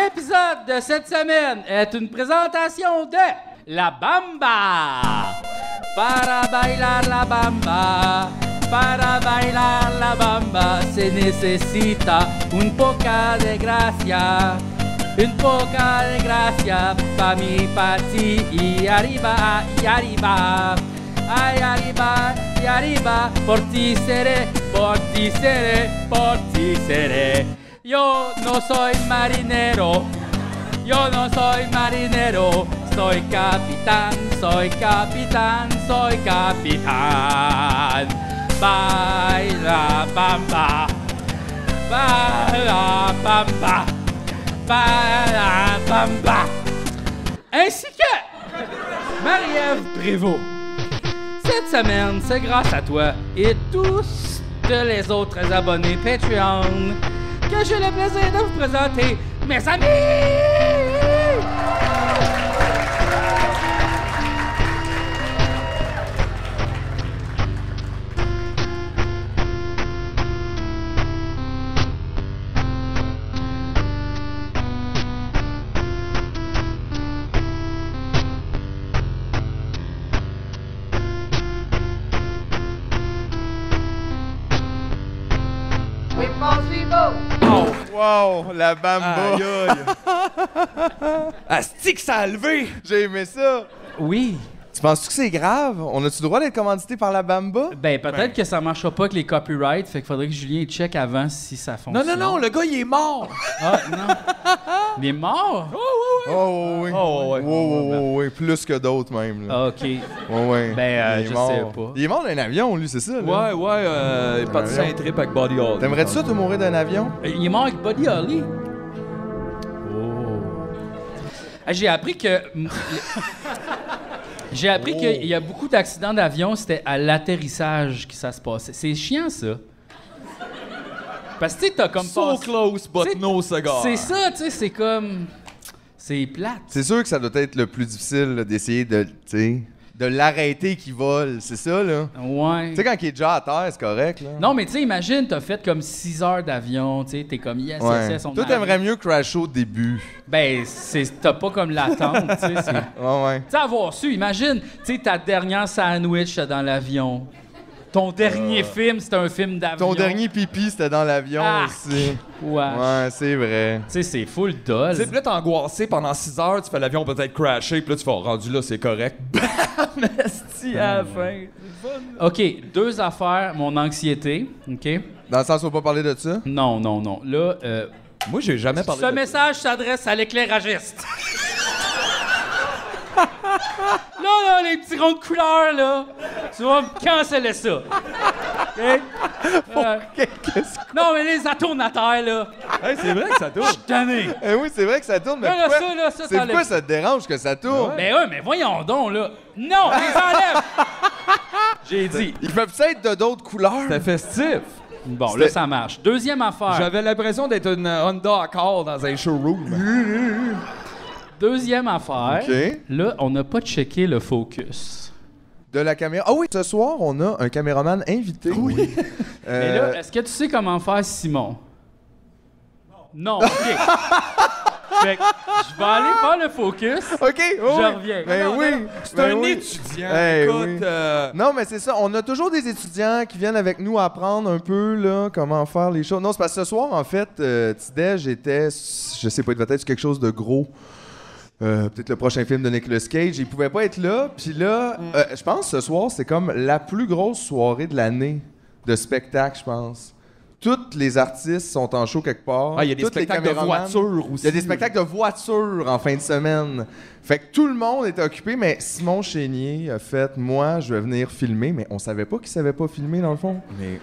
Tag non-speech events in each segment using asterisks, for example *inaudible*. L'épisode de cette semaine est une présentation de La Bamba. Para bailar la bamba, para bailar la bamba, se necesita un poca de gracia. Un poca de gracia pa mi pati y arriba y arriba. Ay arriba y arriba, por ti seré, por ti seré, por ti seré. Yo no soy marinero, yo no soy marinero, soy capitán, soy capitán, soy capitán. Baila bamba, baila bamba, baila bamba. Ainsi que Marie-Ève Prévost. Cette semaine, c'est grâce à toi et tous de les autres abonnés Patreon que j'ai le plaisir de vous présenter mes amis! We possible. Wow, la bamba! Asti que ça a levé! J'ai aimé ça! Oui! Tu penses-tu que c'est grave? On a-tu le droit d'être commandité par la bamba? Ben, peut-être que ça marchera pas avec les copyrights, fait qu'il faudrait que Julien check avant si ça Non, fonctionne. non, non, le gars, il est mort! Ah, non! Il est mort? Oh oui! Oh, ouais. oui, oui, oui, oui, plus que d'autres même. Là. Ah, OK. Ouais, ouais. Ben, euh, Il est je mort. sais pas. Il est mort d'un avion, lui, c'est ça? Là. Ouais, ouais, euh, il est parti sur un trip avec Body Hall. T'aimerais-tu ça, te mourir d'un avion? Euh, Il est mort avec Buddy Holly. Oh. Ah, J'ai appris que... *laughs* J'ai appris qu'il Oh. y a beaucoup d'accidents d'avion, c'était à l'atterrissage que ça se passait. C'est chiant, ça. Parce que, tu sais, t'as comme So Ah, passé- close, Tu but sais, no cigar. C'est ça, tu sais, c'est comme... C'est plate. C'est sûr que ça doit être le plus difficile là, d'essayer de, tu sais, de l'arrêter qui vole, c'est ça, là? Ouais. Tu sais, quand il est déjà à terre, c'est correct, là? Non, mais tu sais, imagine, t'as fait comme 6 heures d'avion, tu sais, t'es comme yes, yes, Ouais. yes, on Toi, arrive. t'aimerais mieux crasher au début. Ben, c'est- t'as pas comme l'attente, tu sais. c'est- Tu Ouais, ouais. sais, avoir su, imagine, tu sais, ta dernière sandwich dans l'avion. Ton dernier film, c'était un film d'avion. Ah. Ton dernier pipi, c'était dans l'avion Ah. Arc. aussi. Ouais. Ouais, c'est vrai. Tu sais, c'est full Tu sais, doll. puis là, t'es angoissé pendant 6 heures, tu fais l'avion peut-être crasher, puis là, tu fais oh, rendu là, c'est correct. Bam! Asti, à la fin. Euh, OK, deux affaires, mon anxiété, OK? Dans le sens où on va pas parler de ça? Non, non, non. Là, euh, Moi, j'ai jamais parlé Ce de message s'adresse à l'éclairagiste. *laughs* là, là, les petits ronds de couleur, là, tu vas me canceller ça. OK? *laughs* Euh, non, mais les atomes à terre, là, Hey, c'est vrai que ça touche. tanné. Eh oui, c'est vrai que ça tourne, mais Là, là, pourquoi, ça, là, ça, c'est t'enlèves. pourquoi ça te dérange que ça tourne? Mais eux, Ben mais voyons donc, là. Non, les *laughs* enlève. J'ai dit. Ils peuvent être de d'autres couleurs. C'était festif. Bon, là, C'était- ça marche. Deuxième affaire. J'avais l'impression d'être une euh, Honda Accord dans un showroom. Deuxième affaire. OK. Là, on n'a pas checké le focus. De la caméra. Ah oui, ce soir, on a un caméraman invité. Euh, Oui. Mais là, est-ce que tu sais comment faire Simon? Non. OK. *laughs* fait que je vais aller faire le focus. OK, oh, Je oui. reviens. Ben Non, non, oui. non, C'est ben un oui. étudiant. Eh écoute, oui. euh, Non, mais c'est ça. On a toujours des étudiants qui viennent avec nous apprendre un peu là, comment faire les choses. Non, c'est parce que ce soir, en fait, euh, Tidej j'étais, je sais pas, il devait être sur quelque chose de gros. Euh, Peut-être le prochain film de Nicolas Cage. Il pouvait pas être là. Puis Mm. là, euh, je pense que ce soir, c'est comme la plus grosse soirée de l'année de spectacle, je pense. Tous les artistes sont en show quelque part. ah, il y a des Tous les spectacles de caméramans. voitures aussi. Il y a des spectacles de voitures en fin de semaine. Fait que tout le monde était occupé, mais Simon Chénier a fait Moi, je vais venir filmer, mais on savait pas qu'il savait pas filmer dans le fond. Mais-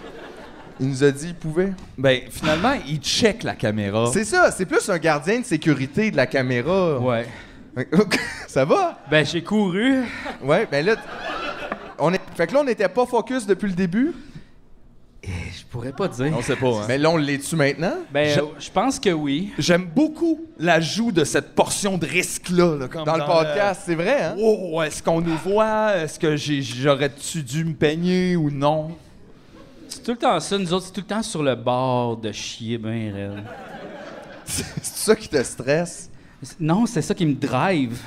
Il nous a dit qu'il pouvait. Ben, finalement, il check la caméra. C'est ça, c'est plus un gardien de sécurité de la caméra. Ouais. *laughs* ça va? Ben, j'ai couru. Ouais, ben là. t- On est... Fait que là, on n'était pas focus depuis le début. Je pourrais pas dire. On sait pas, hein. Mais là, on l'est-tu maintenant? Ben, Je- euh, je pense que oui. J'aime beaucoup l'ajout de cette portion de risque-là. là, comme Dans, le podcast, c'est vrai, hein? Wow, Oh, est-ce qu'on nous voit? Est-ce que j'ai- j'aurais-tu dû me peigner ou non? C'est tout le temps ça, nous autres, c'est tout le temps sur le bord de chier ben raide. C'est ça qui te stresse? Non, c'est ça qui me drive.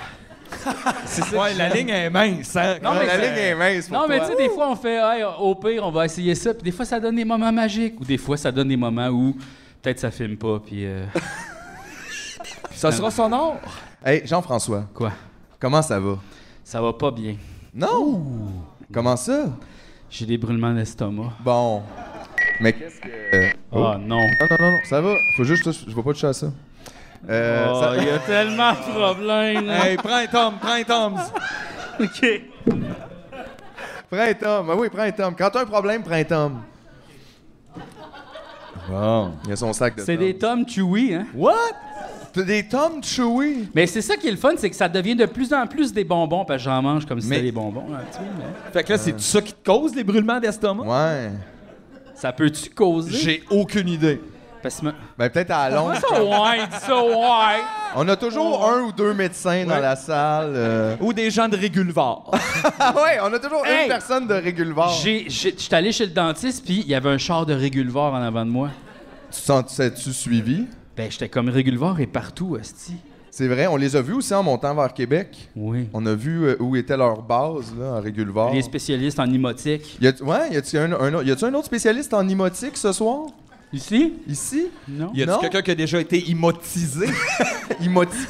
C'est ça. Ouais, la ligne est mince, hein? Non, mais la c'est- ligne est mince pour Euh, Non, mais tu toi. sais, des fois, on fait, Hey, au pire, on va essayer ça. Puis des fois, ça donne des moments magiques. Ou des fois, ça donne des moments où peut-être ça filme pas. Puis euh, *laughs* Ça sera son or. Hey, Jean-François, quoi? comment ça va? Ça va pas bien. Non! Comment ça? J'ai des brûlements d'estomac. Bon. Mais qu'est-ce que. euh, Oh, non. Non, non, non, non, ça va. Faut juste. Je vois pas toucher à ça. Euh, Oh, ça- il y *laughs* a tellement de problèmes. là. Hey, prends un tome, prends un tome. OK. Prends un tome. Ah oui, prends un tome. Quand t'as un problème, prends un tome. Bon. Il y a son sac de C'est des tomes chewy, hein? What? T'as des tomes chewy? Mais c'est ça qui est le fun, c'est que ça devient de plus en plus des bonbons, parce que j'en mange comme si Mais- c'était des bonbons. un petit peu, mais- Fait que là, c'est tout ça qui te cause les brûlements d'estomac? Ouais. Ça peut-tu causer? J'ai aucune idée. Parce que... me- Ben peut-être à Londres. Ça, *laughs* ouais, dis ça, ouais. On a toujours un ou deux médecins dans la salle. euh. Ou des gens de Régulvar. Ah ouais, on a toujours Hey! une personne de Régulvar. J'ai, j'ai- j'étais allé chez le dentiste, puis il y avait un char de Régulvar en avant de moi. Tu sens-tu suivi? Ben, j'étais comme Régulvar est partout, Asti. C'est vrai, on les a vus aussi en montant vers Québec. Oui. On a vu euh, où était leur base là, à Régulvar. Les spécialistes en emotique. Y a, ouais, y a-tu un, un autre- y a-tu un autre spécialiste en hymotique ce soir? Ici? Ici? Non. *laughs* Y a-tu Non. quelqu'un qui a déjà été immotisé? Hymotique?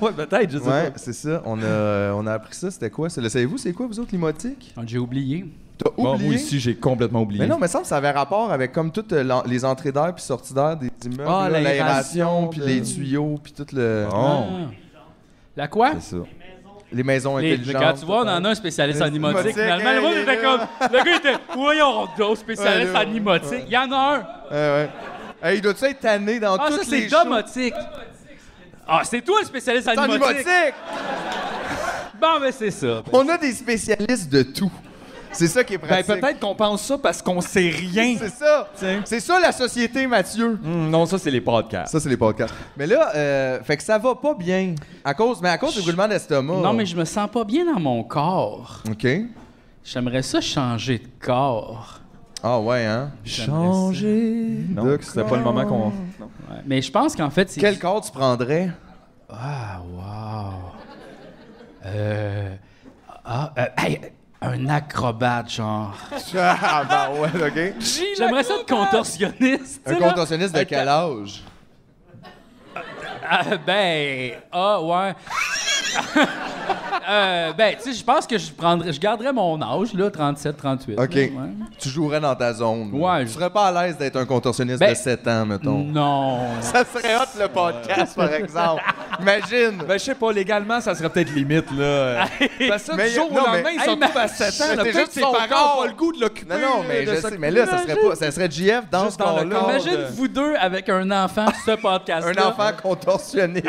ouais, peut-être, je sais *laughs* Ouais, c'est ça. On a, on a appris ça. C'était quoi? ça? Le savez-vous, c'est quoi, vous autres, l'hymotique? Ah, J'ai oublié. T'as Bon, oublié? moi aussi, j'ai complètement oublié. Mais non, mais ça me semble que ça avait rapport avec comme toutes euh, l'en- les entrées d'air puis sorties d'air des immeubles, Ah, là, l'aération l'aération, puis de- les tuyaux, puis tout le... Bon, Ah. La quoi? c'est ça. Les maisons Les- intelligentes. quand tu vois, on en a un spécialiste en Les emotique. émotiques, Finalement, le hein, monde les était gars. comme. Le gars était. Voyons, d'autres spécialistes Ouais, en ouais, emotique. Il y en a un. Ouais, ouais. Hey, il doit-tu être tanné dans Ah, ça, toutes c'est les shows? domotique. Ah, c'est toi le spécialiste en C'est en emotique. hymotique! Bon, ben, c'est ça. On a des spécialistes de tout. C'est ça qui est Ben, pratique. peut-être qu'on pense ça parce qu'on sait rien. C'est ça. Tiens. C'est ça la société, Mathieu. Hmm, non, ça, c'est les podcasts. Ça, c'est les podcasts. Mais là, euh, fait que ça va pas bien. À cause, mais à cause du brûlement d'estomac. Non, mais je me sens pas bien dans mon corps. OK. J'aimerais ça changer de corps. Ah ouais, hein? J'aimerais ça. Non, De c'était quoi? pas le moment qu'on. Ouais, Mais je pense qu'en fait, c'est. Quel corps tu prendrais? Ah, wow. Euh. Ah, euh, hey, un acrobate, genre. *laughs* ah bah ouais, OK. J'aimerais ça de contorsionniste. tu Un sais, là. contorsionniste de quel âge? Ah, ben, ah, ouais. *laughs* Euh, ben, tu sais, je pense que je prendrais, je garderais mon âge, là, 37, 38. OK. là, ouais. Tu jouerais dans ta zone. là. Ouais, Tu je- serais pas à l'aise d'être un contorsionniste Ben, de 7 ans, mettons. *laughs* Non. Ça serait hot le podcast, par exemple. Imagine! Ben, je sais pas, légalement, ça serait peut-être limite, *laughs* là. Parce que ça, Mais du y a- jour au non, mais- lendemain, ils Hey, sont mais- tous à 7 ans. là. C'était Peut-être juste ses son parents corps. n'ont pas le goût de l'occuper. non, non, mais de je s'occuper, sais. Mais là, ça serait, pas, ça serait JF dans Juste ce dans le corps-là. corps. Imagine vous deux avec un enfant, ce podcast Un enfant contorsionné.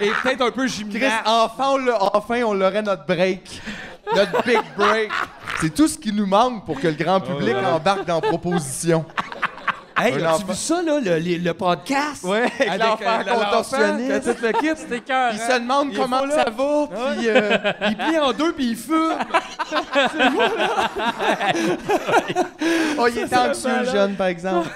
Et peut-être un peu Chris, gymnase. enfin, on l'a- enfin, on l'aurait notre break. Notre big break. C'est tout ce qui nous manque pour que le grand public embarque dans Proposition. Hey, Un as-tu enfant. vu ça, là, le, le- le podcast? euh, Ouais, avec l'enfant contorsionniste. Tout le kit. C'était cœur. Il se demande Il est comment faux, là. ça va, puis euh, Il plie en deux puis il fume. oh, il est anxieux, le jeune, par exemple.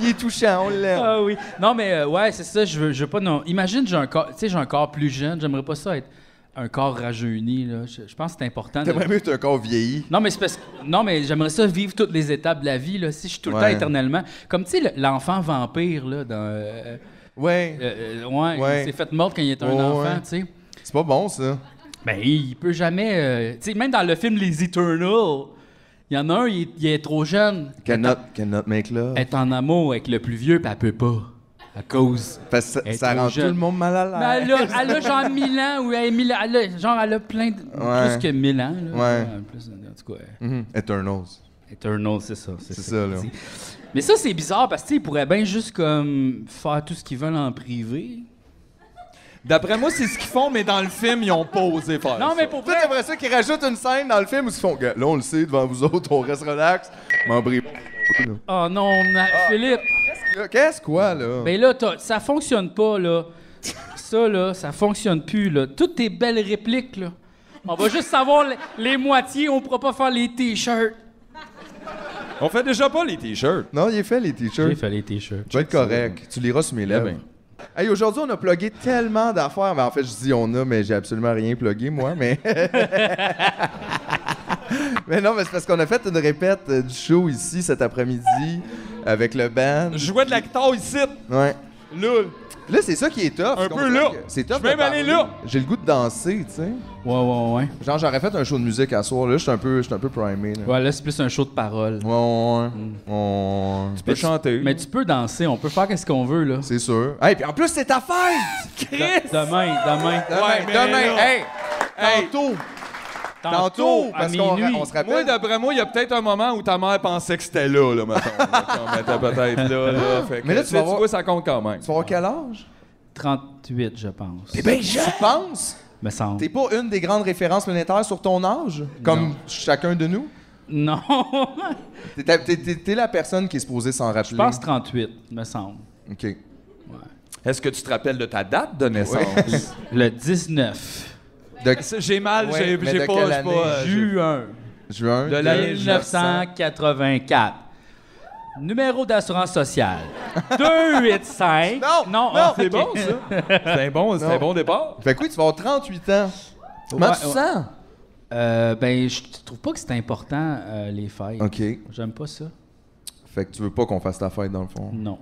il est touchant, on l'aime. Ah oui. Non, mais euh, ouais, c'est ça, je veux, je veux pas. Non. Imagine, j'ai un corps, tu sais, j'ai un corps plus jeune, j'aimerais pas ça être un corps rajeuni, là. Je, je pense que c'est important. de- T'aimerais mieux être un corps vieilli. Non, mais c'est parce que- Non, mais j'aimerais ça vivre toutes les étapes de la vie, là, si je suis tout le temps Ouais. éternellement. Comme, tu sais, le- l'enfant vampire, là, dans. euh, Ouais. Euh, euh, ouais, Ouais. il s'est fait mordre quand il était un Ouais, enfant, ouais. tu sais. C'est pas bon, ça. Ben, il peut jamais. euh, tu sais, même dans le film Les Eternals, il y en a un, il est, il est trop jeune. Cannot, cannot make love. Être en amour avec le plus vieux, pis elle peut pas. À cause. Parce que ça, être ça trop rend jeune. tout le monde mal Mais à elle l'aise. *laughs* a, elle a genre 1000 ans, ou elle, a mille- elle a- genre, elle a plein de. Ouais. Plus que 1000 ans, là. Ouais. plus, en tout cas, euh, Mhm. Eternals. Eternals, c'est ça. C'est ça, là. Mais ça, c'est bizarre parce qu'ils pourraient bien juste comme faire tout ce qu'ils veulent en privé. D'après moi, c'est ce qu'ils font, mais dans le film, ils ont pas osé faire Non, ça. mais pour Toi, vrai. t'aimerais ça qu'ils rajoutent une scène dans le film où ils se font. Là, on le sait, devant vous autres, on reste relax. M'en brie- Oh non, ma- Philippe. Là, Qu'est-ce quoi, là? Ben là, t'as- ça fonctionne pas, là. Ça, là, ça fonctionne plus, là. Toutes tes belles répliques, là. On va juste savoir les, les moitiés, on pourra pas faire les t-shirts. On fait déjà pas les t-shirts. Non, il est fait, les t-shirts. J'ai fait les t-shirts. Tu vas être correct. Tu liras sur mes lèvres. bien. Hey, aujourd'hui, on a plugué tellement d'affaires. Mais en fait, je dis on a, mais j'ai absolument rien plugué, moi. Mais. *laughs* mais non, mais c'est parce qu'on a fait une répète euh, du show ici cet après-midi avec le band. Je jouais de la guitare ici. Ouais. Là, Puis Là, c'est ça qui est tough. Un c'est qu'on peu dirait là. que C'est tough. Je vais de même aller parler. là. J'ai le goût de danser, tu sais. Ouais, ouais, ouais. Genre, j'aurais fait un show de musique à soir. Là, je suis un peu, je suis un peu primé. Là. Ouais, Mm. là, c'est plus un show de paroles. Ouais, ouais, ouais. Ouais, ouais. tu peux chanter. Mais tu peux danser, on peut faire qu'est-ce qu'on veut, là. C'est sûr. Hey, puis en plus, c'est ta *laughs* fête! De- Demain, demain. Demain, Ouais, mais demain, là- hey! Hey. Tantôt! Tantôt, à parce qu'on ra- minuit. on se rappelle. Moi, d'après moi, il y a peut-être un moment où ta mère pensait que c'était là, là, mettons. là, qu'on mettait peut-être là, là. *laughs* Fait que, Mais là, tu tu, vas sais, tu voir- vois, ça compte quand même. Tu vas avoir quel âge? 38, je pense. ben je pense. Me semble. T'es pas une des grandes références monétaires sur ton âge, comme chacun de nous. Non. T'es, ta- t'es- t'es- t'es la personne qui est supposée s'en rappeler. Je pense 38, me semble. Ok. Est-ce que tu te rappelles de ta date de naissance? *laughs* Le 19 De C'est- J'ai mal, Ouais, mais j'ai de j'ai pas... quelle j'ai année? pas- j'ai- juin juin De l'année 1984. Numéro d'assurance sociale. *laughs* 285. Non, ah, non, *laughs* c'est bon, ça. C'est un bon, c'est Non. un bon départ. Fait que oui, tu vas avoir 38 ans. Comment Ouais, tu te ouais. sens? ben, je trouve pas que c'est important, euh, les fêtes. Ok. J'aime pas ça. Fait que tu veux pas qu'on fasse ta fête dans le fond. Non.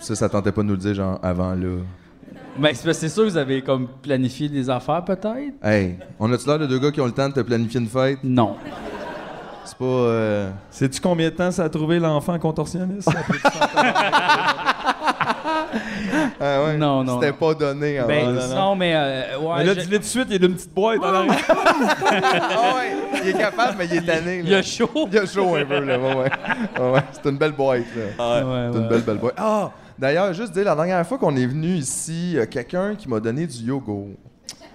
Ça, ça tentait pas de nous le dire genre avant là. Ben, c'est parce que c'est sûr que vous avez comme planifié des affaires, peut-être? Hey, on a-tu l'air de deux gars qui ont le temps de te planifier une fête? Non. C'est pas. euh, Sais-tu combien de temps ça a trouvé l'enfant contorsionniste? Ah ouais, Non, non, C'était non. pas donné. en ben, vrai. non, mais... euh, ouais, Mais là, je- dis-le tout de suite, il est d'une petite boîte. en arrière. Ah ouais, il est capable, mais il est tanné. là. il y a chaud. Il y a chaud un peu, là. Ouais, ouais. Ouais, ouais, C'est une belle boîte, là. Ouais, C'est Ah ouais. une belle, belle boîte. Ah! D'ailleurs, juste dire, la dernière fois qu'on est venu ici, il y a quelqu'un qui m'a donné du yogourt.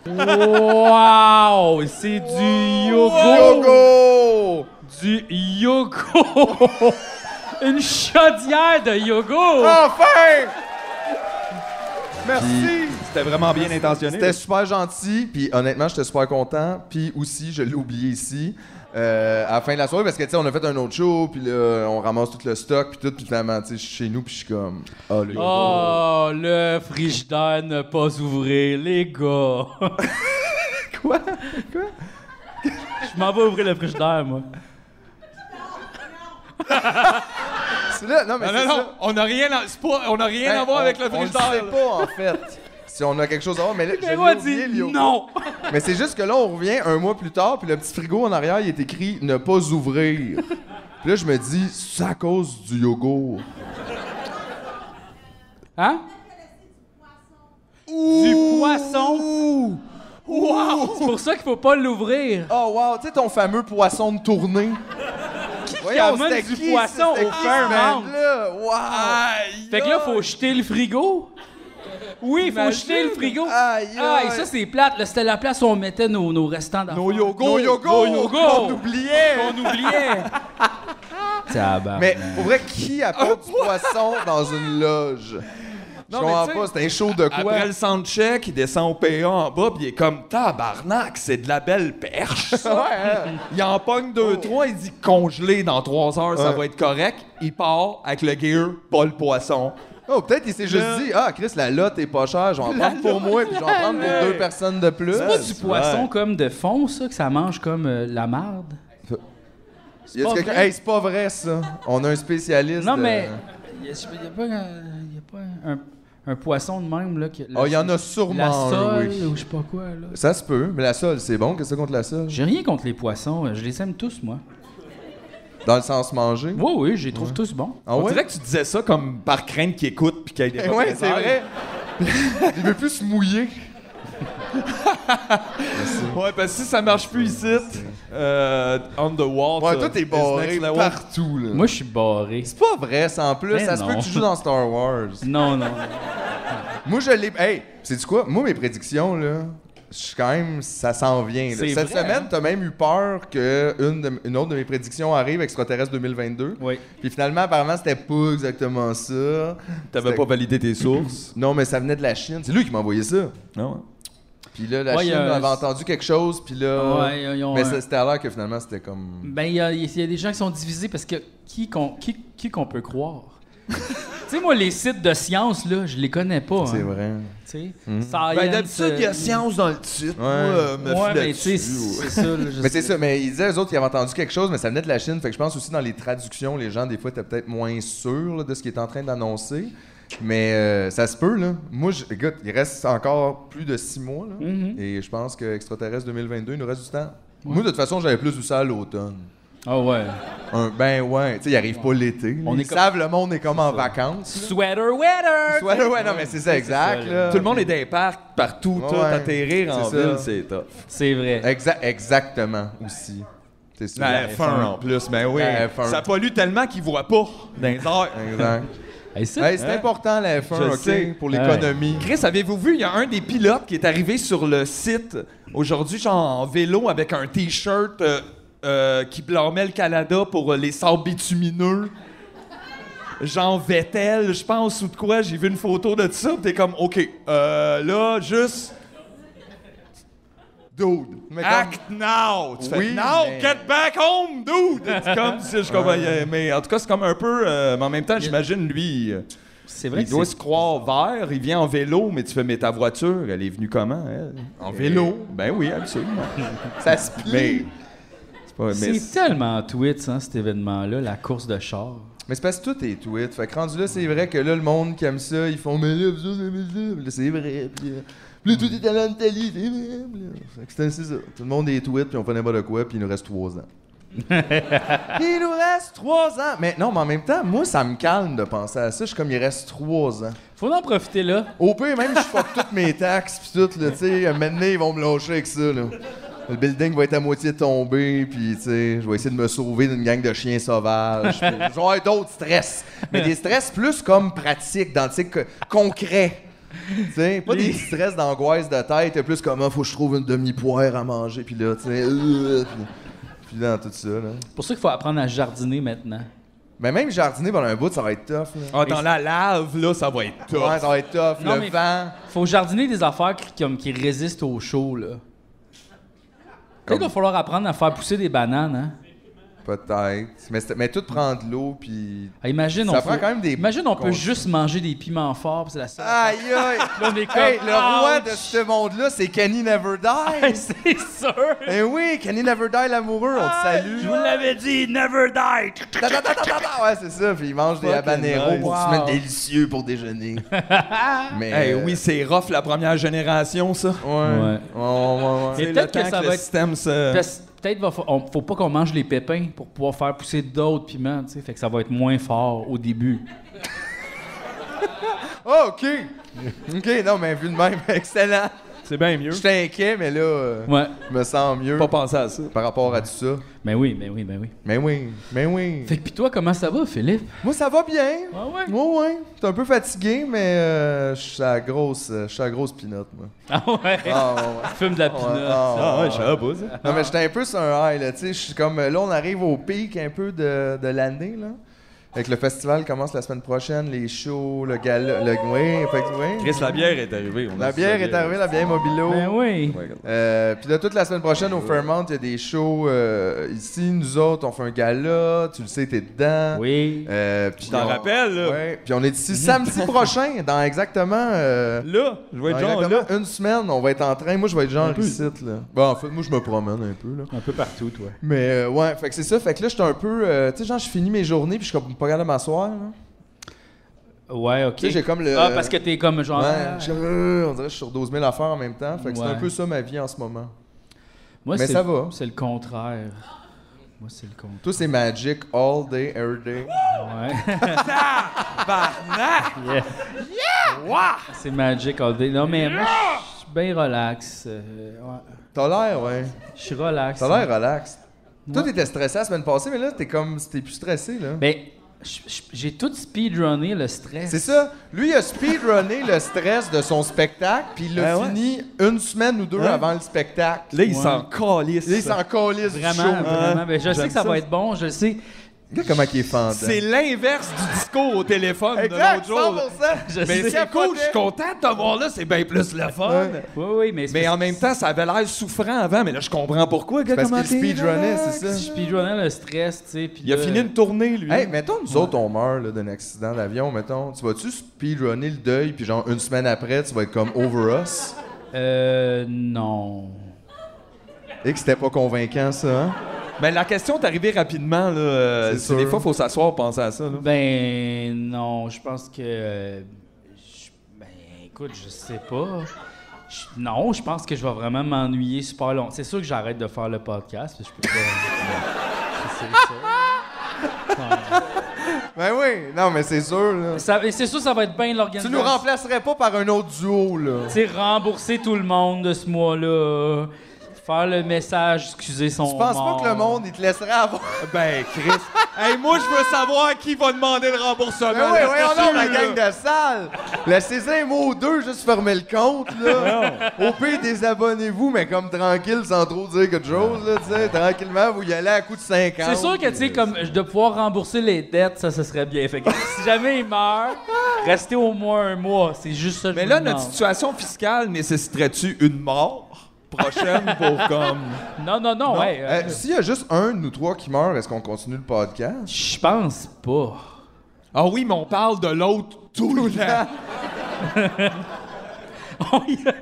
Wow! C'est du yogourt! Yogourt! Du yogourt! Une chaudière de yogourt! Enfin! Merci! C'était vraiment bien intentionné. C'était super gentil, puis honnêtement, j'étais super content. Puis aussi, je l'ai oublié ici, euh, à la fin de la soirée, parce que, tu sais, on a fait un autre show, puis là, on ramasse tout le stock, puis tout, puis finalement, tu sais, je suis chez nous, puis je suis comme... Ah, le yogourt. Oh, le frigidaire ne pas ouvrir, les *laughs* gars! Quoi? Je m'en vais ouvrir le frigidaire, moi. C'est là, non, mais Ah. Non, c'est non, ça. non, on n'a rien, à, c'est pas- on a rien Hey, à voir on- avec le On le frigidaire. sait pas, en fait. Si on a quelque chose à voir, mais là, je l'ai Véro a oublié, dit Léo. non! Mais c'est juste que là, on revient un mois plus tard, puis le petit frigo en arrière, il est écrit « Ne pas ouvrir ». Puis là, je me dis « C'est à cause du yogourt Hein? Du poisson! Wow! C'est pour ça qu'il faut pas l'ouvrir. ». Oh wow, tu sais ton fameux poisson de tournée? Voyons, amène c'était du qui, poisson c'était au qui, Fairmount? ce band-là? Wow! Aïe! Fait que là, faut jeter le frigo. Oui, faut jeter le frigo. Aïe, Ah, aïe. et ça, c'est plate. là. C'était la place où on mettait nos, nos restants d'enfants. Nos yogourts! Nos yogourts! Nos qu'on yogourts! oubliait! On *laughs* oubliait! Tabarnak. Mais pour vrai, qui apporte du poisson dans une loge? Je Non, mais comprends tu sais, pas, c'était un show de quoi? Après le soundcheck, il descend au PA en bas, puis il est comme tabarnak, c'est de la belle perche. ça. Il en pogne deux, trois, il dit congelé dans trois heures, ça Ouais. va être correct. Il part avec le gear, pas le poisson. Oh, peut-être qu'il s'est juste Le- dit Ah, Chris, la lotte est pas chère, je vais en prendre pour moi, puis je vais en prendre pour deux personnes de plus. C'est pas du poisson comme de fond, ça, que ça mange comme euh, la marde? Y a-tu pas quelqu'un- vrai. Hey, c'est pas vrai, ça. On a un spécialiste. Non, euh, mais. Il n'y a, pas, un- y a pas un, un- un poisson de même, là. Que, la- Oh, il y en a La sûrement un, sole, oui. ou je sais pas quoi, là. Ça se peut, mais la sole, c'est bon. Qu'est-ce que contre la sole J'ai rien contre les poissons, euh, je les aime tous, moi. Dans le sens manger. Oui, oui, je les trouve tous bons. Ah On ouais? dirait que tu disais ça comme par crainte qu'il écoute, puis qu'il y ait des Eh ouais, c'est représailles. vrai. Il veut plus se mouiller. Ouais, parce que si ça marche plus ici, euh, on the wall. Ouais, toi, t'es barré Par... partout, là. Moi, je suis barré. C'est pas vrai, ça en plus. Mais Ça se peut non. que tu joues dans Star Wars. Non, non. Moi, je l'ai. Hey, c'est-tu quoi? Moi, mes prédictions, là, je suis quand même. Ça s'en vient. là. C'est Cette vrai, hein? semaine, t'as même eu peur qu'une de, une autre de mes prédictions arrive, extraterrestre 2022. Oui. Puis finalement, apparemment, c'était pas exactement ça. T'avais C'était- pas validé tes sources. Ah Non, mais ça venait de la Chine. C'est lui qui m'a envoyé ça. non. Puis là, la Ouais, il y Chine a un- avait entendu quelque chose, puis là. Ouais, ils ont Euh, mais un- ça- c'était à l'heure que finalement, c'était comme. Ben, il y, a- il y a des gens qui sont divisés parce que qui qu'on qui, qui qu'on peut croire? *laughs* tu sais, moi, les sites de science, là, je les connais pas. C'est hein. vrai. Mhm. Tu sais, Ben, Science, d'habitude, il y euh, a science dans le titre. Moi, euh, me Ouais, fie mais tu sais, là-dessus, ouais. c'est ça. là, je sais- Mais c'est ça, mais ils disaient, eux autres, qu'ils avaient entendu quelque chose, mais ça venait de la Chine. Fait que je pense aussi dans les traductions, les gens, des fois, étaient peut-être moins sûrs là, de ce qu'ils étaient en train d'annoncer. Mais euh, ça se peut, là. Moi, je- écoute, il reste encore plus de six mois, là. Mhm. Et je pense que Extraterrestre 2022, il nous reste du temps. Moi, de toute façon, j'avais plus du ça à l'automne. Ah ouais. Un ben ouais, tu sais, il arrive pas l'été. On On est ils comme- savent, le monde est comme en vacances. Sweater weather! Ouais, ouais, non, mais c'est ça, exact, ça, là. Tout le monde est dans les parcs, partout, tout, Euh, Ouais. atterrir en C'est ça. ville, c'est top. C'est vrai. Exa- exactement, aussi. C'est sûr. La F1 en plus, ben oui. La F1. Ça pollue tellement qu'ils voient pas dans les airs. Exact. Hey, ça, Hey, c'est important, la F1, Je le OK, sais. pour Ah ouais. l'économie. Chris, avez-vous vu, il y a un des pilotes qui est arrivé sur le site aujourd'hui, genre en vélo, avec un T-shirt euh, euh, qui blâmait le Canada pour euh, les sables bitumineux. Jean Vettel, je pense, ou de quoi, j'ai vu une photo de ça, pis t'es comme, OK, euh, là, juste... Dude, Mais comme- act now! Tu fais, Oui, now, mais- get back home, dude! C'est comme, si je comprends, mais en tout cas, c'est comme un peu... euh, mais en même temps, j'imagine, lui... euh, c'est vrai il que doit c'est- se croire vert, il vient en vélo, mais tu fais, mais ta voiture, elle est venue comment, elle? En vélo? Ben oui, absolument. Ça se plie. mais. C'est pas. c'est Mais. tellement tweets, hein, cet événement-là, la course de char. Mais c'est parce que tout est tweet. Fait que rendu là, c'est vrai que là, le monde qui aime ça, ils font « Mais là, vous autres, aimez ça? Là, c'est vrai. » Puis euh, puis là, tout est allé en Italie, c'est vrai. Puis là, fait que c'est- c'est ça. Tout le monde est tweet, puis on fait n'importe quoi, puis il nous reste trois *laughs* ans. il nous reste trois ans! Mais non, mais en même temps, moi, ça me calme de penser à ça. Je suis comme « Il reste trois ans. » Faut en profiter là. Au pire, même, je fuck toutes mes taxes pis tout, là, tu sais, maintenant, ils vont me lâcher avec ça, là. Le building va être à moitié tombé, puis tu sais, je vais essayer de me sauver d'une gang de chiens sauvages. Puis, Je vais avoir d'autres stress. Mais des stress plus comme pratiques, dans, tu sais, que- concrets. Tu sais, pas des stress d'angoisse de tête, plus comme, Ah, faut que je trouve une demi-poire à manger, puis là, tu sais, euh, puis- puis dans tout ça, là. C'est pour ça qu'il faut apprendre à jardiner maintenant. Mais même jardiner pendant un bout, ça va être tough, là. Ah, dans la lave, là, ça va être top. Ouais, ça va être tough, Non, le mais- vent. Faut jardiner des affaires qui, comme, qui résistent au chaud, là. Peut-être qu'il va falloir apprendre à faire pousser des bananes, hein. Peut-être. Mais, c'est- mais tout prend de l'eau, puis Ah, Imagine, Ça on prend peut- quand même des Imagine, on peut cons- juste manger des piments forts, puis c'est la seule. Aïe aïe! *laughs* Là, on est comme, *laughs* Hey, le roi Ah, ouch. de ce monde-là, c'est Kenny Never Die! *laughs* Hey, c'est sûr! Eh oui, Kenny Never Die l'amoureux, on te salue! Je vous l'avais dit, never die! Ta- ta- ta- ta- ta- ta- Ouais, c'est ça, puis il mange des Fucking habaneros nice. pour Wow. se mettre délicieux pour déjeuner. Mais Eh euh, oui, c'est rough la première génération, ça. Ouais. Ouais, ouais, ouais. Mais C'est peut-être le temps que ça le va être- système se- Parce- Peut-être va fa- on- faut pas qu'on mange les pépins pour pouvoir faire pousser d'autres piments, tu sais. Fait que ça va être moins fort au début. Ah, ok! Ok, non, mais vu de même, *laughs* excellent! C'est bien mieux. Je t'inquiète, mais là, euh, Ouais. je me sens mieux Pas pensé à ça. par rapport à tout ça. Ben oui, ben oui, ben oui. Mais oui, mais oui. Fait que pis toi, comment ça va, Philippe? Moi, ça va bien. Ah ouais? Ouais, ouais. T'es un peu fatigué, mais euh, je suis à la grosse, euh, je suis à la grosse pinote, moi. Ah ouais? Ah, ouais, ouais. Fume de la Ouais, pinotte. ah, ouais. savais pas ça. Non, mais j'étais un peu sur un high, là. Tu sais, je suis comme. Là, on arrive au pic un peu de, de l'année, là. Fait que le festival commence la semaine prochaine, les shows, le gala. Le... Oui, fait que oui. Chris, la bière est arrivée. on a La su bière est arrivée, la bière mobilo. Ben oui. Ouais, regarde. Euh, Puis là, toute la semaine prochaine, au Fairmount, il y a des shows euh, ici. Nous autres, on fait un gala. Tu le sais, t'es dedans. Oui. Euh, puis Je t'en on- rappelle, là. Ouais. Puis on est *laughs* ici samedi prochain, dans exactement. euh, Là, je vais dans être genre là. exactement une semaine, on va être en train. Moi, je vais être genre ici, là. Bon, en fait, moi, je me promène un peu, là. Un peu partout, toi. Mais euh, ouais, fait que c'est ça. Fait que là, j'étais un peu. euh, tu sais, genre, je finis mes journées puis je suis comme pas capable de m'asseoir. là. Ouais, ok. Tu sais, j'ai comme le. Ah, parce que t'es comme genre. ah, Ouais, je- euh, on dirait que je suis sur 12 000 affaires en même temps. Fait que c'est Ouais. un peu ça ma vie en ce moment. Moi, Mais c'est- ça va. C'est le contraire. Moi, c'est le contraire. Toi, c'est Magic all day, every day. Ouais. Tabarnak! *laughs* Yeah. C'est magic all day. Non, mais moi, je suis bien relax. euh, ouais. T'as l'air, ouais. Je suis relax. T'as l'air relax. Toi, t'étais stressé la semaine passée, mais là, t'es comme. T'es plus stressé, là. Ben, je- je- j'ai tout speedrunné le stress. C'est ça. Lui, il a speedrunné le stress de son spectacle, puis il l'a Ah ouais? fini une semaine ou deux Hein? avant le spectacle. Là, il Ouais. s'en calisse. Là, il s'en calisse du Vraiment, show. vraiment. Ben, je sais J'aime que ça, ça. va être bon, je le sais. Regarde comment il est fendant. C'est l'inverse du discours au téléphone Exact, de l'autre jour. 100%. *laughs* Mais c'est cool, je suis content de t'avoir là, c'est bien plus le fun. Ouais. Oui, oui, mais c'est Mais parce en même temps, ça avait l'air souffrant avant, mais là, je comprends pourquoi, gars, Parce comment qu'il t'es speedrunnait, relax. c'est ça. Euh, que je pigeonnais le stress, tu sais. puis Il a là- fini une tournée, lui. Hey, mettons, nous autres, on meurt là, d'un accident d'avion, mettons. Tu vas-tu speedrunner le deuil, puis genre une semaine après, tu vas être comme over us? Euh, non. Et que c'était pas convaincant, ça, hein? Mais la question est arrivée rapidement, là. euh, C'est c'est- sûr. Des fois, faut s'asseoir et penser à ça, là. Ben, non, je pense que. euh, je- ben, écoute, je sais pas. Je- non, je pense que je vais vraiment m'ennuyer super long. C'est sûr que j'arrête de faire le podcast, parce que je peux pas. Ben oui, non, mais c'est sûr, là. c'est sûr. Ça- et c'est sûr que ça va être bien Tu l'organisation. nous remplacerais pas par un autre duo, là. Tu sais, rembourser tout le monde de ce mois-là. Faire le message, excuser son. Je pense pas que le monde, il te laisserait avoir. Ben, Chris. *laughs* hey, moi, je veux savoir qui va demander le remboursement. Ben oui, là, oui, on c'est a sûr, *laughs* la là. gang de salle. Laissez un mot ou deux, juste fermer le compte, là. Au pire, désabonnez-vous, mais comme tranquille, sans trop dire quelque chose, là, tu sais. Tranquillement, vous y allez à coup de 50. C'est sûr que, tu sais, comme de pouvoir rembourser les dettes, ça, ce serait bien. Fait que si jamais il meurt, rester au moins un mois. C'est juste ça. que Mais je là, me notre demande. situation fiscale nécessiterait-tu une mort prochaine *laughs* pour comme. Non, non, non, ouais. euh, Euh, S'il y a juste un de nous trois qui meurt, est-ce qu'on continue le podcast? Je pense pas. *laughs* Ah oui, mais on parle de l'autre tout le temps.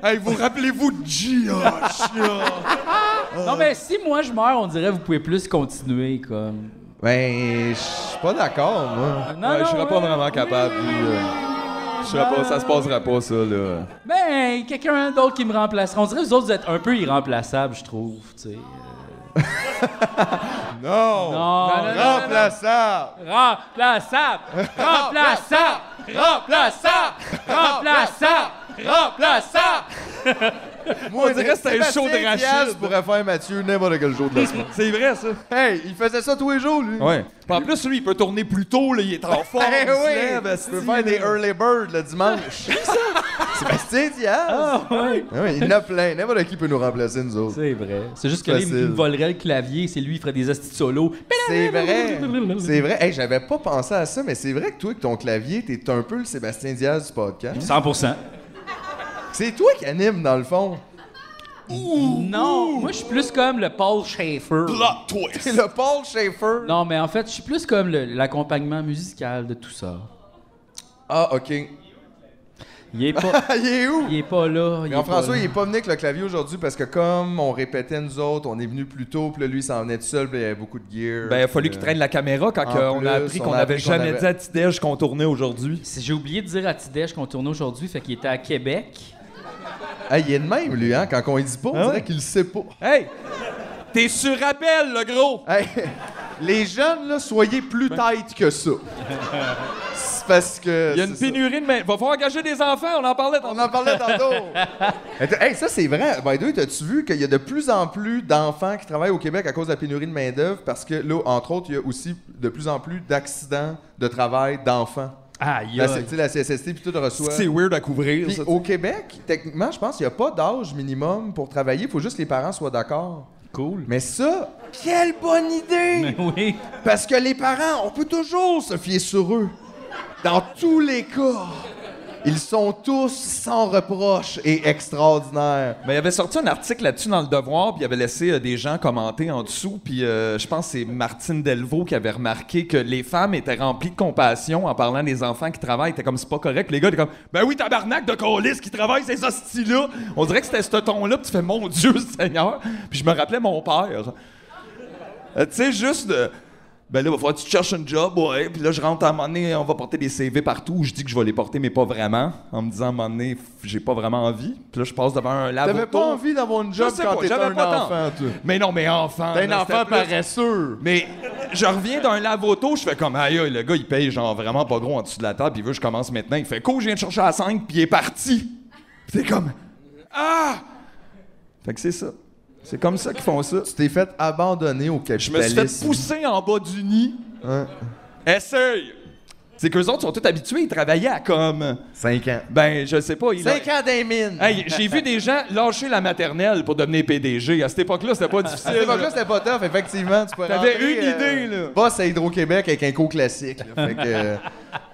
Hey, vous rappelez-vous de Gia? Gia? non, mais si moi je meurs, on dirait que vous pouvez plus continuer, comme. Ben, je suis pas d'accord, moi. Non, Ouais, je serais pas ouais. vraiment capable. puis, euh, je serais pas, ça se passera pas, ça, là. Ben, quelqu'un d'autre qui me remplacera. On dirait que vous autres, vous êtes un peu irremplaçables, je trouve, tu sais. Non! Non, non, non, Remplaçable! Remplaçable! Remplaçable! Remplaçable! Remplaçable! Remplaçable! *laughs* Moi, On dirait que c'était un show de Sébastien Rachid. Diaz pourrait faire Mathieu n'importe quel jour de *laughs* la semaine. C'est vrai, ça. hey, il faisait ça tous les jours, lui. Ouais. Puis En plus, lui, il peut tourner plus tôt, là, il est en *laughs* forme. Eh il se lève, oui! Tu asti, peux faire des là. early birds le dimanche. Sébastien Diaz! ouais. Ah ouais, il y en a plein. N'importe qui peut nous remplacer, nous autres. C'est vrai. C'est juste que lui, il Facile. me volerait le clavier, c'est lui, il ferait des hosties de solo. C'est vrai. C'est vrai. Hey, j'avais pas pensé à ça, mais c'est vrai que toi, avec ton clavier, t'es un peu le Sébastien Diaz du podcast. 100%. C'est toi qui anime, dans le fond. Non, moi je suis plus comme le Paul Schaefer. Plot twist. C'est le Paul Schaefer. Non, mais en fait, je suis plus comme le- l'accompagnement musical de tout ça. Ah, OK. il Il est pas, *laughs* est où? il est pas là. il est pas Jean-François, là. il est pas venu avec le clavier aujourd'hui parce que comme on répétait nous autres, on est venu plus tôt, puis là, lui, il s'en venait tout seul, puis il y avait beaucoup de gear. Ben, il a fallu Euh, qu'il traîne la caméra quand En euh, on a plus, appris on qu'on a n'avait appris qu'on jamais avait- dit à Tidej qu'on tournait aujourd'hui. C'est- J'ai oublié de dire à Tidèche qu'on tournait aujourd'hui, fait qu'il était à Québec. Ah, il est de même, lui, hein? Quand on lui dit pas, on Ah dirait ouais? qu'il le sait pas. Hey! T'es sur appel, le gros! Hey, *laughs* les jeunes, là, soyez plus tight que ça. C'est parce que... Il y a une c'est ça. pénurie de main. Va falloir engager des enfants, on en parlait On tantôt. en parlait tantôt. Attends, hey, ça, c'est vrai. By the way, t'as-tu vu qu'il y a de plus en plus d'enfants qui travaillent au Québec à cause de la pénurie de main-d'œuvre? Parce que là, entre autres, il y a aussi de plus en plus d'accidents de travail d'enfants. Aïe, La, tu sais, la CSST, puis tout reçoit. C'est weird à couvrir, Puis ça. au Québec, techniquement, je pense qu'il n'y a pas d'âge minimum pour travailler. Il faut juste que les parents soient d'accord. cool. Mais ça, quelle bonne idée! Mais *laughs* oui. Parce que les parents, on peut toujours se fier sur eux. Dans tous les cas, ils sont tous sans reproche et extraordinaires. Mais il avait sorti un article là-dessus dans Le Devoir, puis il avait laissé euh, des gens commenter en dessous, puis euh, je pense que c'est Martine Delvaux qui avait remarqué que les femmes étaient remplies de compassion en parlant des enfants qui travaillent. C'était comme, c'est pas correct. Puis les gars étaient comme, ben oui, tabarnak de colis qui travaille, ces hosties-là. On dirait que c'était ce ton-là, puis tu fais, mon Dieu *laughs* Seigneur. Puis je me rappelais mon père. Euh, tu sais, juste... euh, ben là, va falloir que tu te cherches un job, ouais. Puis là, je rentre à un moment donné, on va porter des CV partout. Je dis que je vais les porter, mais pas vraiment. En me disant, à un moment donné, f- j'ai pas vraiment envie. Puis là, je passe devant un labo. T'avais pas envie d'avoir une job Je sais quand pas, t'étais j'avais un pas tant. enfant, toi. Mais non, mais enfant. T'es là, un c'était enfant plus- paresseux. Mais je reviens d'un lavoto, je fais comme, aïe, aïe, le gars, il paye genre vraiment pas gros en dessous de la table, puis il veut que je commence maintenant. Il fait, cool, je viens de chercher à 5, puis il est parti. Puis t'es comme, ah! Fait que c'est ça. C'est comme ça qu'ils font ça. Tu t'es fait abandonner au Je me suis capitalisme. fait pousser en bas du nid. Hein? Essaye! C'est qu'eux autres sont tous habitués, ils travaillaient à comme. Cinq ans. Ben, je sais pas. ils- 5 ans des mines. Hey, j'ai vu des gens lâcher la maternelle pour devenir PDG. À cette époque-là, c'était pas *laughs* difficile. À cette époque-là, c'était pas tough, effectivement. Tu pouvais T'avais rentrer, euh, une idée, là. Boss à Hydro-Québec avec un co classique. là. Fait que, euh,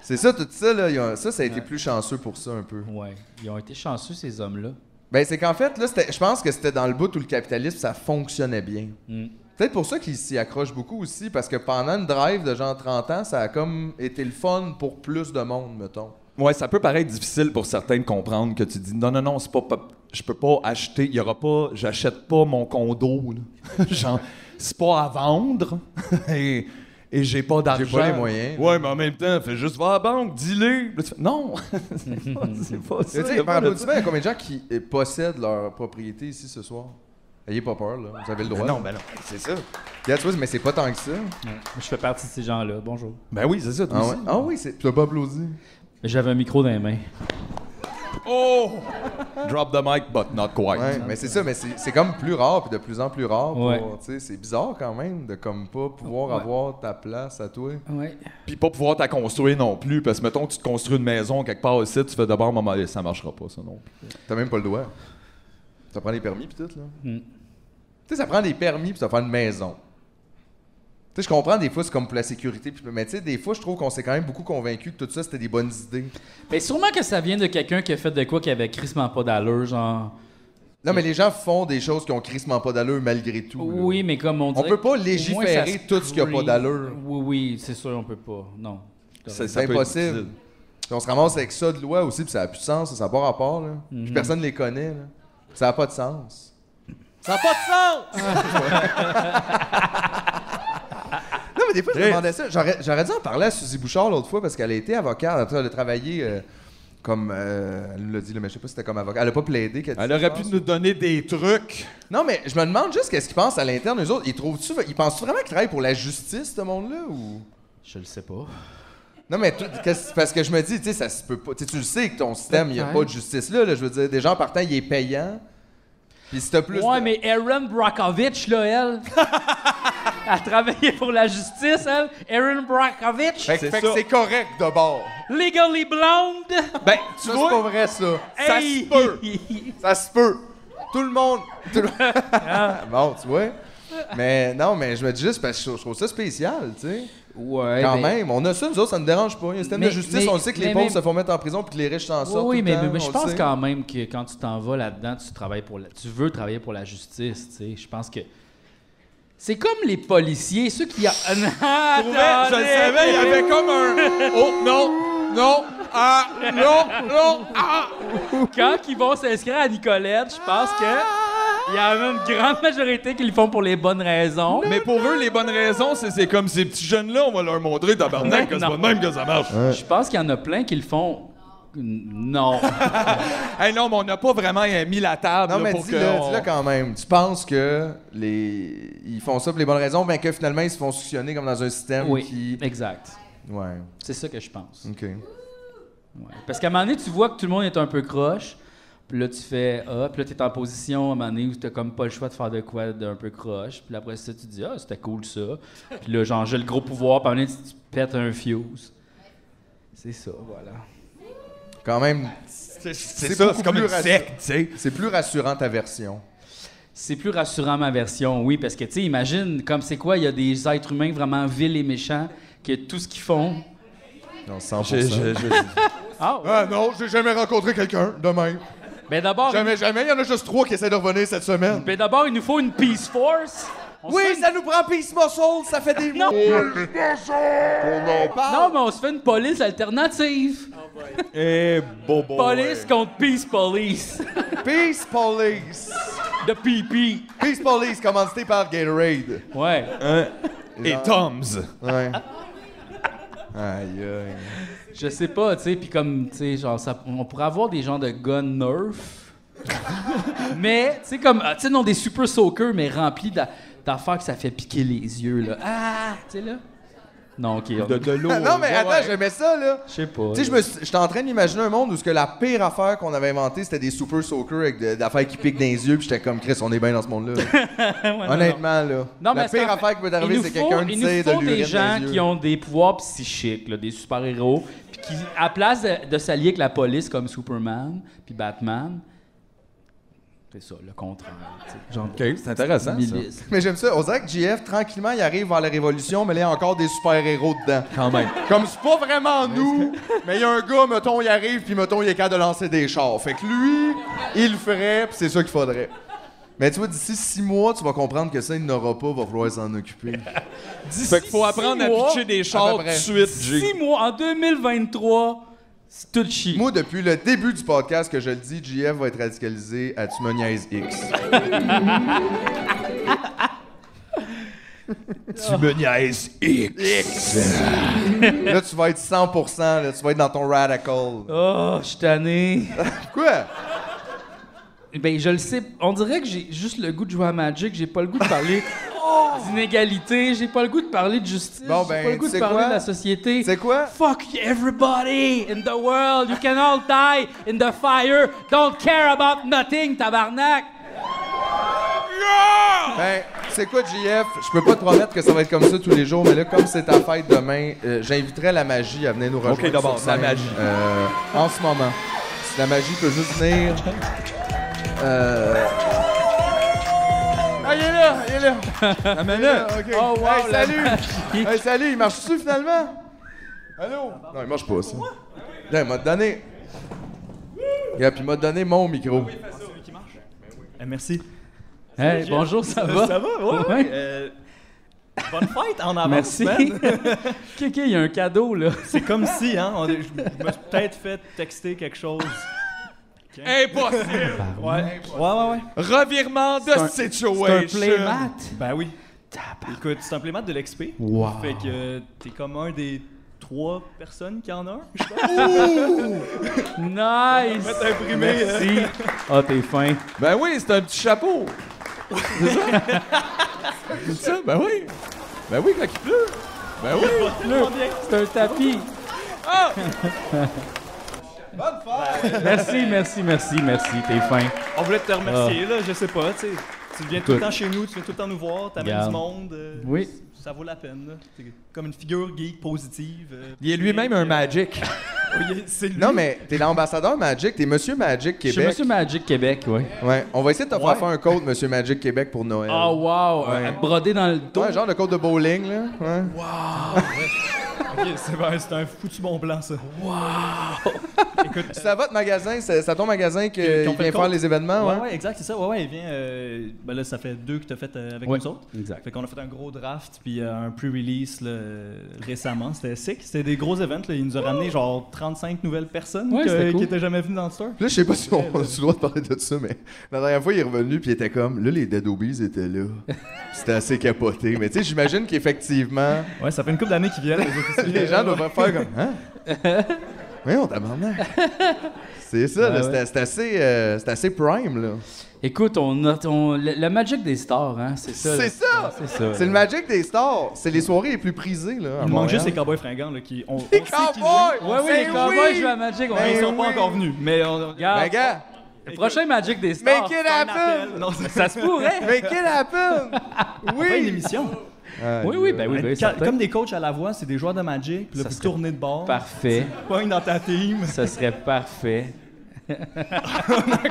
c'est ça, tout ça, là. il y a- ça, ça a été plus chanceux pour ça, un peu. Ouais. Ils ont été chanceux, ces hommes-là. Ben, c'est qu'en fait, là, c'était- je pense que c'était dans le bout où le capitalisme, ça fonctionnait bien. Mm. Peut-être pour ça qu'ils s'y accrochent beaucoup aussi, parce que pendant une drive de genre 30 ans, ça a comme été le fun pour plus de monde, mettons. Ouais, ça peut paraître difficile pour certains de comprendre que tu dis non, non, non, c'est pas, pas- je peux pas acheter, il y aura pas, j'achète pas mon condo. là. *laughs* Genre, c'est pas à vendre *laughs* et, et j'ai pas d'argent. pas les moyens. Ouais, mais en même temps, fais juste va à la banque, dis-le. Là, tu fais, Non, *laughs* c'est pas, c'est pas ça. Tu il y sais, a pas par de- le il y a combien de gens qui euh, possèdent leur propriété ici ce soir? Ayez pas peur, là. Vous avez le droit. Ben non, ben non. c'est ça. That's what- mais c'est pas tant que ça. Je fais partie de ces gens-là. Bonjour. Ben oui, c'est ça. toi Ah aussi. ouais? Ah oui, c'est. Tu l'as pas applaudi. J'avais un micro dans les mains. Oh! Drop the mic, but not quite. Ouais, mais c'est ça, mais c'est c'est comme plus rare, puis de plus en plus rare. pour- Ouais. tu sais, C'est bizarre quand même de comme pas pouvoir Ouais. avoir ta place à toi. Ouais. Puis pas pouvoir t'a construire non plus, parce que mettons que tu te construis une maison quelque part aussi, tu fais d'abord, maman, ça marchera pas, ça non plus. T'as même pas le doigt. Ça prend des permis, puis tout, là. Mm. Tu sais, ça prend des permis, puis ça prend une maison. Tu sais, je comprends, des fois, c'est comme pour la sécurité, puis- mais tu sais, des fois, je trouve qu'on s'est quand même beaucoup convaincu que tout ça, c'était des bonnes idées. Mais sûrement que ça vient de quelqu'un qui a fait de quoi qui avait crissement pas d'allure, genre. Non, mais les gens font des choses qui ont crissement pas d'allure malgré tout. là. Oui, mais comme on dit. peut pas légiférer tout ce qui a pas d'allure. Oui, oui, c'est sûr, on peut pas. Non. Ça- ça C'est peut être impossible. difficile. Puis on se ramasse avec ça de loi aussi, puis ça a plus de sens, ça, ça n'a pas rapport, là. Mhm. Puis personne les connaît, là. Ça n'a pas de sens. Ça n'a pas de sens! *laughs* Non, mais des fois, je me Chris. demandais ça. J'aurais j'aurais dû en parler à Suzy Bouchard l'autre fois parce qu'elle a été avocate. Elle a travaillé euh, comme. euh, elle nous l'a dit, là, mais je sais pas si c'était comme avocate. Elle a pas plaidé. qu'elle dit Elle ça, aurait je pu pense. nous donner des trucs. Non, mais je me demande juste qu'est-ce qu'ils pensent à l'interne, eux autres. Ils trouvent-tu. Ils pensent vraiment qu'ils travaillent pour la justice, ce monde-là, ou. Je le sais pas. Non, mais tout- qu'est-ce- parce que je me dis, tu sais, ça se peut pas. Tu sais, tu le sais que ton système, il n'y a pas de justice là, là. Je veux dire, des gens partant, il est payant. Puis si t'as plus. ouais, de- mais Erin Brockovich, là, elle. *laughs* elle travaillait pour la justice, elle. Erin Brockovich. Fait que- C'est fait que ça. c'est correct de bord. Legally blonde. Ben, tu Ça, c'est pas vois, vrai, ça. ça se peut. Ça se peut. Tout le monde. tout le- Ah. *laughs* bon, tu vois. Mais non, mais je me dis juste parce que je trouve- je trouve ça spécial, tu sais. Ouais. Quand ben- même, on a ça, nous autres, ça ne dérange pas. Il y a un système Mais- de justice, mais- on le sait que mais- les pauvres mais- se font mettre en prison puis que les riches s'en sortent. Oui, tout mais, le mais- temps, mais on je le pense sait. quand même que quand tu t'en vas là-dedans, tu travailles pour la- tu veux travailler pour la justice, tu sais. Je pense que c'est comme les policiers, ceux qui a... *laughs* je le savais, il y avait comme un. Oh non, non, ah, non, non, ah. quand ils vont s'inscrire à Nicolette, je pense que il y en a une grande majorité qui le font pour les bonnes raisons. Mais pour eux, les bonnes raisons, c'est c'est comme ces petits jeunes-là, on va leur montrer tabarnak que c'est pas Non. de même que ça marche. Je pense qu'il y en a plein qui le font non. Hey non, mais on n'a pas vraiment euh, mis la table Non, là, mais pour dis-le que. on- dis-le quand même. Tu penses que les... ils font ça pour les bonnes raisons, mais que finalement, ils se font succionner comme dans un système oui, qui. exact. Ouais, C'est ça que je pense. ok. Ouais. Parce qu'à un moment donné, tu vois que tout le monde est un peu croche. Puis là, tu fais Ah, puis là, t'es en position à un moment donné où t'as comme pas le choix de faire de quoi d'un peu croche. Puis là, après ça, tu dis Ah, c'était cool ça. *laughs* Puis là, genre, j'ai le gros pouvoir. Puis à un moment donné, tu, tu pètes un fuse. C'est ça, voilà. Quand même, C'est c'est c'est ça, beaucoup c'est comme plus une rassurant. secte, tu sais. c'est plus rassurant ta version. C'est plus rassurant ma version, oui, parce que tu sais, imagine, comme c'est quoi, il y a des êtres humains vraiment vils et méchants, que tout ce qu'ils font. Non, 100%. Je- je- *laughs* je- Ah, ouais. Ah non, j'ai jamais rencontré quelqu'un de même. Ben d'abord, Jamais, jamais. Il y en a juste trois qui essaient de revenir cette semaine. ben d'abord, il nous faut une Peace Force. On se Oui, fait une- ça nous prend Peace Muscle, ça fait des *laughs* Non. On en Non, parle. mais on se fait une police alternative. Oh, Eh, bobo. Police contre Peace *laughs* Police. Peace Police. De pipi. Peace Police, commandité par Gatorade. Ouais. Hein? Et *laughs* Tom's. Ouais. Aïe, aïe. Je sais pas, tu sais, puis comme, tu sais, genre, ça- on pourrait avoir des gens de gun nerf. *laughs* mais, tu sais, comme, ah, tu sais, non, des super soakers, mais remplis d'a- d'affaires que ça fait piquer les yeux, là. Ah, tu sais, là. Non, OK. on- De, de l'eau. non, mais ouais, attends, ouais. j'aimais ça, là. Je sais pas. Tu sais, je me suis- j'étais en train d'imaginer un monde où ce que la pire affaire qu'on avait inventée, c'était des super soakers avec de- d'affaires qui piquent dans les yeux, puis j'étais comme Chris, on est bien dans *laughs* ce monde-là. Honnêtement, là. Non, la mais pire c'est en fait- affaire qui peut il t'arriver, nous c'est faut- quelqu'un de il nous tire de faut l'urine des dans gens les yeux. qui ont des pouvoirs psychiques, là, des super-héros, puis qui, à place de, de s'allier avec la police comme Superman puis Batman, c'est ça, le contraire. tu sais. Genre OK, c'est intéressant. Ça. milice. Mais j'aime ça. On dirait que JF, tranquillement, il arrive vers la révolution, mais là, il y a encore des super-héros dedans. Quand même. Comme c'est pas vraiment nous, mais il y a un gars, mettons, il arrive, puis mettons, il est capable de lancer des chars. Fait que lui, il le ferait, puis c'est ça qu'il faudrait. Mais tu vois, d'ici six mois, tu vas comprendre que ça, il n'aura pas, va falloir s'en occuper. Fait qu'il faut apprendre à mois, pitcher des à peu chars tout de près. suite, Jay. Six mois, en 2023, c'est tout chi. Moi, depuis le début du podcast que je le dis, JF va être radicalisé à Tu me niaises X. Tu me niaises *laughs* X. Là, tu vas être 100%, là, tu vas être dans ton radical. Oh, je suis tanné. Ah. Quoi? ben, je le sais. On dirait que j'ai juste le goût de jouer à Magic. J'ai pas le goût de parler d'inégalité. J'ai pas le goût de parler de justice. Bon, j'ai ben, pas le goût tu de sais parler quoi? de la société. Tu sais quoi? Fuck everybody in the world. You can all die in the fire. Don't care about nothing, tabarnak. Ben, c'est quoi, JF? Je peux pas te promettre que ça va être comme ça tous les jours, mais là, comme c'est ta fête demain, euh, j'inviterai la magie à venir nous rejoindre. Ok, d'abord, sur scène, la magie. euh, en ce moment. Si la magie peut juste venir. Euh... Ah, il est là! Il est là! Amène-le. Ah, ok. Oh, wow, Hey, la salut! Hey, salut, il marche-tu finalement? Allô? Non, il marche pas, ça. Là, il m'a donné. Regarde, puis il m'a donné mon micro. Euh, merci. Hey, bonjour, ça va? Ça va? Ouais. ouais. Euh, bonne *laughs* fête en avance. Merci. Ben. man. *laughs* Kéké, il y a un cadeau, là. C'est comme si, hein, on- je je me suis peut-être fait texter quelque chose. Impossible. Ouais, ouais, ouais. ouais. Revirement de un- situation. C'est un playmat. Ben oui. Écoute, c'est un playmat de l'XP. Wow. Fait que euh, t'es comme un des trois personnes qui en a un. je pense. Nice. Je vais t'imprimer, Merci. Ah, t'es fin. Ben oui, c'est un petit chapeau. C'est *laughs* ça? C'est ça? Ben oui. Ben oui, quand il pleut. Ben oui. C'est un tapis. Merci, merci, merci, merci. T'es fin. On voulait te remercier, là, je sais pas, tu sais. Tu viens tout le Ah. Écoute. temps chez nous, tu viens tout le temps nous voir, t'amènes Garde. du monde. euh, Oui. Ça vaut la peine, là. T'es comme une figure geek positive. euh, Il est lui-même un magic. oui, c'est lui. Non, mais t'es l'ambassadeur Magic, t'es Monsieur Magic Je suis Québec. Monsieur Magic Québec, oui. Ouais, on va essayer de te Ouais. faire faire un code Monsieur Magic Québec pour Noël. Ah, wow. un- Brodé dans le dos. Ouais, genre le code de bowling, là. ouais. Ok, c'est vrai, c'est un foutu bon plan, ça. Wow! Écoute, *laughs* C'est à votre magasin, c'est c'est à ton magasin Qu'ils- qu'il qu'ils ont vient fait le faire compte. les événements, ouais, ouais? ouais, exact, c'est ça. Ouais, ouais, il vient. euh, ben là, ça fait deux que t'as fait euh, avec Ouais, nous autres. exact. Fait qu'on a fait un gros draft, puis euh, un pre-release là, euh, récemment. C'était sick. C'était des gros events. Là. Il nous a ramené genre 35 nouvelles personnes Ouais, que- c'était cool. qui étaient jamais venues dans le store. Là, je sais pas si on a le droit de parler de ça, mais la dernière fois, il est revenu, puis il était comme, là, les Dead Obies étaient là. C'était assez capoté. Mais tu sais, j'imagine qu'effectivement, Ouais, ça fait une couple d'années qu'ils viennent. les autres aussi. les gens doivent faire comme, hein? Oui, on tabarnak. C'est ça, Ouais, là, ouais. c'était- c'était assez, euh, c'était assez prime, là. Écoute, on a, on- le, le Magic des stars, hein, c'est ça. C'est ça! C'est ça. C'est le Magic des stars. C'est les soirées les plus prisées, là. à Il nous manque Montréal. juste les cowboys fringants là, qui ont. Les cowboys! Ouais, oui, les Ben cowboys oui! jouent à Magic. On Ils est sont pas encore venus, mais on. Regarde, Ben, gars, le prochain Magic des stars. make it on happen! appelle. Non, c'est Ça se pourrait. Make it *laughs* happen! pas une Oui! Ah, émission. oui, oui, ben oui, ben, Ca- certain. comme des coachs à la voix, c'est des joueurs de Magic, puis là, Ça vous serait tournez de bord. Parfait. Pogne dans ta team. Ça serait parfait.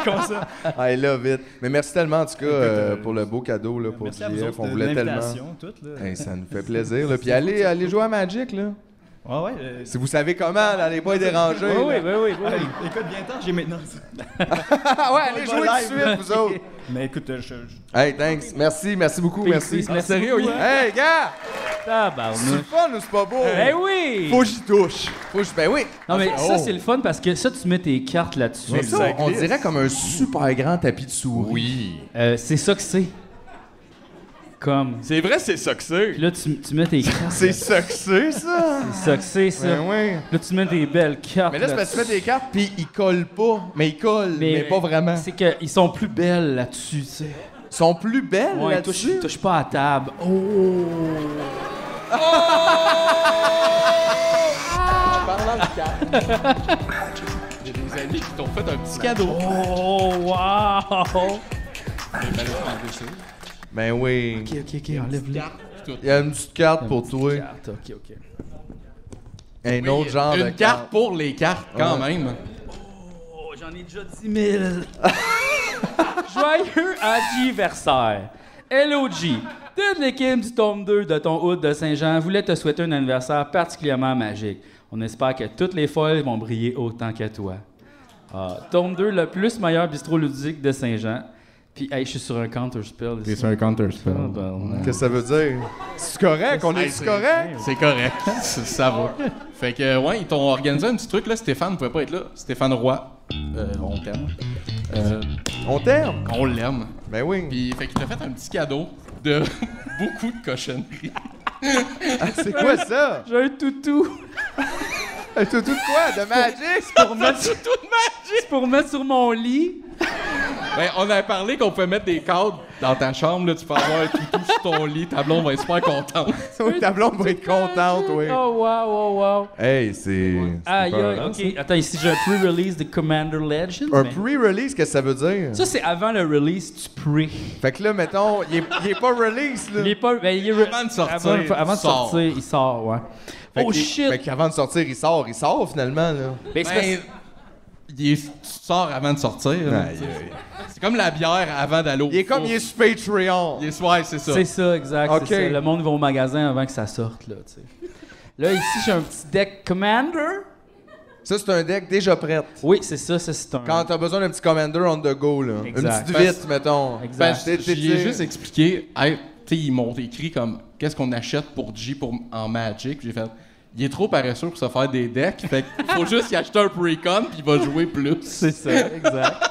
comme ça. I love it. Mais merci tellement, en tout cas, euh, pour le beau cadeau ben, là, pour Merci à vous JF. euh, autres On de voulait tellement. l'invitation, tout, là. Hey, ça nous fait plaisir. Là. Puis allez, euh, allez jouer à Magic. Là. Ouais, ouais. euh, Si vous savez comment, là, allez pas être dérangés. Oui, oui, là. oui, oui. oui. hey, écoute, bien tard, j'ai maintenant. Ah ouais, allez On jouer tout de va live. suite, vous autres. *laughs* Mais écoute, euh, je, je- Hey, thanks. Merci, merci beaucoup, merci. Merci sérieux, beaucoup, oui. hein. Hey, gars, c'est le Tabarnouche. fun ou c'est pas beau? Ben oui! Faut que j'y touche. Faut que j'y- Ben oui. Non, mais ça, Oh. c'est le fun parce que ça, tu mets tes cartes là-dessus. Mais ça, on dirait comme un super grand tapis de souris. Oui. Euh, c'est ça que c'est. Comme. C'est vrai, c'est ça que c'est. Puis là, tu, tu mets tes cartes. C'est ça que c'est, ça. C'est ça que c'est, ça. *laughs* Ben oui. Là, tu mets des belles cartes. Mais là, c'est parce que tu mets des cartes, puis ils collent pas. Mais ils collent, mais, pas vraiment. C'est qu'ils sont plus belles là-dessus, tu sais. Ils sont plus belles Ouais, touche, là-dessus. touche pas à table. Oh! J'ai des amis qui t'ont fait un petit cadeau. Oh, wow! Mais malheureusement, déçu. Ben oui. Ok, ok, ok, enlève-le. Il y a une petite carte pour toi. Ok, ok. Un autre genre de Une carte pour les cartes, quand Hein, même. Oh, j'en ai déjà 10 000. Joyeux anniversaire! LOG, toute l'équipe du tome 2 de ton hôte de Saint-Jean voulait te souhaiter un anniversaire particulièrement magique. On espère que toutes les folles vont briller autant que toi. Ah, tome 2, le plus meilleur bistrot ludique de Saint-Jean. Puis, hey, je suis sur un counter spell. ici. C'est un counter spell. Ah, ben, ouais. Qu'est-ce que ça veut dire? C'est correct? On est, Hey, c'est correct? C'est *laughs* correct. ça, ça va. Fait que, euh, ouais, ils t'ont organisé un petit truc, là. Stéphane pouvait pas être là. Stéphane Roy. Euh, on t'aime. Euh, On t'aime? on l'aime. Ben oui. Puis, fait qu'il t'a fait un petit cadeau *laughs* de beaucoup de cochonneries. C'est quoi ça? J'ai un toutou. Un toutou de quoi? De Magic? Pour mettre... toutou de magie! pour mettre sur mon lit. Ben, on avait parlé qu'on pouvait mettre des cadres dans ta chambre, là, tu peux avoir un toutou sur ton lit, ta blonde va être super contente. Oui, *laughs* ta blonde va être contente, oui. Oh, wow, wow, wow. Hey, c'est... c'est Aïe, aïe, pas- ok. Attends, ici, j'ai un pre-release de Commander Legends. Un mais- pre-release, qu'est-ce que ça veut dire? Ben. Ça, c'est avant le release, tu pre. Fait que là, mettons, il est, il est pas release, là. Il est pas. ben, il est re- Avant de sortir, Avant, avant de il sort. sortir, il sort, ouais. Fait oh qu'il- shit! Fait qu'avant de sortir, il sort. Il sort, finalement, là. Ben, c'est Ben, il est- tu sors avant de sortir. là. Aïe, aïe. C'est comme la bière avant d'aller au Il est comme, four. il est sur Patreon. Il est- ouais, c'est ça. C'est ça, exact. Ok. c'est ça. Le monde va au magasin avant que ça sorte, là, tu sais. Là, ici, j'ai un petit deck Commander. Ça, c'est un deck déjà prêt. Oui, c'est ça, ça, c'est un. Quand t'as besoin d'un petit commander on the go, là. Exact. Une petite vite, mettons. Ben, Exact. T'es- t'es- Ben, J'y ai t'es- juste expliqué, hey, tu sais, ils m'ont écrit comme qu'est-ce qu'on achète pour G pour, en Magic. J'ai fait, il est trop paresseux pour se faire des decks. Fait qu'il faut juste y acheter un pre-con puis il va jouer plus. C'est ça, exact.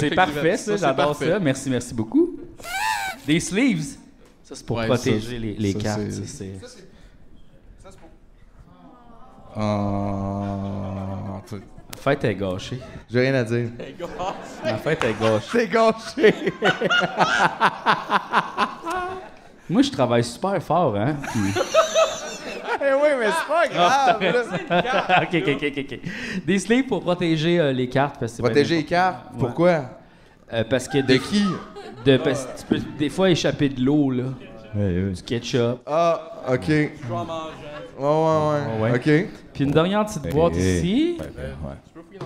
c'est parfait, ça, Ça, c'est j'adore parfait. ça. Merci, merci beaucoup. Des sleeves. Ça, c'est pour Ouais, protéger ça, les, les ça, cartes. c'est- tu sais, c'est- Ah, tu- Ma fête est gâchée. J'ai rien à dire. Ma fête est gâchée. C'est gâché. Moi, je travaille super fort, hein. puis- Eh oui, mais c'est pas grave, *laughs* là. ok, ok, ok, ok, ok. Des sleeves pour protéger euh, les cartes. Parce que c'est bien Protéger les important. cartes. Pourquoi? Euh, parce que De des, qui? de- parce que tu peux des fois échapper de l'eau, là. Du ketchup. Ah, ok. Ouais, ouais, ouais. Ok. Puis une dernière petite boîte ici.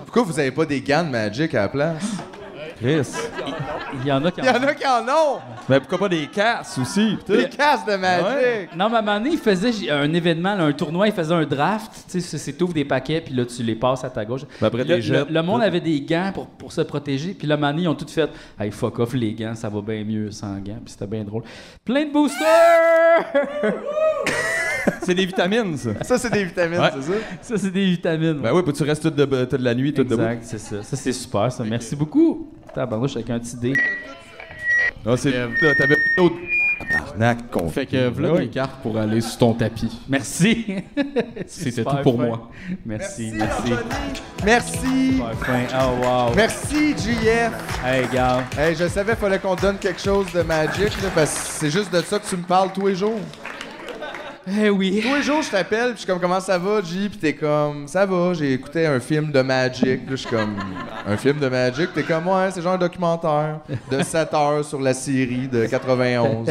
Pourquoi vous avez pas des gants de Magic à la place? Chris. Il y en a qui en Il y en a qui en ont! Mais pourquoi pas des casses aussi? putain? Des casses de Magic! Non, mais à un moment donné, il faisait j- un événement, là, un tournoi, il faisait un draft. Tu sais, c'est- c'est t'ouvres des paquets, puis là, tu les passes à ta gauche. Ben après, Puis le, les jettes, le- le monde avait des gants pour, pour se protéger, puis là, à un moment donné, ils ont tout fait « Hey, fuck off, les gants, ça va bien mieux sans gants », puis c'était bien drôle. Plein de boosters! *laughs* C'est des vitamines, ça. Ça, c'est des vitamines, c'est ça? ça, c'est des vitamines. Ben oui, puis tu restes toute de, toute la nuit, toute debout. exact, c'est ça. Ça, c'est super, ça. Merci beaucoup. Tabarnouche, avec un petit dé. Non, Ah, c'est. Euh, T'as- T'avais l'autre. Tabarnak, con. Fait que voilà Ouais. des cartes pour aller sur ton tapis. *laughs* Merci! C'était super tout pour fin. moi. Merci, merci. Merci! Super fin. Oh, wow. Merci, JF! Hey, gars. Hey, je savais fallait qu'on donne quelque chose de Magic, là, parce que c'est juste de ça que tu me parles tous les jours. Eh oui. Tous les jours, je t'appelle, puis je suis comme, comment ça va, J? Puis t'es comme, ça va, j'ai écouté un film de Magic. Là, je suis comme, un film de Magic? T'es comme, ouais, c'est genre un documentaire de 7 heures sur la série de 91.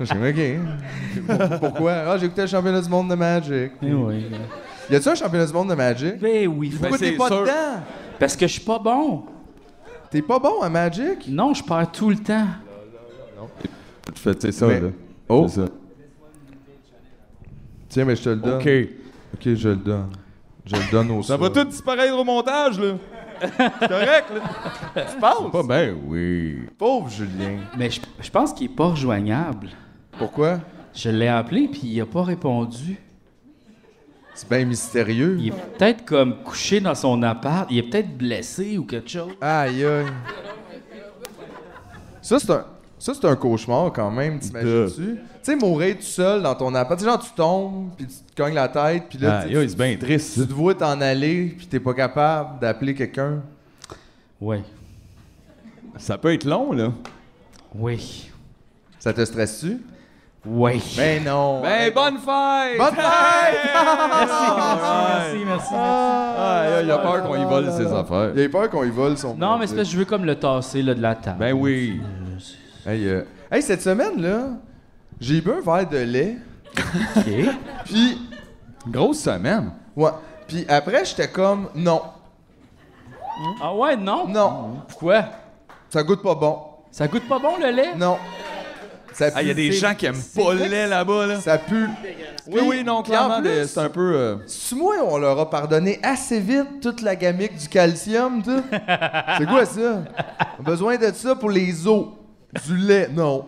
Je suis comme, ok. Pourquoi? Ah, j'ai écouté le championnat du monde de Magic. Eh oui. Y a-tu un championnat du monde de Magic? Ben oui. Pourquoi c'est t'es pas sûr. dedans? Parce que je suis pas bon. T'es pas bon à Magic? Non, je perds tout le temps. Tu fais, c'est ça, Mais- là. Oh. C'est ça. Tiens, mais je te le donne. Ok, je le donne. Je le donne au Ça va tout disparaître au montage, là. C'est correct, là. tu penses? Pas ben oui. Pauvre Julien. Mais je, je pense qu'il est pas rejoignable. Pourquoi? Je l'ai appelé, puis il a pas répondu. C'est bien mystérieux. Il est peut-être comme couché dans son appart. Il est peut-être blessé ou quelque chose. Aïe, aïe. Ça, c'est un. Ça, c'est un cauchemar quand même, t'imagines-tu? Tu sais, mourir tout seul dans ton appart. Tu sais, genre, tu tombes, puis tu te cognes la tête, puis là, Ah, tu- yo, c'est bien triste. tu te vois t'en aller, puis t'es pas capable d'appeler quelqu'un. Oui. Ça peut être long, là. Oui. Ça te stresse-tu? Oui. Ben non. Ben, bonne fête! Bonne fête! Merci, merci, merci. Ah, il a peur qu'on y vole ses affaires. Il a eu peur qu'on y vole son. Non, mais c'est parce que je veux comme le tasser là, de la table. Ben oui. Hey, euh, hey, cette semaine, là, j'ai bu un verre de *laughs* lait. Puis, grosse semaine. Ouais. Puis après, j'étais comme, non, Ah ouais, non? non, Pourquoi? ça goûte pas bon. Ça goûte pas bon le lait? Non. Ça pue. Ah, il y a des gens qui aiment pas le lait là-bas, là. Ça pue. Oui, Puis- oui, non, puis en clairement, plus- mais c'est un peu. euh, Si moi, on leur a pardonné assez vite toute la gamique du calcium, tu. *laughs* C'est quoi ça? On a besoin de ça pour les os. Du lait, non.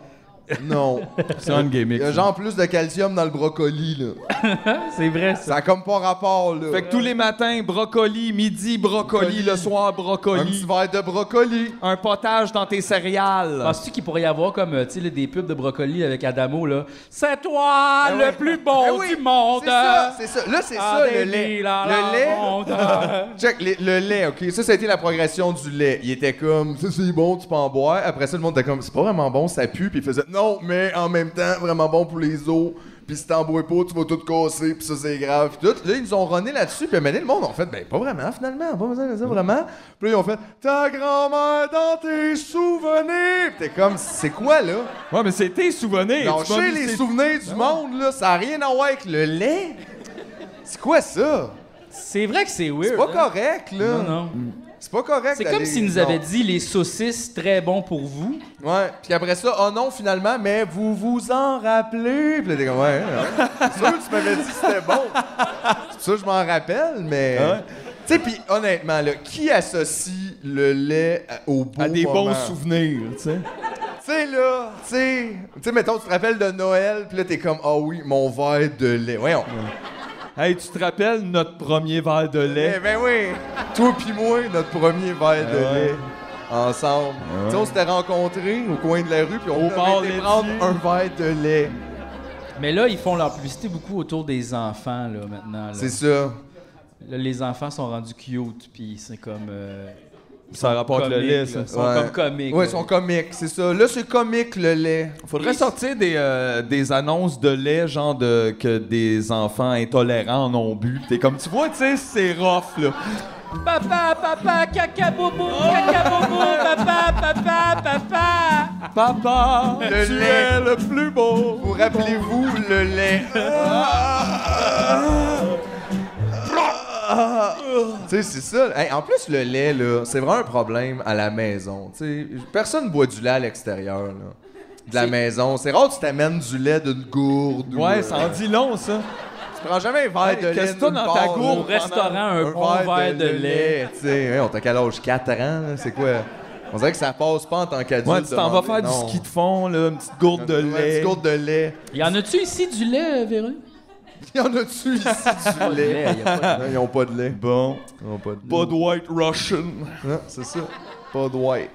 Non. C'est un Il gimmick. y a genre plus de calcium dans le brocoli, là. C'est vrai, ça. Ça a comme pas rapport, là. Fait que tous les matins, brocoli, midi, brocoli, le soir, Un brocoli. petit verre de brocoli. Un potage dans tes Euh, céréales. Penses-tu qu'il pourrait y avoir comme euh, tu sais, là, des pubs de brocoli avec Adamo, là? C'est toi le plus bon Ben Ah oui, Oh, du monde! C'est ça, c'est ça. Là, c'est Ah, ça, le des lait. lilas, la Le lait. monde. *laughs* Check, les- le lait, OK? Ça, ça a été la progression du lait. Il était comme, ça, c'est bon, tu peux en boire. Après ça, le monde était comme, c'est pas vraiment bon, ça pue. Puis il faisait, non, mais en même temps, vraiment bon pour les os. Puis si t'en bois pas, tu vas tout casser, puis ça, c'est grave. Puis tout. Là, ils nous ont runné là-dessus. Puis maintenant, le monde, en fait, ben, pas vraiment, finalement. Pas besoin de ça, vraiment. Puis là, ils ont fait, ta grand-mère dans tes souvenirs. Puis t'es comme, c'est quoi, là? Ouais, mais c'est tes souvenirs. Non, Tu m'as chez mis les ces- souvenirs du monde, là, ça n'a rien à voir avec le lait. C'est quoi ça? C'est vrai que c'est weird. C'est pas hein? correct, là. Non, non. C'est pas correct. C'est comme d'aller- s'ils nous non. avaient dit les saucisses très bon pour vous. Ouais. Puis après ça, oh non, finalement, mais vous vous en rappelez. Puis là, t'es comme, ouais. ouais. C'est sûr que tu m'avais dit que c'était bon. C'est pour ça que je m'en rappelle, mais. Tu sais, puis honnêtement, là, qui associe le lait à- au beau À des bons moment? souvenirs, tu sais. Tu sais, là, tu sais, tu sais, mettons, tu te rappelles de Noël, puis là, t'es comme, ah oui, mon verre de lait. Voyons. Hey, tu te rappelles notre premier verre de Eh lait? ben oui, Eh toi puis moi, notre premier verre de ouais. lait ensemble. Tu sais, on s'était rencontrés Eh au coin de la rue puis on bar avait été laitier. prendre un verre de lait. Mais là, ils font leur publicité beaucoup autour des enfants, là, maintenant. là. C'est ça. Là, les enfants sont rendus cute, puis c'est comme. euh, Ça rapporte le comique, lait, là. ça. Ils sont Ouais. comme comiques. Ouais, là. ils sont comiques, c'est ça. Là, c'est comique le lait. Faudrait sortir des, euh, des annonces de lait, genre de, que des enfants intolérants en ont bu. T'es comme, tu vois, tu sais, c'est rough, là. Papa, papa, caca bobo, Oh! caca bobo, papa, papa, papa. Papa, Le tu lait. es le plus beau. Vous rappelez-vous le lait? Ah. Tu sais, c'est ça. Hey, en plus, le lait, là, c'est vraiment un problème à la maison. Tu sais, personne boit du lait à l'extérieur, là. De la maison. C'est rare que tu t'amènes du lait d'une gourde. ou, euh, Ouais, ça en dit long, ça. Tu prends jamais un verre de Hey, lait. qu'est-ce que t'as nulle dans ta part, gourde? Au là. restaurant, un, bon verre de, lait. Tu sais, hey, on t'a qu'à l'âge 4 ans, là, c'est quoi? On dirait que ça passe pas en tant qu'adulte. Ouais, tu t'en vas demander- faire non. du ski de fond, là, une petite gourde de Ouais, lait. Une gourde de lait. Y en a-tu ici du lait, euh, Véro? *laughs* Il y en a-tu ici *laughs* du lait? Non, Ils ont pas de lait. Bon. Ils ont pas de lait. Pas de White Russian. Non, c'est ça. Pas de white.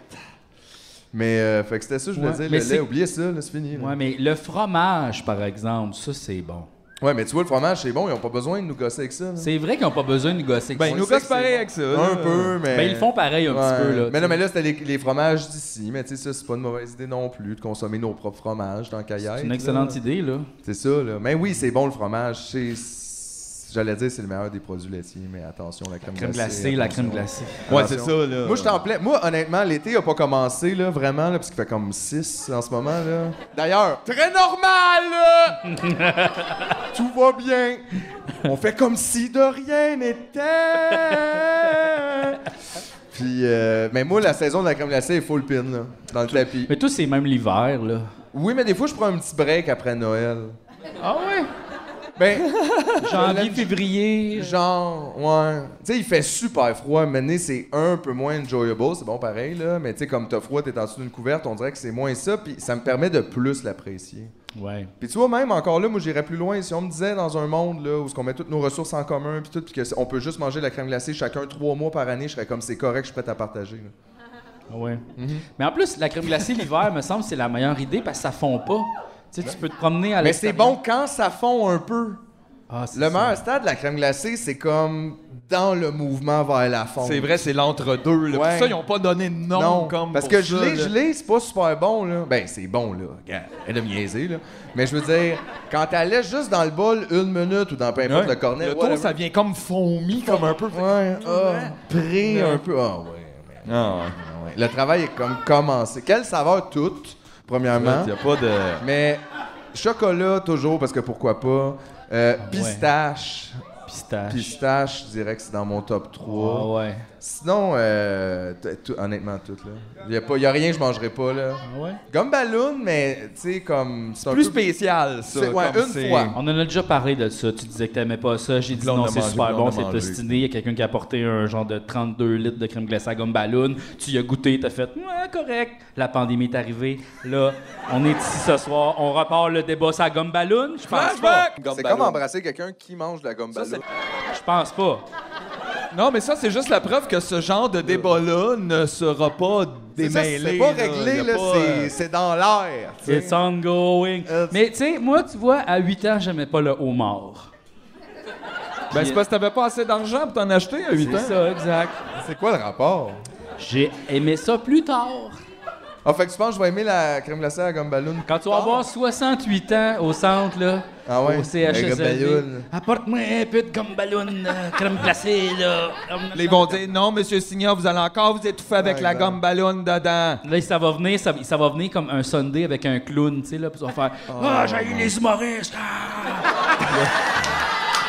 Mais, euh, fait que c'était ça, je voulais Ouais, dire. mais Le c'est- lait, oubliez ça, là, c'est fini. là. Ouais, mais le fromage, par exemple, ça, c'est bon. Ouais, mais tu vois, le fromage, c'est bon, ils ont pas besoin de nous gosser avec ça. là. C'est vrai qu'ils n'ont pas besoin de gosser. Ben, ils Ouais. nous sait gossent que c'est pareil bon. avec ça. là. Un peu, mais. Ben, ils le font pareil un Ouais. petit peu, là. Mais non, mais là, c'était les, les fromages d'ici. Mais tu sais, ça, c'est pas une mauvaise idée non plus de consommer nos propres fromages dans Caillère. C'est une excellente idée, là. C'est ça, là. Mais oui, c'est bon le fromage. C'est. c'est- J'allais dire, c'est le meilleur des produits laitiers, mais attention, la crème, Crème glacée, la crème attention. glacée. Ouais, c'est Attention. ça, là. Moi, je t'en plais. Moi, honnêtement, l'été a pas commencé, là, vraiment, là, parce qu'il fait comme 6 en ce moment, là. D'ailleurs, très normal! là! *laughs* Tout va bien. On fait comme si de rien *laughs* n'était. Puis, euh, mais moi, la saison de la crème glacée est full pin, là, dans le tapis. Mais tout, c'est même l'hiver, là. Oui, mais des fois, je prends un petit break après Noël. Ah ouais? Ben, Janvier, février. Genre, ouais. Tu sais, il fait super froid. Maintenant, c'est un peu moins enjoyable. C'est bon pareil, là. Mais tu sais, comme t'as froid, t'es en dessous d'une couverte, on dirait que c'est moins ça. Puis ça me permet de plus l'apprécier. Ouais. Puis tu vois, même encore là, moi, j'irais plus loin. Si on me disait dans un monde, là, où ce qu'on met toutes nos ressources en commun, puis tout, puis que c'est- on peut juste manger de la crème glacée chacun trois mois par année, je serais comme c'est correct, je suis prêt à partager. là. Ah ouais. Mais en plus, la crème glacée l'hiver, me semble, c'est la meilleure idée parce que ça fond pas. Tu sais, tu peux te promener à Mais c'est l'extérieur. Ah, bon quand ça fond un peu. le meilleur stade de la crème glacée, c'est comme dans le mouvement vers la fonte. C'est vrai, c'est l'entre-deux. là. Ouais. Pour ça, ils n'ont pas donné de nom Non, comme parce pour que ça, gelé, là. gelé, c'est pas super bon, là. Ben, c'est bon, là. Regarde, elle de me niaiser, là. Mais je veux dire, quand elle laisse juste dans le bol une minute ou dans peu importe Ouais. le cornet, Le whatever. tour, ça hein. vient comme fourmi, comme un peu. Ouais, ah, pris un peu. Ah, ouais, man. Ah, ouais. Le travail est comme commencé. Quelle saveur toute, premièrement. Il a pas de. Mais chocolat, toujours, parce que pourquoi pas. Euh, pistache. Pistache. Pistache, je dirais que c'est dans mon top 3. Ah ouais. Sinon, euh, t- tout- honnêtement, tout, là. Il y a, pas, y a rien que je mangerais pas, là. Ah, ouais? Gomme ballon, mais, tu sais, comme... C'est un Plus peu- spécial, ça. C'est- ouais, comme une c'est- fois. On en a déjà parlé de ça. Tu disais que t'aimais pas ça. J'ai dit Blonde non, a c'est mangé, super blonde bon, a c'est mangé. tostiné. Il y a quelqu'un qui a apporté un genre de 32 litres de crème glacée à gomme ballon. Tu y as goûté, t'as fait ouais, correct. La pandémie est arrivée. Là, on est ici ce soir. On repart le débat sur la gomme ballon. Je pense pas. Flashback! Gomme C'est ballon. comme embrasser quelqu'un qui mange de la gomme ballon. Je pense pas. Non, mais ça, c'est juste la preuve que ce genre de débat-là ne sera pas Euh. C'est ça, démêlé. C'est pas là. Y réglé, a là. pas, c'est- euh, C'est dans l'air, tu sais. It's ongoing. Euh, Mais tu sais, moi, tu vois, à 8 ans, j'aimais pas le homard. Ben, c'est parce que t'avais pas assez d'argent pour t'en acheter à 8 ans. C'est ça, exact. C'est quoi le rapport? J'ai aimé ça plus tard. Ah, fait que tu penses que je vais aimer la crème glacée à la gomme ballon? Quand tu vas avoir 68 ans au centre, là, Ah ouais? au Mais CHSLD, gomme-ballon. apporte-moi un peu de gomme ballon, euh, crème glacée, là. Là, ils vont dire non, monsieur Signor, vous allez encore vous étouffer avec Ouais, la exact. gomme ballon dedans. Là, ça va venir, ça, ça va venir comme un Sunday avec un clown, tu sais, là, puis on va faire « Ah, j'ai les humoristes! ah! *laughs*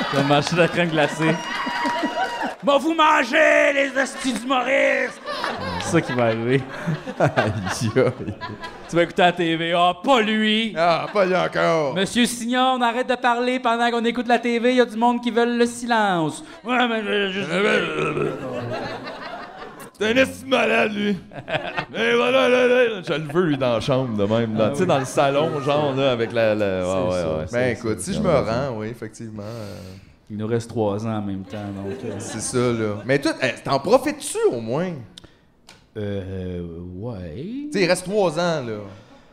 Là, On va marcher la crème glacée. « Bon, vous mangez, les hosties d'humoristes! » Ah. C'est ça qui va arriver. Tu vas écouter la TV. « Ah, pas lui! *laughs* Ah, pas lui encore! Monsieur Signon, on arrête de parler pendant qu'on écoute la TV. Il y a du monde qui veut le silence. Ouais, mais je- je- T'es un esti de malade, lui. *laughs* Et voilà, là, là, là. Je le veux, lui, dans la chambre, de même. Ah Ah, dans- Tu sais, dans le salon, genre, là, avec la. la... Ouais, ouais, ouais, Ben c'est- écoute, c'est- si je me rends, oui, effectivement, euh, Il nous reste trois ans en même temps, donc. euh, c'est ça, là. Mais toi, eh, t'en profites-tu au moins? Euh, ouais. Tu sais, il reste trois ans, là.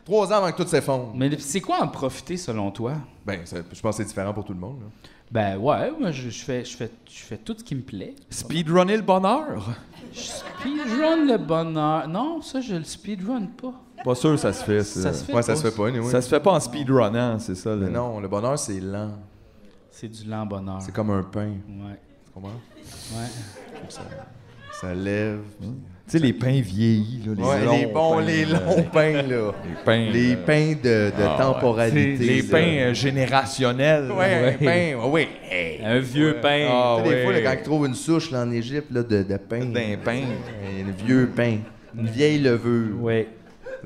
Trois ans avant que tout s'effondre. Mais c'est quoi en profiter selon toi? Ben, ça- je pense que c'est différent pour tout le monde, là. Ben ouais, moi je, je fais, je, fais, je fais tout ce qui me plaît. Speedrunner le bonheur. Je speedrun le bonheur. Non, ça je le speedrun pas. Pas sûr, ça se fait, ça. Ça se fait. Ouais, ça pas, se fait pas, anyway. Ça se fait pas en speedrunnant, c'est ça. le- Mais non, le bonheur, c'est lent. C'est du lent bonheur. C'est comme un pain. Ouais. Tu comprends? Ouais. Mmh. Ça lève. Tu sais, les pains vieillis, là, les Ouais, longs les bons, pains, les là. longs pains, là. *laughs* Les pains. Les là. pains de, de Ah, temporalité. Les là. pains euh, générationnels. Ouais, un pain, ouais, oui. Un vieux pain. Ah, Tu sais, des ouais. fois, là, quand ils trouvent une souche là, en Égypte là, de, de pain. D'un pain. Un vieux pain. Une vieille levure. Ouais.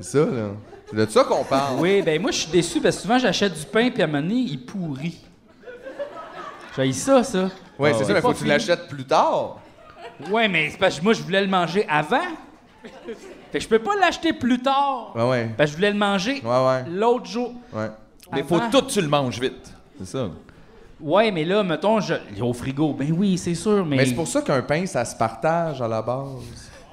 C'est ça, là. C'est de ça qu'on parle. Oui, ben moi je suis déçu parce que souvent j'achète du pain puis à un moment donné, il pourrit. J'ai ça, ça. Ouais, c'est ouais. ça, mais Pas faut que tu fini. l'achètes plus tard. Ouais, mais c'est parce que moi je voulais le manger avant. Fait que je peux pas l'acheter plus tard. Ouais, ouais. Parce que je voulais le manger Ouais, ouais. l'autre jour. Ouais. Mais faut Avant. tout, tu le manges vite. C'est ça. Ouais, mais là, mettons, je... au frigo. Ben oui, c'est sûr, mais, Mais c'est pour ça qu'un pain, ça se partage à la base.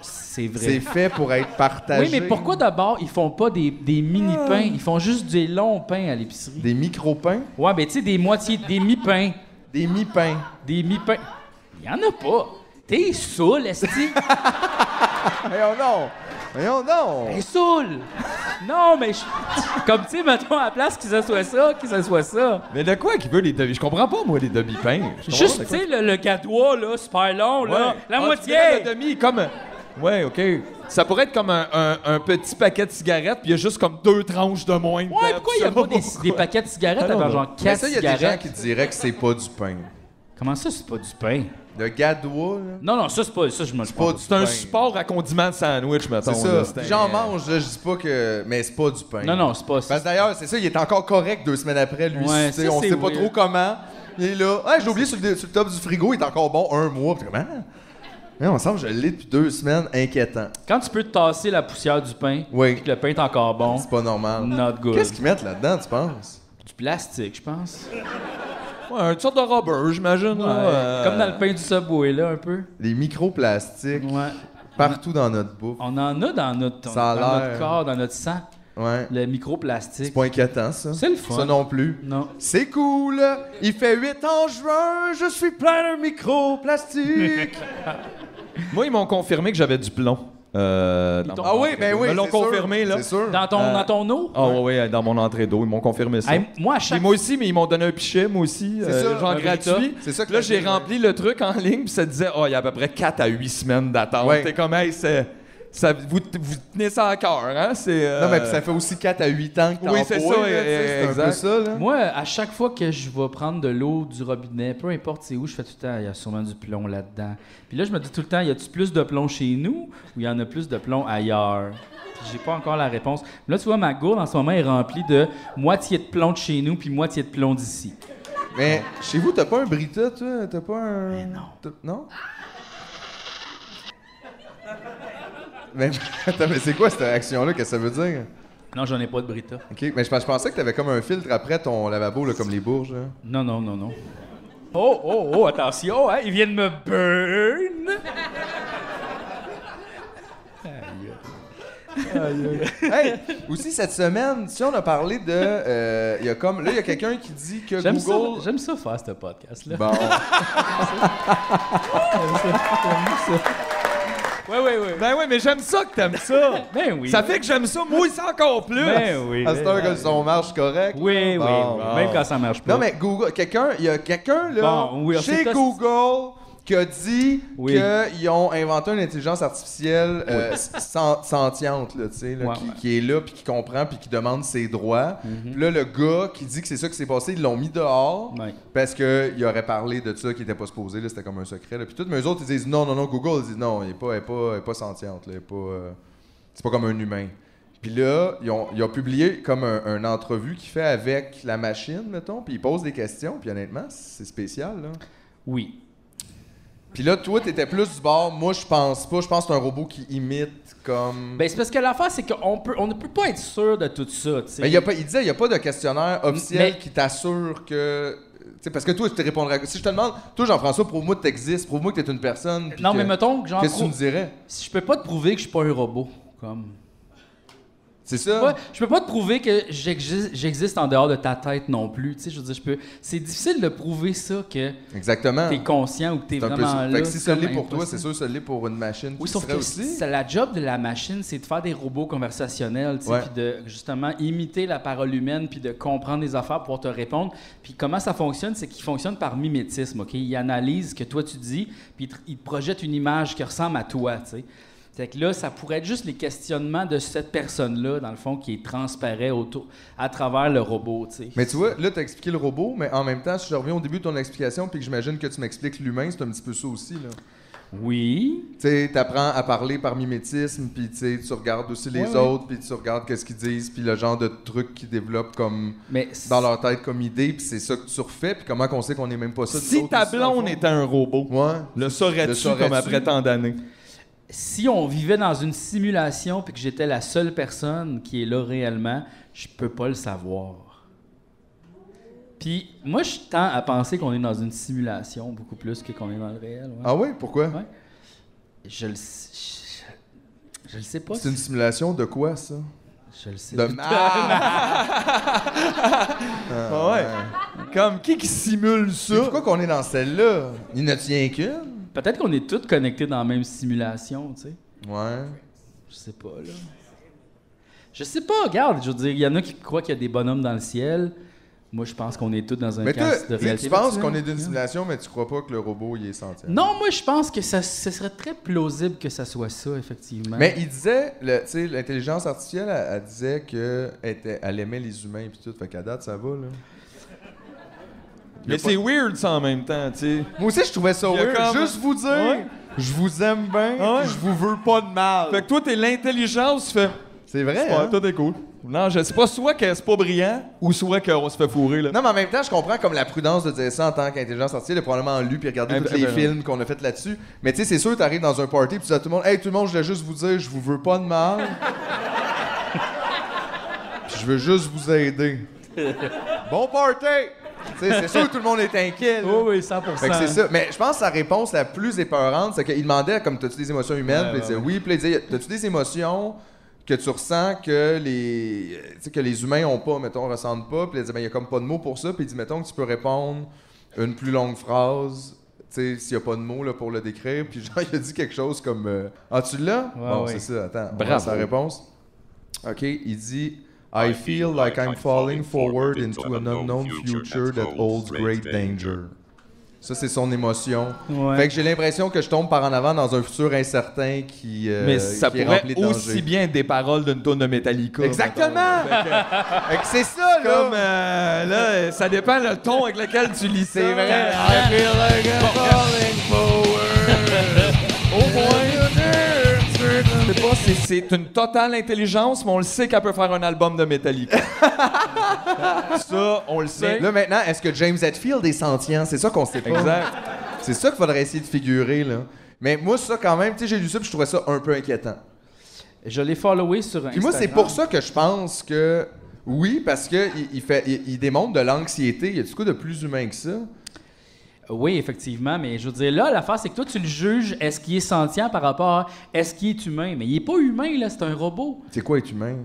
c'est C'est vrai. fait pour être partagé. Oui, mais pourquoi d'abord ils font pas des, des Ah. mini-pains? Ils font juste des longs pains à l'épicerie. Des micro-pains, Ouais, ben tu sais, des moitiés, des mi-pains. des mi-pains. Des mi-pains. Il y en a pas. T'es saoul, esti. Voyons non! Voyons T'es non! saoul. Non, mais je- comme tu sais, mettons, à la place qu'ils soit ça, qu'ils soit ça. Mais de quoi qu'il veut les demi Je comprends pas, moi, les demi-pains. Je comprends Juste, pas de tu quoi- sais, le, le cadois, là, super long, là. Ouais. La Ah, moitié. tu fais la demi, comme. Ouais, OK. Ça pourrait être comme un, un- un petit paquet de cigarettes, puis il y a juste comme deux tranches de moins. Ouais, pourquoi il y a pas des, des paquets de cigarettes avant genre Ah Mais 4 ça, il y a des gens cigarettes? qui diraient que c'est pas du pain. Comment ça, c'est pas du pain? Le gadois, là, Non, non, ça, c'est pas ça, je me le c'est pas prends du C'est un pain. support à condiment de sandwich, mettons. C'est là. ça. un- J'en mange, là, je dis pas que. Mais c'est pas du pain. euh, Non, non, c'est pas ça. Parce que d'ailleurs, c'est ça, il est encore correct deux semaines après, lui. Ouais, tu sais, ça, on c'est sait pas weird. trop comment. Il est là. Ah, j'ai oublié sur le, sur le top du frigo, il est encore bon un mois. Puis comment? Mais on semble que je l'ai depuis deux semaines, inquiétant. Quand tu peux te tasser la poussière du pain, Oui. puis que le pain est encore bon, C'est pas normal. not good. Qu'est-ce qu'ils mettent là-dedans, tu penses? Du plastique, je pense. Ouais, une sorte de rubber, j'imagine. Oh, là, euh, Comme dans le pain du Subway, là, un peu. Les microplastiques Ouais. partout dans notre bouffe. On en a dans notre, Ça a dans notre l'air. corps, dans notre sang. Ouais. Le microplastique. C'est pas inquiétant, ça. C'est le fun. Ça non plus. Non. C'est cool. Il fait 8 ans juin, je suis plein de microplastiques. Moi, ils m'ont confirmé que j'avais du plomb. Euh, dans t'ont- mon ah oui, entrée ben d'eau. oui. Ils me l'ont c'est sûr. confirmé, là. C'est sûr. Dans ton, dans ton eau? Ah ouais, ouais, dans mon entrée d'eau, ils m'ont confirmé ça. Hey, moi, à Puis chaque moi aussi, mais ils m'ont donné un pichet, moi aussi, C'est euh, ça, genre un gratuit. C'est ça que Là, t'as j'ai dit, rempli le truc en ligne, puis ça disait, oh, il y a à peu près 4 à 8 semaines d'attente. Ouais. T'es comme, hey, c'est- ça, vous, vous tenez ça à cœur, hein? C'est, euh, Non, mais puis ça fait aussi 4 à 8 ans que t'en Oui, c'est bois, ça, là, tu sais, C'est un exact. peu ça, là. Moi, à chaque fois que je vais prendre de l'eau du robinet, peu importe c'est où, je fais tout le temps, il y a sûrement du plomb là-dedans. Puis là, je me dis tout le temps, y a-tu plus de plomb chez nous ou y en a plus de plomb ailleurs? Puis J'ai pas encore la réponse. Là, tu vois, ma gourde en ce moment est remplie de moitié de plomb de chez nous puis moitié de plomb d'ici. Mais chez vous, t'as pas un Brita, toi? T'as pas un. non. Non? mais *laughs* attends, mais c'est quoi cette action-là? Qu'est-ce que ça veut dire? Non, j'en ai pas de Brita. Ok, mais je, pens- je pensais que t'avais comme un filtre après ton lavabo, là, comme les bourges. hein. Non, là. non, non, non. Oh, oh, oh, attention, hein, il vient de me burn! Hey! Aussi, cette semaine, si on a parlé de. euh, Il y a comme. Là, il y a quelqu'un qui dit que J'aime ça, Google. j'aime ça faire ce podcast-là. Bon. Ouais, ouais, ouais. Ben oui, mais j'aime ça que t'aimes ça. *laughs* Ben oui. ça fait que j'aime ça, moi aussi, encore plus. Ben oui. À cette heure que le son marche correct. Oui, oui, Bon, oui. Ah, bon. Même quand ça marche pas. Non, mais Google, quelqu'un, il y a quelqu'un là, Bon, oui, chez c'est ça, Google qui a dit Oui. qu'ils ont inventé une intelligence artificielle euh, sen- sentiente, là, tu sais, là, Ouais, qui, ouais. Mhm. qui est là, puis qui comprend, puis qui demande ses droits. Puis là, le gars qui dit que c'est ça qui s'est passé, ils l'ont mis dehors Ouais. parce qu'il aurait parlé de ça qui n'était pas supposé, là, c'était comme un secret. là. Puis tout, mais eux autres, ils disent non, non, non, Google, ils disent non, elle n'est pas, elle est pas, elle est pas sentiente, là, elle est pas, euh, c'est pas comme un humain. Puis là, ils ont, ils ont publié comme un, un entrevue qu'il fait avec la machine, mettons, puis ils posent des questions, puis honnêtement, c'est spécial, là. Oui. Puis là, toi, t'étais plus du bord, moi, je pense pas, je pense que c'est un robot qui imite comme... Ben, c'est parce que l'affaire, c'est qu'on peut, on ne peut pas être sûr de tout ça, tu sais. mais il Ben, y a pas, il disait, il n'y a pas de questionnaire officiel Mais- qui t'assure que... tu sais, parce que toi, tu te répondrais... Si je te demande, toi, Jean-François, prouve-moi que t'existes, prouve-moi que t'es une personne, puis Non, que- mais mettons que genre, qu'est-ce que tu me dirais? si je peux pas te prouver que je suis pas un robot, comme. C'est ça? Ouais, je peux pas te prouver que j'existe j'existe en dehors de ta tête non plus, tu sais. Je veux dire, je peux. C'est difficile de prouver ça que Exactement. t'es conscient ou que t'es Ah. C'est un vraiment peu ça. là. Fait que si c'est ça comme l'est pour toi, c'est impossible. sûr ça l'est pour une machine qui Oui, sauf serait que aussi. c'est la job de la machine, c'est de faire des robots conversationnels, tu sais, Ouais. puis de justement imiter la parole humaine, puis de comprendre les affaires pour te répondre. Puis comment ça fonctionne, c'est qu'il fonctionne par mimétisme, ok Il analyse ce que toi tu dis, puis il te- il te projette une image qui ressemble à toi, tu sais. Fait que là, ça pourrait être juste les questionnements de cette personne-là, dans le fond, qui est transparaît autour, à travers le robot, tu sais. Mais tu vois, là, t'as expliqué le robot, mais en même temps, si je reviens au début de ton explication, puis que j'imagine que tu m'expliques l'humain, c'est un petit peu ça aussi, là. Oui. Tu sais, t'apprends à parler par mimétisme, puis tu sais, tu regardes aussi les Ouais, ouais. autres, puis tu regardes qu'est-ce qu'ils disent, puis le genre de trucs qu'ils développent comme Mais dans leur tête comme idée, puis c'est ça que tu refais, puis comment qu'on sait qu'on est même pas ça. nous Si autres, ta aussi, dans le blonde fond. était un robot, Ouais. le Le saurais-tu saurais-tu? comme après tant d'années? si on vivait dans une simulation puis que j'étais la seule personne qui est là réellement, je peux pas le savoir. Puis moi, je tends à penser qu'on est dans une simulation beaucoup plus que qu'on est dans le réel. ouais. Ah oui, pourquoi? Ouais. Je le sais- je, je le sais pas. C'est une si- simulation de quoi, ça? Je le sais. De pas. *laughs* mal! Ah ouais. Comme qui qui simule ça? Pourquoi qu'on est dans celle-là? Il ne tient qu'une? Peut-être qu'on est tous connectés dans la même simulation, tu sais. Ouais. Je sais pas, là. Je sais pas, regarde, je veux dire, il y en a qui croient qu'il y a des bonhommes dans le ciel. Moi, je pense qu'on est tous dans un Mais toi, casque de tu sais, réalité. tu penses virtuelle. qu'on est d'une simulation, mais tu crois pas que le robot il est sentient. Non, moi, je pense que ça, ce serait très plausible que ça soit ça, effectivement. Mais il disait, le- tu sais, l'intelligence artificielle, elle, elle disait que elle était- elle aimait les humains et tout. Fait qu'à date, ça va, là. Mais c'est weird ça en même temps, tu sais. Moi aussi, je trouvais ça Il y a weird. comme- Juste vous dire, Ouais. je vous aime bien, Ah ouais. je vous veux pas de mal. Fait que toi, t'es l'intelligence, tu fais. C'est vrai, Ouais, hein? toi, t'es cool. Non, je sais pas, soit que c'est pas brillant, ou soit qu'on se fait fourrer, là. Non, mais en même temps, je comprends comme la prudence de dire ça en tant qu'intelligence artificielle. Elle a probablement lu puis regardé Eh tous ben, les ben, films qu'on a fait là-dessus. Mais tu sais, c'est sûr, t'arrives dans un party puis tu dis à tout le monde Hey, tout le monde, je voulais juste vous dire, je vous veux pas de *laughs* mal. Puis je veux juste vous aider. bon party! Tu sais, c'est sûr que tout le monde est inquiet. là. Oh, Oh, Oui, oui, 100 Fait que c'est ça. Mais je pense que sa réponse la plus épeurante, c'est qu'il demandait comme t'as-tu des émotions humaines, puis il disait oui, puis il disait t'as-tu des émotions que tu ressens que les, tu sais, que les humains ont pas, mettons, ressentent pas. Puis il dit, ben, il y a comme pas de mots pour ça. Puis il dit, mettons que tu peux répondre une plus longue phrase, tu sais, s'il y a pas de mots là, pour le décrire. Puis genre, *laughs* il a dit quelque chose comme, euh, ah, tu l'as? bon, oui. c'est ça, attends, on Bravo. va sa réponse. OK, il dit, I feel like I'm falling forward into an unknown future that holds great danger. Ça, c'est son émotion. Ouais. Fait que j'ai l'impression que je tombe par en avant dans un futur incertain qui, euh, Mais ça qui est pourrait rempli de aussi danger. bien être des paroles d'une tonne de Metallica. Exactement! Fait que c'est ça, mettons. là! Comme euh, là, euh, ça dépend le ton avec lequel tu lis ça. C'est vrai. I feel like I'm falling forward. Au moins. Je sais pas si c'est une totale intelligence, mais on le sait qu'elle peut faire un album de Metallica. ça, on le sait. Là, maintenant, est-ce que James Hetfield est sentient? C'est ça qu'on sait pas. Exact. C'est ça qu'il faudrait essayer de figurer, là. Mais moi, ça, quand même, tu sais, j'ai lu ça puis je trouvais ça un peu inquiétant. Je l'ai followé sur Instagram. Puis moi, c'est pour ça que je pense que... Oui, parce que il, il fait, il, il démontre de l'anxiété. Il y a du coup de plus humain que ça. Oui, effectivement, mais je veux dire, là, l'affaire, c'est que toi, tu le juges, est-ce qu'il est sentient par rapport à est-ce qu'il est humain? Mais il est pas humain, là, c'est un robot. C'est quoi être humain?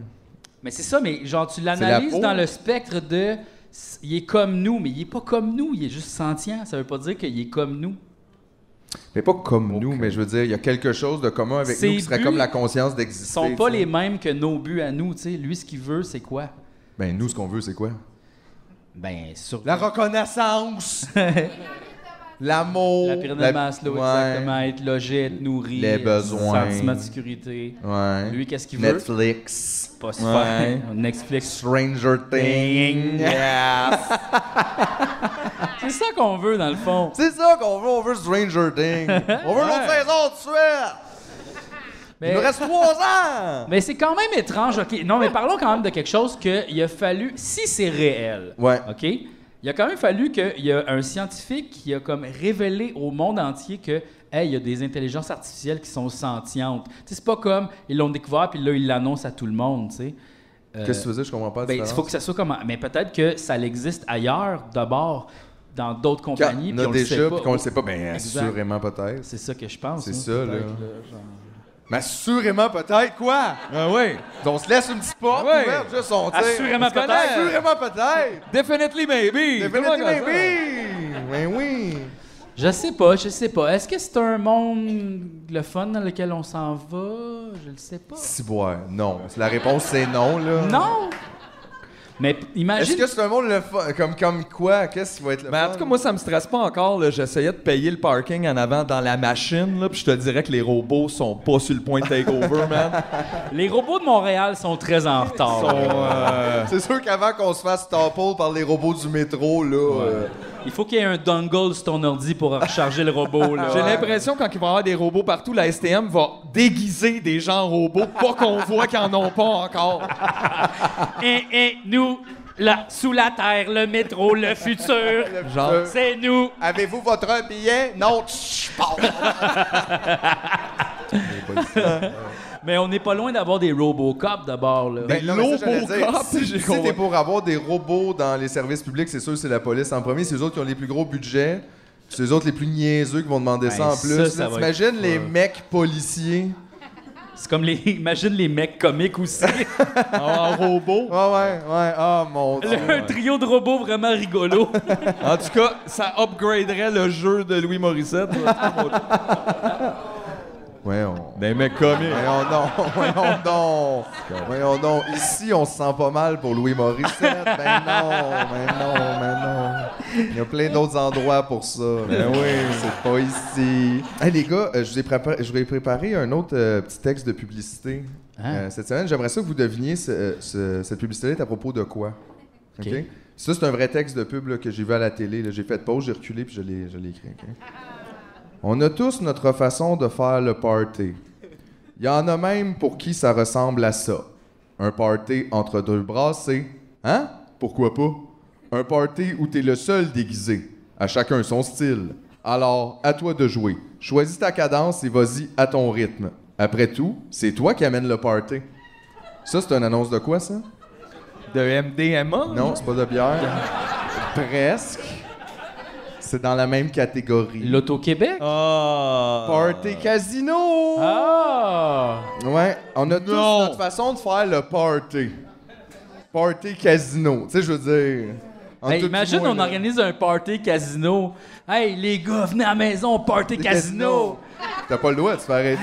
Mais c'est ça, mais genre, tu la l'analyses peau. dans le spectre de s- il est comme nous, mais il est pas comme nous, il est juste sentient. Ça veut pas dire qu'il est comme nous. Mais pas comme nous, mais je veux dire, il y a quelque chose de commun avec Ses nous qui serait buts comme la conscience Ils d'exister. sont pas tu sais. les mêmes que nos buts à nous, tu sais. Lui, ce qu'il veut, c'est quoi? Ben, nous, ce qu'on veut, c'est quoi? Ben, sur La *laughs* reconnaissance! L'amour! La pyramide la- Maslow, Ouais. exactement. Être logé, être nourri. Les euh, besoins. Sentiment de sécurité. Ouais. Lui, qu'est-ce qu'il veut? Netflix. Pas se faire. *laughs* Netflix. Stranger Things. C'est ça qu'on veut, dans le fond. *laughs* c'est ça qu'on veut, on veut Stranger Things. *laughs* on veut l'autre saison tout de suite! Il Mais, nous reste trois ans! mais c'est quand même étrange. OK. Non, mais parlons quand même de quelque chose qu'il a fallu, si c'est réel, Ouais. OK? Il a quand même fallu qu'il y a un scientifique qui a comme révélé au monde entier que, hey, il y a des intelligences artificielles qui sont sentientes. Tu sais, c'est pas comme ils l'ont découvert puis là, ils l'annoncent à tout le monde, tu sais. Euh, Qu'est-ce que tu veux dire? Je comprends pas la Ben, il différence. faut que ça soit comme. Mais peut-être que ça existe ailleurs, d'abord, dans d'autres Quand compagnies. on puis a on le déjà, sait pas. puis qu'on le sait pas, ben Exact. assurément peut-être. C'est ça que je pense. C'est hein, ça, là. peut-être, Mais assurément peut-être, quoi? Ah oui. Donc, on se laisse une petite porte Ouais. ouverte, juste on tire. Assurément On se connaît, peut-être. Assurément peut-être. Definitely maybe. Definitely Comment ça? maybe. Ben oui. Je sais pas, je sais pas. Est-ce que c'est un monde le fun dans lequel on s'en va? Je le sais pas. Ciboire, non. La réponse, c'est non, là. Non! Mais p- Est-ce imagine. que c'est un monde le fun? Comme, comme quoi? Qu'est-ce qui va être le Mais Ben, en fun? tout cas, moi, ça me stresse pas encore. là. J'essayais de payer le parking en avant dans la machine, là, puis je te dirais que les robots sont pas sur le point de *laughs* takeover, man. Les robots de Montréal sont très en retard. Ils sont, euh, C'est sûr qu'avant qu'on se fasse topple par les robots du métro, là... euh, Il faut qu'il y ait un dongle sur ton ordi pour recharger le robot. là. Ah, J'ai l'impression quand il va y avoir des robots partout, la STM va déguiser des gens robots, pas qu'on voit qu'ils en ont pas encore. Et, et Eh, nous, là, sous la terre, le métro, le futur, Genre, euh, c'est nous! Avez-vous votre billet? Non. Tch, paf. Mais on n'est pas loin d'avoir des Robocop d'abord. Là. Ben, non, mais ça, j'allais dire, Robocop, *laughs* si- j'ai Si t'es compris. pour avoir des robots dans les services publics, c'est sûr que c'est la police en premier. C'est eux autres qui ont les plus gros budgets. C'est eux autres les plus niaiseux qui vont demander ça Ben, en plus. ça, là. ça va T'imagines être- les ouais. mecs policiers? C'est comme les. *laughs* Imagine les mecs comiques *laughs* aussi. Ah, en robot. Ouais, ouais, ouais. Ah, mon dieu. Le- un trio de robots vraiment *laughs* rigolo. En tout cas, ça upgraderait le jeu de Louis Morissette. Ouais, on... Des mecs comiques. Voyons donc, *laughs* voyons donc. voyons donc. Ici, on se sent pas mal pour Louis Morissette. Ben non, ben non, ben non. Il y a plein d'autres endroits pour ça. Ben oui. C'est pas ici. Hey, les gars, euh, je vous ai prépa- je vous ai préparé un autre euh, petit texte de publicité. Euh, cette semaine, j'aimerais ça que vous deviniez ce- euh, ce- cette publicité-là est à propos de quoi. OK? OK. Ça, c'est un vrai texte de pub là, que j'ai vu à la télé. là. J'ai fait pause, j'ai reculé, puis je l'ai je l'ai écrit. OK? On a tous notre façon de faire le party. Il y en a même pour qui ça ressemble à ça. Un party entre deux brassées. Hein? Pourquoi pas? Un party où t'es le seul déguisé. À chacun son style. Alors, à toi de jouer. Choisis ta cadence et vas-y à ton rythme. Après tout, c'est toi qui amène le party. Ça, c'est une annonce de quoi, ça? De MDMA? Non, c'est pas de bière. Presque. C'est dans la même catégorie. L'Auto-Québec? Ah. Party Casino! Ah! Ouais, on a tous notre façon de faire le party. Party Casino, tu sais, je veux dire. en Hey, tout Ben, imagine, point, on là. organise un party casino. Hey, les gars, venez à la maison, party casino! T'as pas le droit, tu vas arrêter.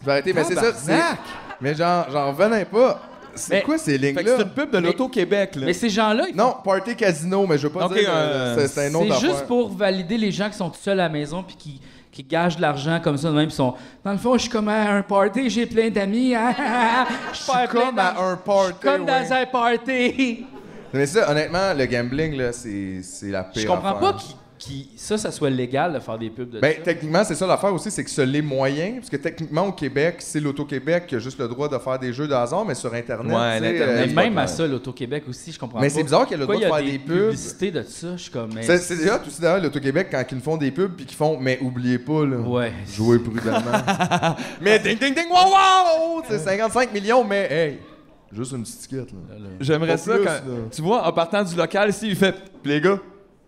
Tu vas arrêter, mais c'est ça. c'est- Tabarnak! Mais genre, j'en revenais pas. C'est Mais- quoi ces Fait que c'est lignes-là? une pub de l'Auto-Québec, là. Mais ces gens-là, ils Non, Party Casino, mais je veux pas Ok, dire. euh, euh, c'est- c'est un autre C'est juste affaire. pour valider les gens qui sont tout seuls à la maison puis qui, qui gagent de l'argent comme ça de même. Ils sont, dans le fond, je suis comme à un party, j'ai plein d'amis. ah, ah, ah, *laughs* Je Je suis perds plein comme à d'argent. un party. Je suis comme ouais. dans un party. Mais ça, honnêtement, le gambling, là, c'est c'est la pire. Je comprends affaire. pas qui, qui- ça, ça soit légal de faire des pubs de Ben, ça. techniquement, c'est ça l'affaire aussi, c'est que ce les moyens, parce que techniquement, au Québec, c'est l'Auto-Québec qui a juste le droit de faire des jeux de hasard, mais sur Internet, Ouais, tu sais, l'Internet, euh, Mais c'est même pas à ça, l'Auto-Québec aussi, je comprends Mais pas. c'est bizarre qu'elle a le Pourquoi droit de il y faire a des pubs. publicités de ça. Je suis comme. mais- c'est c'est déjà tout ça d'ailleurs l'Auto-Québec quand ils font des pubs puis qu'ils font mais oubliez pas là Ouais. *laughs* jouez prudemment. mais ding ding ding wow wow, c'est 55 millions mais hey, juste une petite ticket là. J'aimerais Pas ça plus, quand- là. Tu vois, en partant du local, ici, il fait. Pis les gars,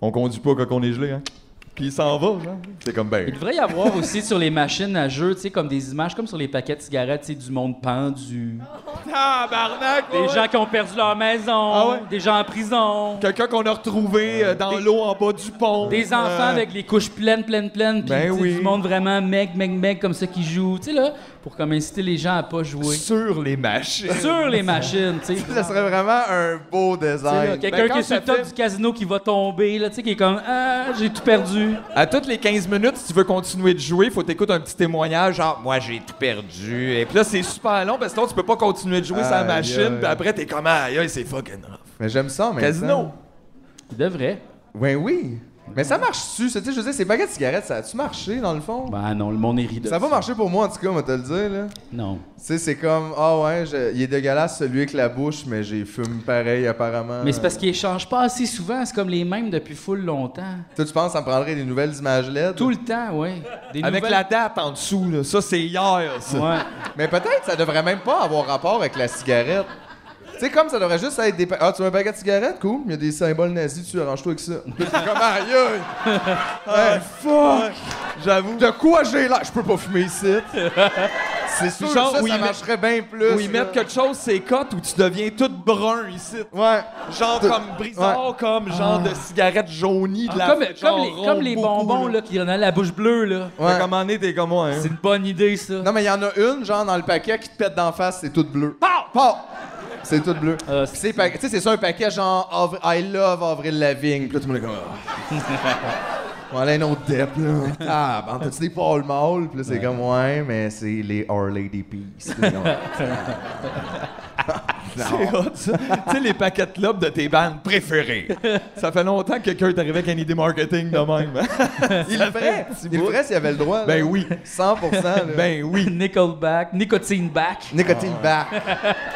on conduit pas quand on est gelé, hein. Puis il s'en va, genre. C'est comme ben. Il devrait y avoir aussi sur les machines à jeu, tu sais, comme des images, comme sur les paquets de cigarettes, tu sais, du monde pendu. Tabarnak! Des gens qui ont perdu leur maison, Ah ouais? des gens en prison, Quelqu'un qu'on a retrouvé euh, dans l'eau en bas du pont. des enfants avec les couches pleines, pleines, pleines, puis Ben tu sais, oui. du monde vraiment mec, mec, mec comme ça qui joue, tu sais là, pour comme inciter les gens à pas jouer Sur les machines. sur *laughs* les machines, tu sais. Ça serait vraiment un beau Tu sais, là, design. Ben, Quelqu'un Ben, quand qui est sur ça le top fait- du casino qui va tomber, là, tu sais, qui est comme Ah, j'ai tout perdu. À toutes les 15 minutes, si tu veux continuer de jouer, faut t'écouter un petit témoignage, genre « Moi, j'ai tout perdu ». Et puis là, c'est super long, parce que sinon, tu peux pas continuer de jouer sa Aïe, machine, aïe. puis après, t'es comme « Aïe, aïe, c'est fucking rough Mais j'aime ça mais Casino. Il devrait. Ouais Ben oui. Mais ça marche tu, tu sais je veux dire ces paquets de cigarettes ça a-tu marché dans le fond Ben non, le monde est ridicule. Ça va marcher pour moi en tout cas, on va te le dire là. Non. Tu sais, c'est comme, ah ouais, je- il est dégueulasse celui avec la bouche, mais j'ai fume pareil apparemment. Mais c'est parce qu'ils échangent pas assez souvent, c'est comme les mêmes depuis full longtemps. Toi, tu penses ça me prendrait des nouvelles images LED? Tout le temps, oui. Des Avec nouvelles- la date en dessous, là. Ça, c'est hier, ça. Ouais. Mais peut-être ça devrait même pas avoir rapport avec la cigarette. Tu sais, comme ça devrait juste être des. pa- Ah, tu veux un paquet de cigarettes? Cool, il y a des symboles nazis, tu arranges-toi avec ça. Puis *laughs* c'est comme, aïe aïe! Hey, fuck! J'avoue. De quoi j'ai l'air? Je peux pas fumer ici. C'est sûr que Genre ça, ça où ils mettent- marcherait bien plus. Ou ils là. mettent quelque chose, c'est cotes, où tu deviens tout brun ici. Ouais. Ah. Genre De- comme brisard, comme genre de cigarette jaunie de la Ah, Comme, genre comme les, ronde comme les beaucoup, bonbons là, qui en a la bouche bleue, là. Fait Ouais. qu'à un moment donné, t'es comme moi, hein. C'est une bonne idée, ça. Non, mais il y en a une, genre, dans le paquet qui te pète d'en face, c'est toute bleue. Pow! Pow! C'est toute bleue. Euh, Ah, Puis c'est pa- Tu sais, c'est ça un paquet genre Avri- I love Avril Lavigne. Puis là, tout le monde est comme. ah. On *laughs* Voilà un autre dep, là. Ah, ben, t'as-tu des Paul Mall? Puis là, c'est comme, ouais, mais c'est les Our Lady Peace. *laughs* Là, comme, C'est hot, ça. tu sais, les paquets de lobes de tes bandes préférées. Ça fait longtemps que quelqu'un est arrivé avec une idée marketing de même. *laughs* Il le ferait. Il le ferait s'il avait le droit. là. ben oui. 100%. Là. Ben oui. *laughs* Nickelback, nicotine back. Nicotine Ah, back. *laughs*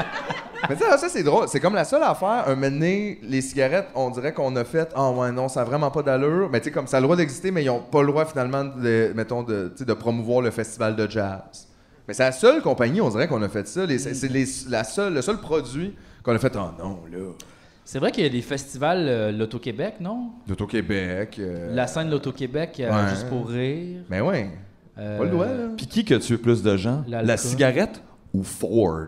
Mais tu sais, ça, c'est drôle. C'est comme la seule affaire. Un moment donné, les cigarettes, on dirait qu'on a fait. Ah, ouais, non, ça a vraiment pas d'allure. Mais tu sais, comme ça a le droit d'exister, mais ils ont pas le droit, finalement, de, mettons, de, tu sais, de promouvoir le festival de jazz. Mais c'est la seule compagnie, on dirait qu'on a fait ça. Les- C'est c'est les- la seule, le seul produit qu'on a fait. Ah, non, là. C'est vrai qu'il y a des festivals, euh, l'Auto-Québec, non? L'Auto-Québec. euh, La scène de l'Auto-Québec, euh, Ouais. juste pour rire. Mais ouais. Euh, Pas le doigt, là. Puis qui que tu veux plus de gens? L'alcool. La cigarette ou Ford?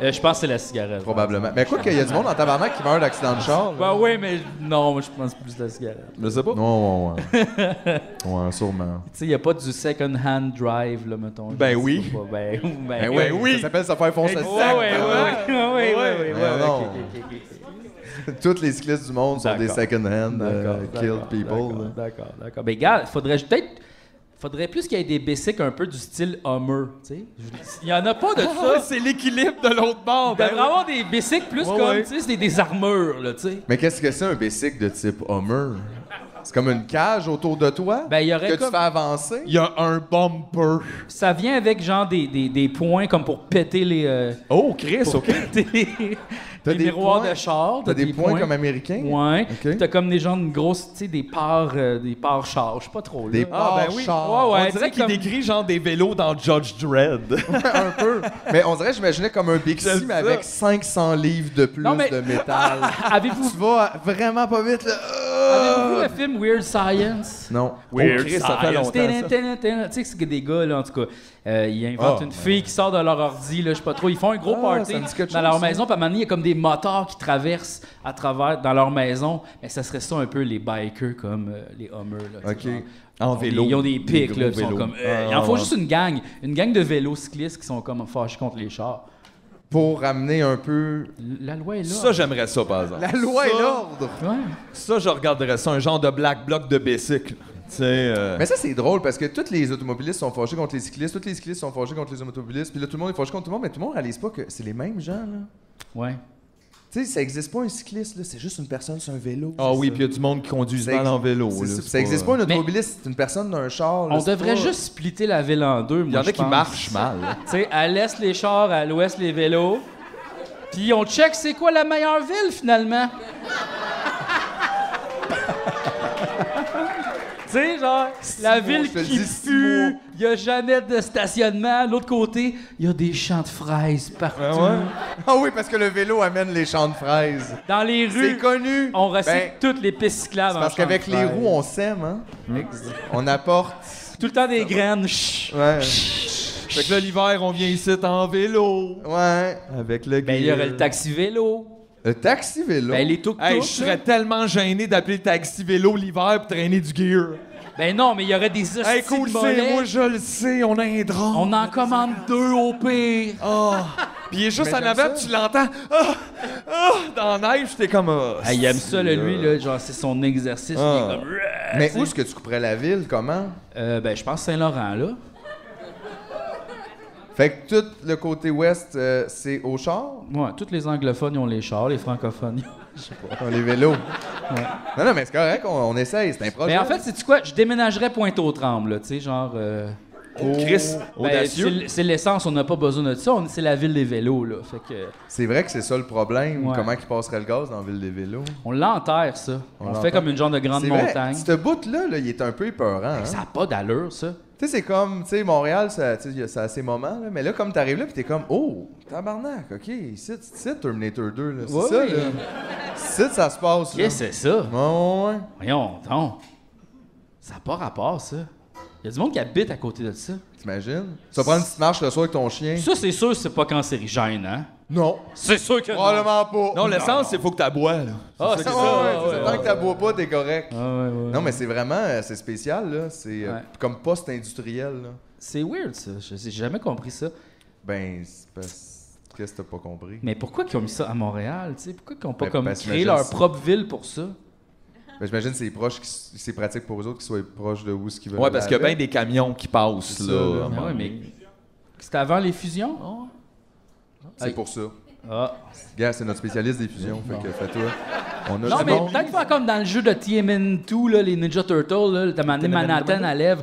euh, je pense que c'est la cigarette. Probablement. Mais quoi qu'il y a du monde en tabarnak qui meurt d'accident de char. là. Ben oui, mais non, moi, je pense plus la cigarette. Je sais pas. Non, ouais, ouais. *laughs* ouais, sûrement. Tu sais, il n'y a pas du second-hand drive, là, mettons. Ben Je sais oui. pas. Ben, *laughs* ben, Ben oui. oui. Ça s'appelle se faire foncer. Ouais, ouais, ouais, ouais, ouais, ouais, ouais, Mais ouais, non. ok, ok, ok, ok. Toutes les cyclistes du monde sont des D'accord. second-hand D'accord, euh, d'accord, killed people. D'accord, là. d'accord, d'accord. Ben, gars, faudrait peut-être. Faudrait plus qu'il y ait des basics un peu du style Hummer, tu sais. Je- Il y en a pas de Ça, ça. *laughs* c'est l'équilibre de l'autre bord. Il devrait Ben oui. avoir des basics plus Ouais, comme, ouais. tu sais, c'est des, des armures, là, tu sais. Mais qu'est-ce que c'est un bicycle de type Hummer? C'est comme une cage autour de toi Ben, il y aurait que comme- tu fais avancer? Il y a un bumper. Ça vient avec, genre, des, des, des points comme pour péter les... euh, Oh, Chris, pour OK. péter les, T'as les des miroirs points- de char. T'as des, points comme américain? Ouais. Ok. Puis T'as comme des gens de grosses, tu sais, des parts, euh, des parts char, je sais pas trop, là. Des Ah, ben ports oui. chars. Ouais, ouais, On dirait tu sais, qu'il comme- décrit genre des vélos dans Judge Dredd. *laughs* un peu. Mais on dirait, que j'imaginais comme un Bixi, J'aime mais ça. avec 500 livres de plus Non, mais- *laughs* de métal. *laughs* Avez-vous tu vas vraiment pas vite, là. Avez-vous vu le film Weird Science? Non. Weird ça fait science. longtemps. Tinin, tinin, tinin. Tu sais que c'est des gars, là, en tout cas, euh, ils inventent Ah. une fille qui sort de leur ordi, là, je sais pas trop. Ils font un gros Ah, party ça me dit quelque dans leur chose, ça. maison, puis à un moment donné, il y a comme des motards qui traversent à travers, dans leur maison. Mais ça serait ça un peu les bikers, comme euh, les Hummers, là. tu sais, OK. genre. Ils En ont des- vélo. Ils ont des Des pics, gros là, puis ils sont vélos. Ah, comme... euh, il en faut juste une gang, une gang de vélos cyclistes qui sont comme fâchés contre les chars. Pour ramener un peu L- La loi est là. *laughs* Ça, j'aimerais ça, par exemple. la loi et Ça- l'ordre. Ouais. Ça, je regarderais ça, un genre de black bloc de bicycle. Tu sais. euh, Mais ça, c'est drôle parce que tous les automobilistes sont fâchés contre les cyclistes, tous les cyclistes sont fâchés contre les automobilistes, puis là, tout le monde est fâché contre tout le monde, mais tout le monde réalise pas que c'est les mêmes gens, là. Ouais. Tu sais, ça existe pas un cycliste, là, c'est juste une personne sur un vélo. Ah C'est oui, ça. puis il y a du monde qui conduit Ça mal ex- en vélo. C'est là, ça, c'est euh, ça existe pas un Mais- automobiliste, c'est une personne d'un char. là, On c'est devrait pas- juste splitter la ville en deux, Il y moi, en je a qui pense. marchent mal. Tu sais, à l'est les chars, à l'ouest les vélos. Puis on check c'est quoi la meilleure ville finalement. *laughs* tu sais, genre, la mois, ville je te le qui dis, six pue, mois. il n'y a jamais de stationnement. L'autre côté, il y a des champs de fraises partout. *laughs* Ah oui, parce que le vélo amène les champs de fraises. Dans les C'est rues, connu. on recycle Ben, toutes les pistes cyclables. en Parce champs de qu'avec les fraises. roues, on sème, hein? Hmm. On apporte. Tout le temps des graines. chut. *laughs* Ouais. Fait que là, l'hiver, on vient ici en vélo. Ouais. Avec le Ben, il y gear. aurait euh, le taxi vélo. Le taxi vélo. Ben, les tuk Hey, je serais tellement gêné d'appeler le taxi vélo l'hiver pour traîner du gear. Ben non, mais il y aurait des hosties Hey, cool, de c'est mollets. moi, je le sais, on a un drone. On en commande deux au pire. Ah. Puis il est juste Mais en j'aime avant, ça. puis tu l'entends. Ah! Ah! Dans la neige, t'es comme. ah, Ah, il aime ça, là, lui, là, genre, c'est son exercice. il Ah. est comme... Mais où est-ce que tu couperais la ville? Comment? Euh, ben, je pense Saint-Laurent, là. Fait que tout le côté ouest, euh, c'est au char, Ouais, tous les anglophones, ils ont les chars, les francophones. *laughs* ils ont- dans les vélos. Non, non, mais c'est correct, on, on essaye, c'est un projet. Mais en fait, c'est quoi? Je déménagerais Pointe-aux-Trembles, là, tu sais, genre... euh, Oh, Chris, ben, audacieux. c'est- c'est l'essence, on n'a pas besoin de ça. on- C'est la ville des vélos, là. Fait que... c'est vrai que c'est ça le problème, Ouais. comment ils passeraient le gaz dans la ville des vélos. On l'enterre, ça. On, fait l'enterre. comme une genre de grande C'est vrai, montagne. ce bout-là, là, il est un peu épeurant. hein. Ça n'a pas d'allure, ça. Tu sais, c'est comme, tu sais, Montréal, ça, tu sais, y a- ça a ses moments, là, mais là, comme t'arrives là, pis t'es comme, oh, tabarnak, ok, ici, c'est- c'est Terminator 2, là, c'est Ouais, ça, ouais. là. Ici, ça se passe, là. Qu'est-ce que c'est ça? Ouais, ouais, ouais. Voyons donc. Ça n'a pas rapport, ça. Il y a du monde qui habite à côté de ça. T'imagines? Tu vas prendre une petite marche le soir avec ton chien? Ça, c'est sûr, c'est pas cancérigène, hein? Non. C'est sûr que non. Probablement pas. Non, l'essence, c'est faut que t'as bois, là. Ah, C'est c'est ça, ouais, c'est ça. Tant que t'abois pas, t'es correct. Ah, Non, mais c'est vraiment, euh, c'est spécial, là. C'est euh, Ouais. comme post-industriel, là. C'est weird, ça. Je- J'ai jamais compris ça. Ben, c'est parce... Qu'est-ce que t'as pas compris? Mais pourquoi qu'ils ont mis ça à Montréal, tu sais? Pourquoi qu'ils ont pas Ben, comme parce que créé imagine- leur propre ville pour ça? Ben, j'imagine que c'est proche, qui s- c'est pratique pour eux autres qu'ils soient proches de où ce qu'ils veulent. Ouais, parce ben, qu'il y a aller. bien des camions qui passent, C'est ça, là. là. Ah ouais, mais... C'était avant les fusions? non? C'est pour ça. Ah. Gars, c'est notre spécialiste des fusions, fait que fais-toi. On a Non, du mais monde. peut-être faire comme dans le jeu de TMN2, là, les Ninja Turtles, là, t'as amené Manhattan à lève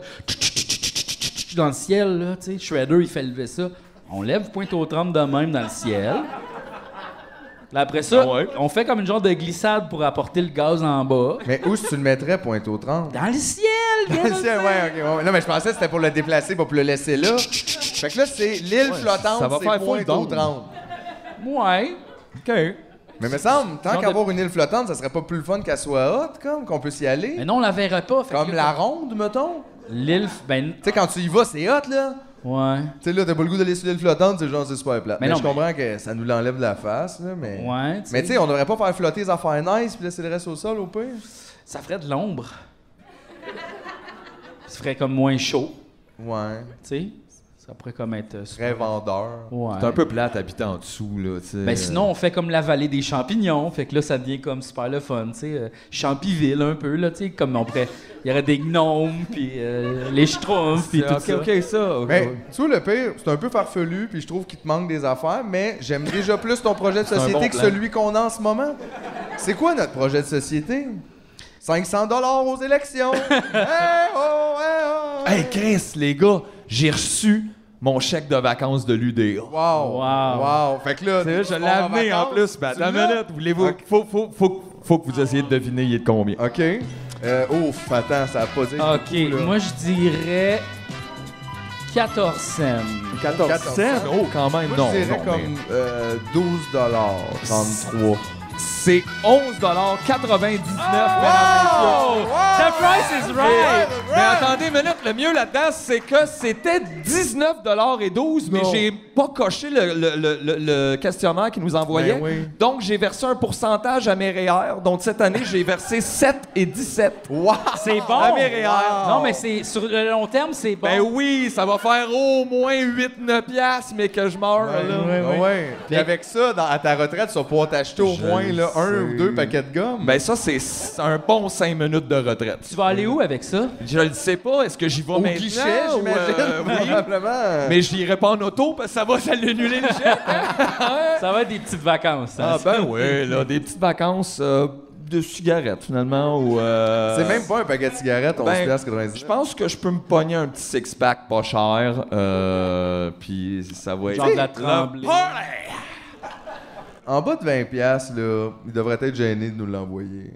dans le ciel, là, tu sais. Shredder, il fait lever ça. On lève pointe aux trembles de même dans le ciel. Là, après ça, Ah ouais? on fait comme une genre de glissade pour apporter le gaz en bas. Mais où est-ce que tu le mettrais, pointe aux 30? Dans le ciel, *laughs* viens ouais, dans le ok, ouais. Non, mais je pensais que c'était pour le déplacer, pas pour le laisser là. Fait que là, c'est l'île flottante, ça va faire c'est pointe aux full dôme. 30. Ouais. OK. Mais me semble, tant Genre qu'avoir une île flottante, ça serait pas plus le fun qu'elle soit haute, comme, qu'on puisse y aller. Mais non, on la verrait pas. fait Comme que- la ronde, mettons. L'île. f- Ben. Tu sais, quand tu y vas, c'est hot, là. Ouais. Tu sais, là, t'as pas le goût d'aller sur l'île flottante, c'est genre, c'est super plat. Mais Mais, non, je comprends que ça nous l'enlève de la face, là, Euh, mais... Ouais. tu Mais sais, tu sais, on devrait pas faire flotter les affaires nice puis laisser le reste au sol, au pire. Ça ferait de l'ombre. ça ferait comme moins chaud, Ouais. tu sais. Ça pourrait comme être. euh, super- Très vendeur. Ouais. C'est un peu euh, plate habiter en dessous, là, tu sais. Ben sinon, on fait comme la vallée des champignons. Fait que là, ça devient comme super le fun, tu sais. euh, Champiville, un peu, là, tu sais. Comme on pourrait. Il y aurait des gnomes, puis euh, les schtroumpfs, puis tout OK, ça. OK, ça. ok. Mais Ben, tu vois, le pire, c'est un peu farfelu, puis je trouve qu'il te manque des affaires, mais j'aime déjà plus ton projet de un société bon que plan. celui qu'on a en ce moment. C'est quoi notre projet de société? 500 dollars aux *laughs* élections! hey, oh, hey, oh. Hey, Chris, les gars, j'ai reçu mon chèque de vacances de l'UDA. Wow! Wow. Wow! Fait que là, C'est vrai, tu je l'ai pars amené en vacances, plus. Ben, tu la l'as? minute, voulez-vous. Ok. Faut, faut, faut, faut que vous essayiez de deviner il est de combien. OK. Euh, ouf, attends, ça a pas dit. Ok, moi, je dirais. 14 cents. 14, 14 cents? Oh, quand même, Moi, non. je dirais non, comme mais- euh, 12 dollars, 33. c'est 11,99$. Ah! Oh! Wow! The price is right! Mais attendez une minute, le mieux là-dedans, c'est que c'était 19,12$, mais Non. j'ai pas coché le, le- le- le- le questionnaire qu'ils nous envoyait. Ben oui. Donc, j'ai versé un pourcentage à mes REER. Donc, cette année, j'ai versé 7 et 17. Wow! C'est bon. À mes REER. Non, mais c'est sur le long terme, c'est bon. Ben oui, ça va faire au moins 8-9$, piastres, mais que je meurs, là. Ah ouais. Puis avec ça, dans- à ta retraite, tu vas pouvoir t'acheter au moins là, un ou deux paquets de gomme. Ben ça, c'est s- un bon 5 minutes de retraite. Tu vas aller où avec ça? Je le sais pas, est-ce que j'y vais au maintenant? guichet, ou, j'imagine, euh, *laughs* *laughs* oui. probablement. Mais j'irai pas en auto parce que ça va s'annuler *laughs* le chèque. Ça va être des petites vacances. hein? Ah ben oui, là, des petites vacances euh, de cigarettes finalement. ou, euh, C'est même pas un paquet de cigarettes, on ben, se place 90. Je pense que je peux me pogner un petit six-pack pas cher, euh, puis ça va être... Genre de la tremblée. En bas de 20 pièces là, il devrait être gêné de nous l'envoyer.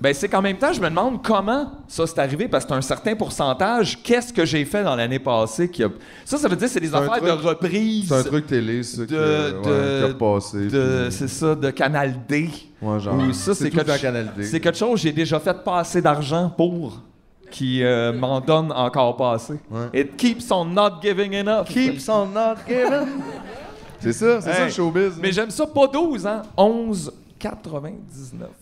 Ben, c'est qu'en même temps, je me demande comment ça s'est arrivé, parce que c'est un certain pourcentage. Qu'est-ce que j'ai fait dans l'année passée qui a... Ça, ça veut dire que c'est des un affaires truc- de reprise. C'est un truc télé, ça, qui, de- euh, ouais, de- qui a passé. de- puis- C'est ça, de Canal D. Ouais, genre. Ou ça, c'est c'est tout quelque- dans Canal D. C'est quelque chose que j'ai déjà fait pas assez d'argent pour, qui euh, m'en donne encore pas assez. Ouais. It keeps on not giving enough. Keeps on not given. *laughs* c'est ça, c'est ça Hey, le showbiz. Mais j'aime ça, pas 12, hein? 11,99.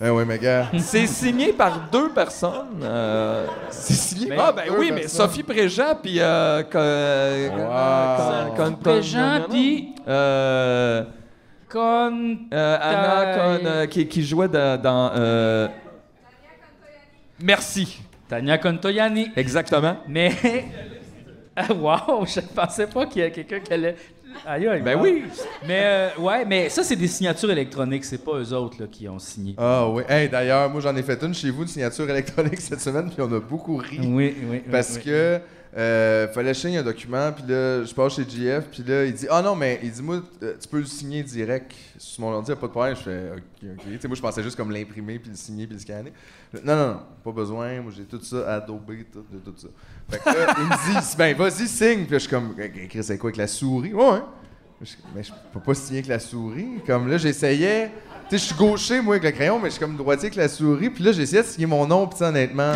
Eh oui, mais gars. C'est signé par deux personnes. euh, C'est signé. ah ben oui, mais Sophie Préjean puis euh, co- euh, Wow. con- con- con- Préjean, puis- euh, Ah. Con... euh, Anna Taille. con- euh, qui, qui jouait dans, dans, euh, Merci, Tania Contoyani. exactement. Mais. *laughs* Ah, wow, je pensais pas qu'il y a quelqu'un qui allait. Aïe, aïe, Ben wow. oui. Mais, euh, ouais, mais ça, c'est des signatures électroniques, c'est pas eux autres là, qui ont signé. Ah oui. Hey, d'ailleurs, moi j'en ai fait une chez vous, une signature électronique cette semaine, puis on a beaucoup ri. Oui, oui. oui, Parce oui. que euh, fallait que je signe un document, puis là, je passe chez GF, puis là, il dit Ah non, mais il dit Moi, euh, tu peux le signer direct sur mon ordi, y a pas de problème. Je fais Ok, ok. Tu sais, moi, je pensais juste comme l'imprimer, puis le signer, puis le scanner. Non, non, non, pas besoin. Moi, j'ai tout ça adobé, tout, de tout ça. Fait que là, il me dit Ben, vas-y, signe. Puis là, je suis comme Eh, Chris, c'est quoi avec la souris Ouais, ouais. Je- Mais je peux pas signer avec la souris. Comme là, j'essayais. Tu sais, je suis gaucher, moi, avec le crayon, mais je suis comme droitier avec la souris. Puis là, j'essayais de signer mon nom, puis ça, honnêtement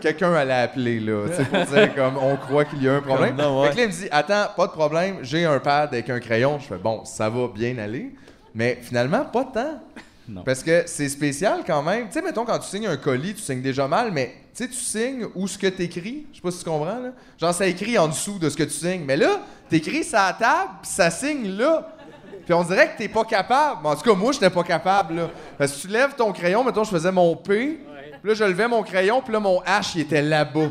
quelqu'un allait appeler, là, tu sais, pour dire comme on croit qu'il y a un problème. Comme, non, ouais. Fait que là, il me dit Attends, pas de problème, j'ai un pad avec un crayon. Je fais Bon, ça va bien aller. Mais finalement, pas tant. Non. Parce que c'est spécial quand même. Tu sais, mettons, quand tu signes un colis, tu signes déjà mal, mais tu sais, tu signes où ce que t'écris. Je sais pas si tu comprends, là. Genre, ça écrit en dessous de ce que tu signes. Mais là, t'écris ça à table, puis ça signe là. Puis on dirait que t'es pas capable. En tout cas, moi, j'étais pas capable, là. Parce que tu lèves ton crayon, mettons, je faisais mon P. Puis là, je levais mon crayon, puis là, mon H, il était là-bas.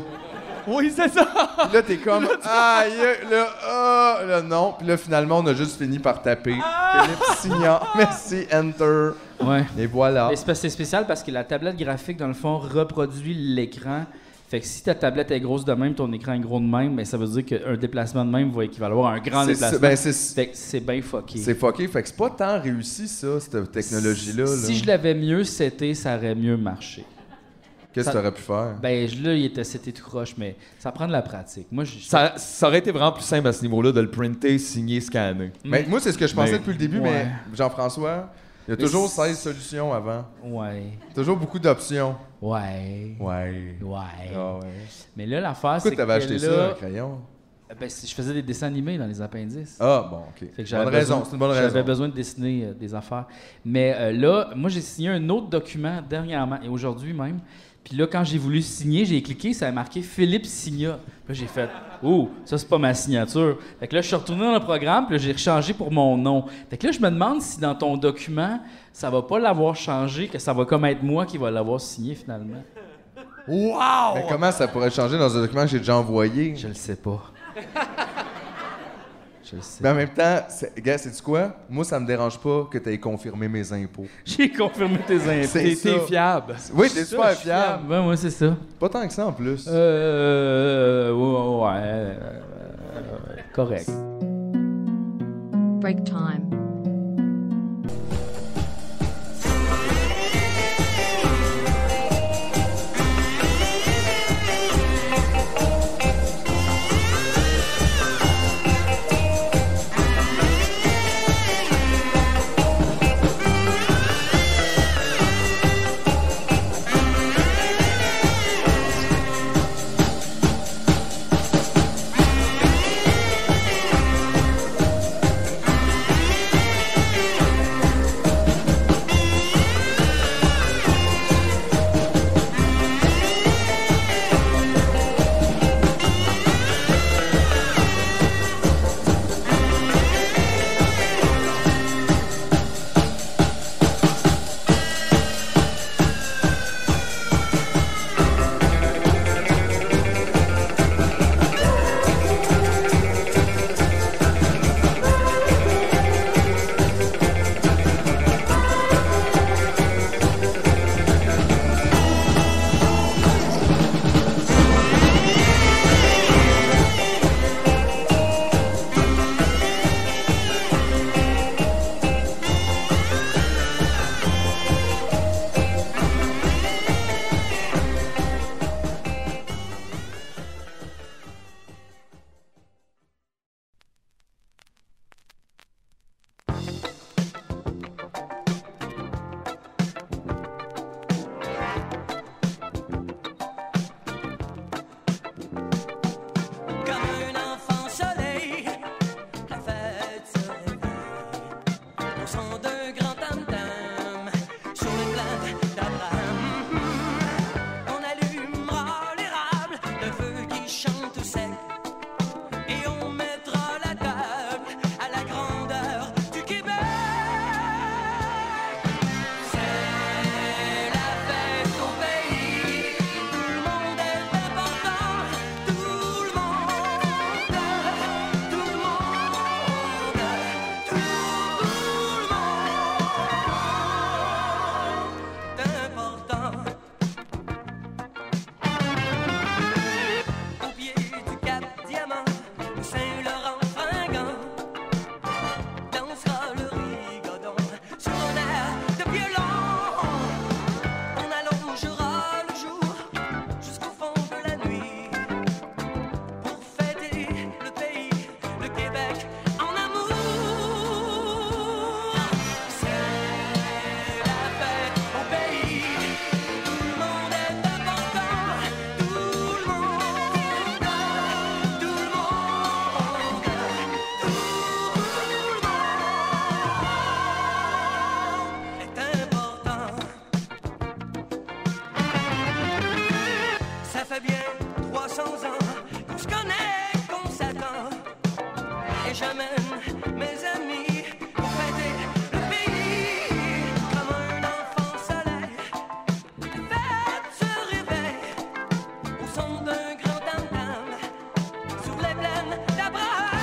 Oui, c'est ça. Puis là, t'es comme, aïe, là, ah, là, non. Puis là, finalement, on a juste fini par taper. Philippe Signan, merci, enter. Ouais. Et voilà. Mais c'est parce- c'est spécial parce que la tablette graphique, dans le fond, reproduit l'écran. Fait que si ta tablette est grosse de même, ton écran est gros de même, mais ça veut dire qu'un déplacement de même va équivaloir à un grand C'est ça, déplacement. ben, c'est Fait que c'est bien fucké. c'est fucké. Fait que c'est pas tant réussi, ça, cette technologie-là. là. Si je l'avais mieux c'était, ça aurait mieux marché. Qu'est-ce ça- que t'aurais pu faire? Ben je- là, il était c'était tout croche, mais ça prend de la pratique. Moi, je- ça. Ça aurait été vraiment plus simple à ce niveau-là de le printer, signer, scanner. Mais Ben, moi, c'est ce que je pensais Mais- depuis le début, Ben, Ouais. mais Jean-François, il y a Mais toujours c'est- 16 solutions avant. ouais, Toujours beaucoup d'options. ouais, Ouais. ouais. Ah ouais. Mais là, l'affaire, c'est Pourquoi que t'avais acheté ça, un là, crayon? ben, si je faisais des dessins animés dans les appendices. Ah, bon, OK. Fait que j'avais bonne besoin- raison, c'est une bonne J'avais raison. besoin de dessiner euh, des affaires. Mais euh, là, moi, j'ai signé un autre document dernièrement, et aujourd'hui même. Puis là, quand j'ai voulu signer, j'ai cliqué, ça a marqué Philippe Signa. Puis Là, j'ai fait Oh, ça, c'est pas ma signature. Fait que là, je suis retourné dans le programme, puis là, j'ai rechangé pour mon nom. Fait que là, je me demande si dans ton document, ça va pas l'avoir changé, que ça va comme être moi qui va l'avoir signé finalement. Wow! Mais comment ça pourrait changer dans un document que j'ai déjà envoyé? Je le sais *laughs* pas. Je le sais. Mais en même temps, c'est- gars, c'est du quoi? Moi, ça me dérange pas que t'aies confirmé mes impôts. J'ai confirmé tes impôts. C'est T'es ça. t'es fiable. Oui, t'es super Je suis fiable. Ben, moi, c'est ça. Pas tant que ça en plus. Euh, ouais, ouais, euh, correct. Break time. mes amis, pour fêter le pays comme un enfant soleil. La fête se réveille au son d'un grand tam-tam sur les plaines d'Abraham.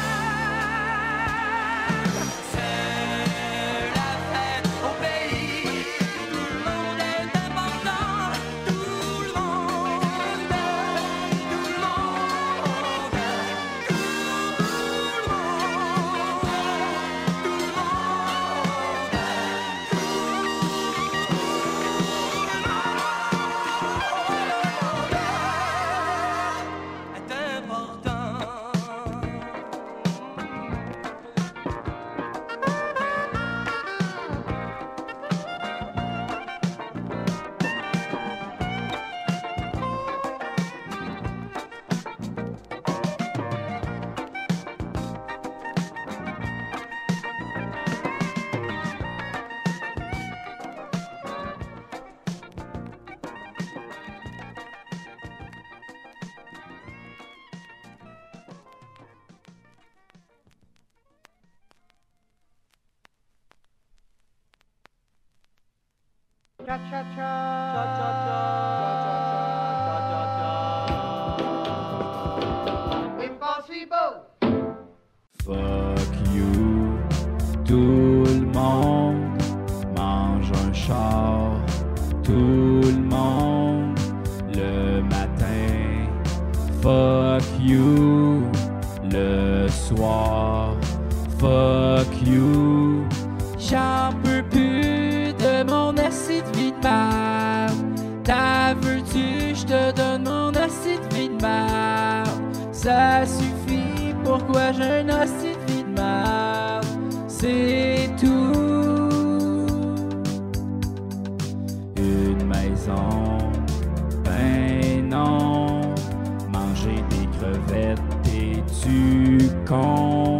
C'est la fête au pays, tout le monde est important, tout le monde, tout le monde, tout le monde, tout le monde est important. Impossible. Fuck you. Tout le monde mange un char. Tout le monde le matin. Fuck you. Le soir. Fuck you. J'en peux plus de mon acide vie de merde. T'as veux-tu, je te donne mon acide vie de merde. Ça suffit, pourquoi j'ai un acide vie de merde? C'est tout. une maison. Ben non, manger des crevettes, t'es-tu con?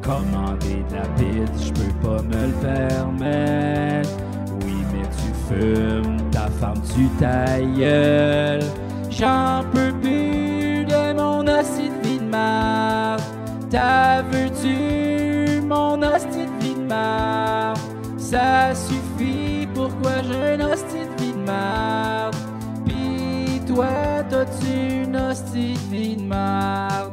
Commander de la pizza, je peux pas me le permettre. Oui, mais tu fumes, ta femme, tu ta gueule. J'en peux plus de mon acide vie de merde. T'as veux-tu mon acide vie de merde? Ça suffit, pourquoi j'ai une hostie de vie de merde? Pis toi, t'as-tu une hostie de vie de merde?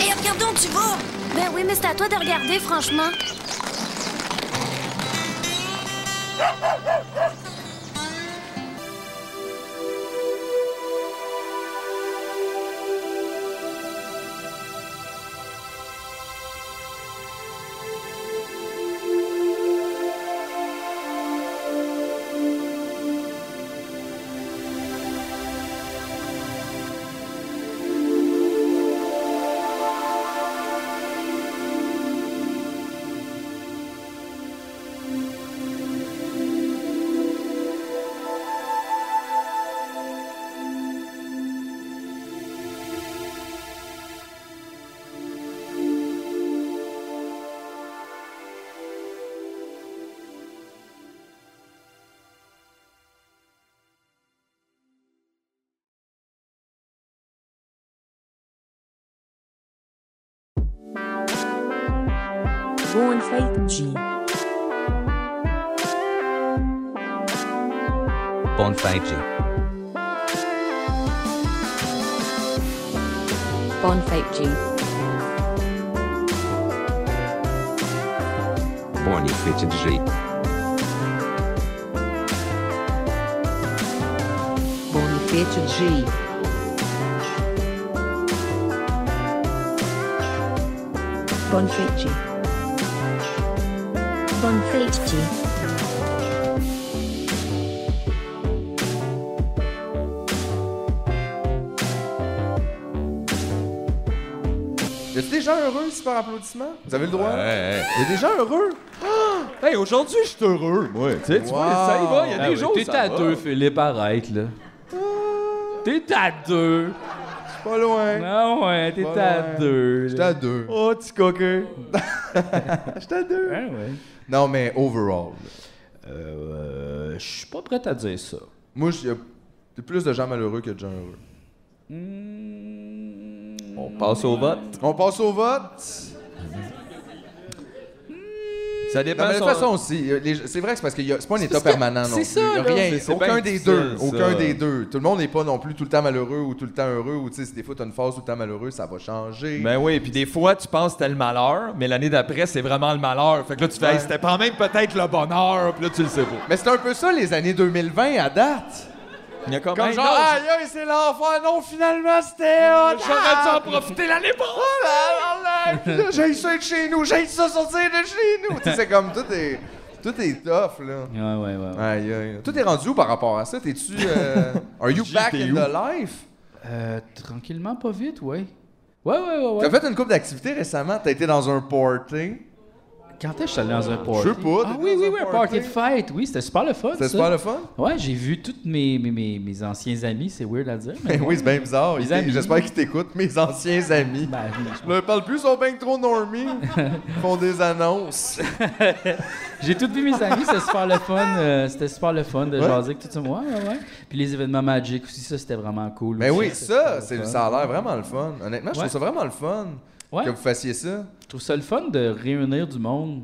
Et regarde donc, tu vas! Ben oui, mais c'est à toi de regarder, franchement. Bonne fête, G. Bonne fête, G. Bonne fête, G. Bonne fête, G. Bonne fête, G. Bonne fête, G. Bonne fête, G. Y a des gens heureux, c'est par applaudissement? Vous avez le droit? Ouais, ouais. Y a des gens heureux? Ah! Hey, aujourd'hui, je suis heureux, moi. Tu sais, Eh, tu vois, ça y va, il y a Ah des oui, jours, T'es ça à va. Ah. deux, Philippe, arrête, là. T'es à deux. C'est pas loin. Non, ouais, t'es Pas à loin. deux. J'étais à deux. Oh, petit coquin. J'étais à deux. Ah ouais. Non, mais overall. Euh, je suis pas prêt à dire ça. Moi, il y a y a plus de gens malheureux que de gens heureux. On passe au vote. On passe au vote. Hmm. Ça Non, dépend. mais de son- toute façon aussi, euh, les- c'est vrai que c'est parce que y a- c'est pas un état parce que- permanent non c'est plus. ça, Y a là. rien, C'est- c'est aucun bien des difficile, deux, ça. aucun des deux. Tout le monde n'est pas non plus tout le temps malheureux ou tout le temps heureux ou tu sais, si des fois t'as une phase tout le temps malheureux, ça va changer. Ben oui, puis des fois, tu penses que t'as le malheur, mais l'année d'après, c'est vraiment le malheur. Fait que là, tu fais, Ouais. Hey, c'était quand même peut-être le bonheur, puis là, tu le sais pas. Mais c'est un peu ça les années 2020 à date. Il y a comme, Comme Hey, genre, Ben non, aïe, aïe, c'est l'enfer, non, finalement c'était hot. J'aurais dû en Ah! profiter l'année Ah, là, *laughs* là, puis là, J'ai ça de chez nous, j'ai ça sortir de chez nous. Tu sais, c'est comme tout est, tout est tough là. Ouais, ouais, ouais. Aïe, aïe. Toi, t'es rendu où par rapport à ça? T'es-tu. euh, are *laughs* you back J'étais où? in the life? Euh, tranquillement, pas vite, ouais. Ouais, ouais, ouais. ouais. T'as fait une couple d'activités récemment. T'as été dans un party. Quand est-ce que je suis allé dans un party? Je sais Ah pas. t'es oui, dans oui, un oui, un party. party de fête. Oui, c'était super le fun. C'était ça. super le fun? *laughs* Ouais, j'ai vu tous mes, mes, mes, mes anciens amis, c'est weird à dire. Mais *laughs* Ben oui, c'est bien bizarre. Mes Ils- amis. J'espère qu'ils t'écoutent, mes anciens amis. Ben, oui, Je leur parle plus, ils sont bien que trop normies. *laughs* Ils font des annonces. J'ai tout vu mes amis, c'était super le fun. euh, c'était super le fun de Ouais. jaser avec tout ça. Ouais, ouais, ouais. Puis les événements Magic aussi, ça, c'était vraiment cool. Ben aussi, oui, c'était ça, super c'est- le fun. ça a l'air vraiment le fun. Honnêtement, je Ouais. trouve ça vraiment le fun Ouais. que vous fassiez ça. Je trouve ça le fun de réunir du monde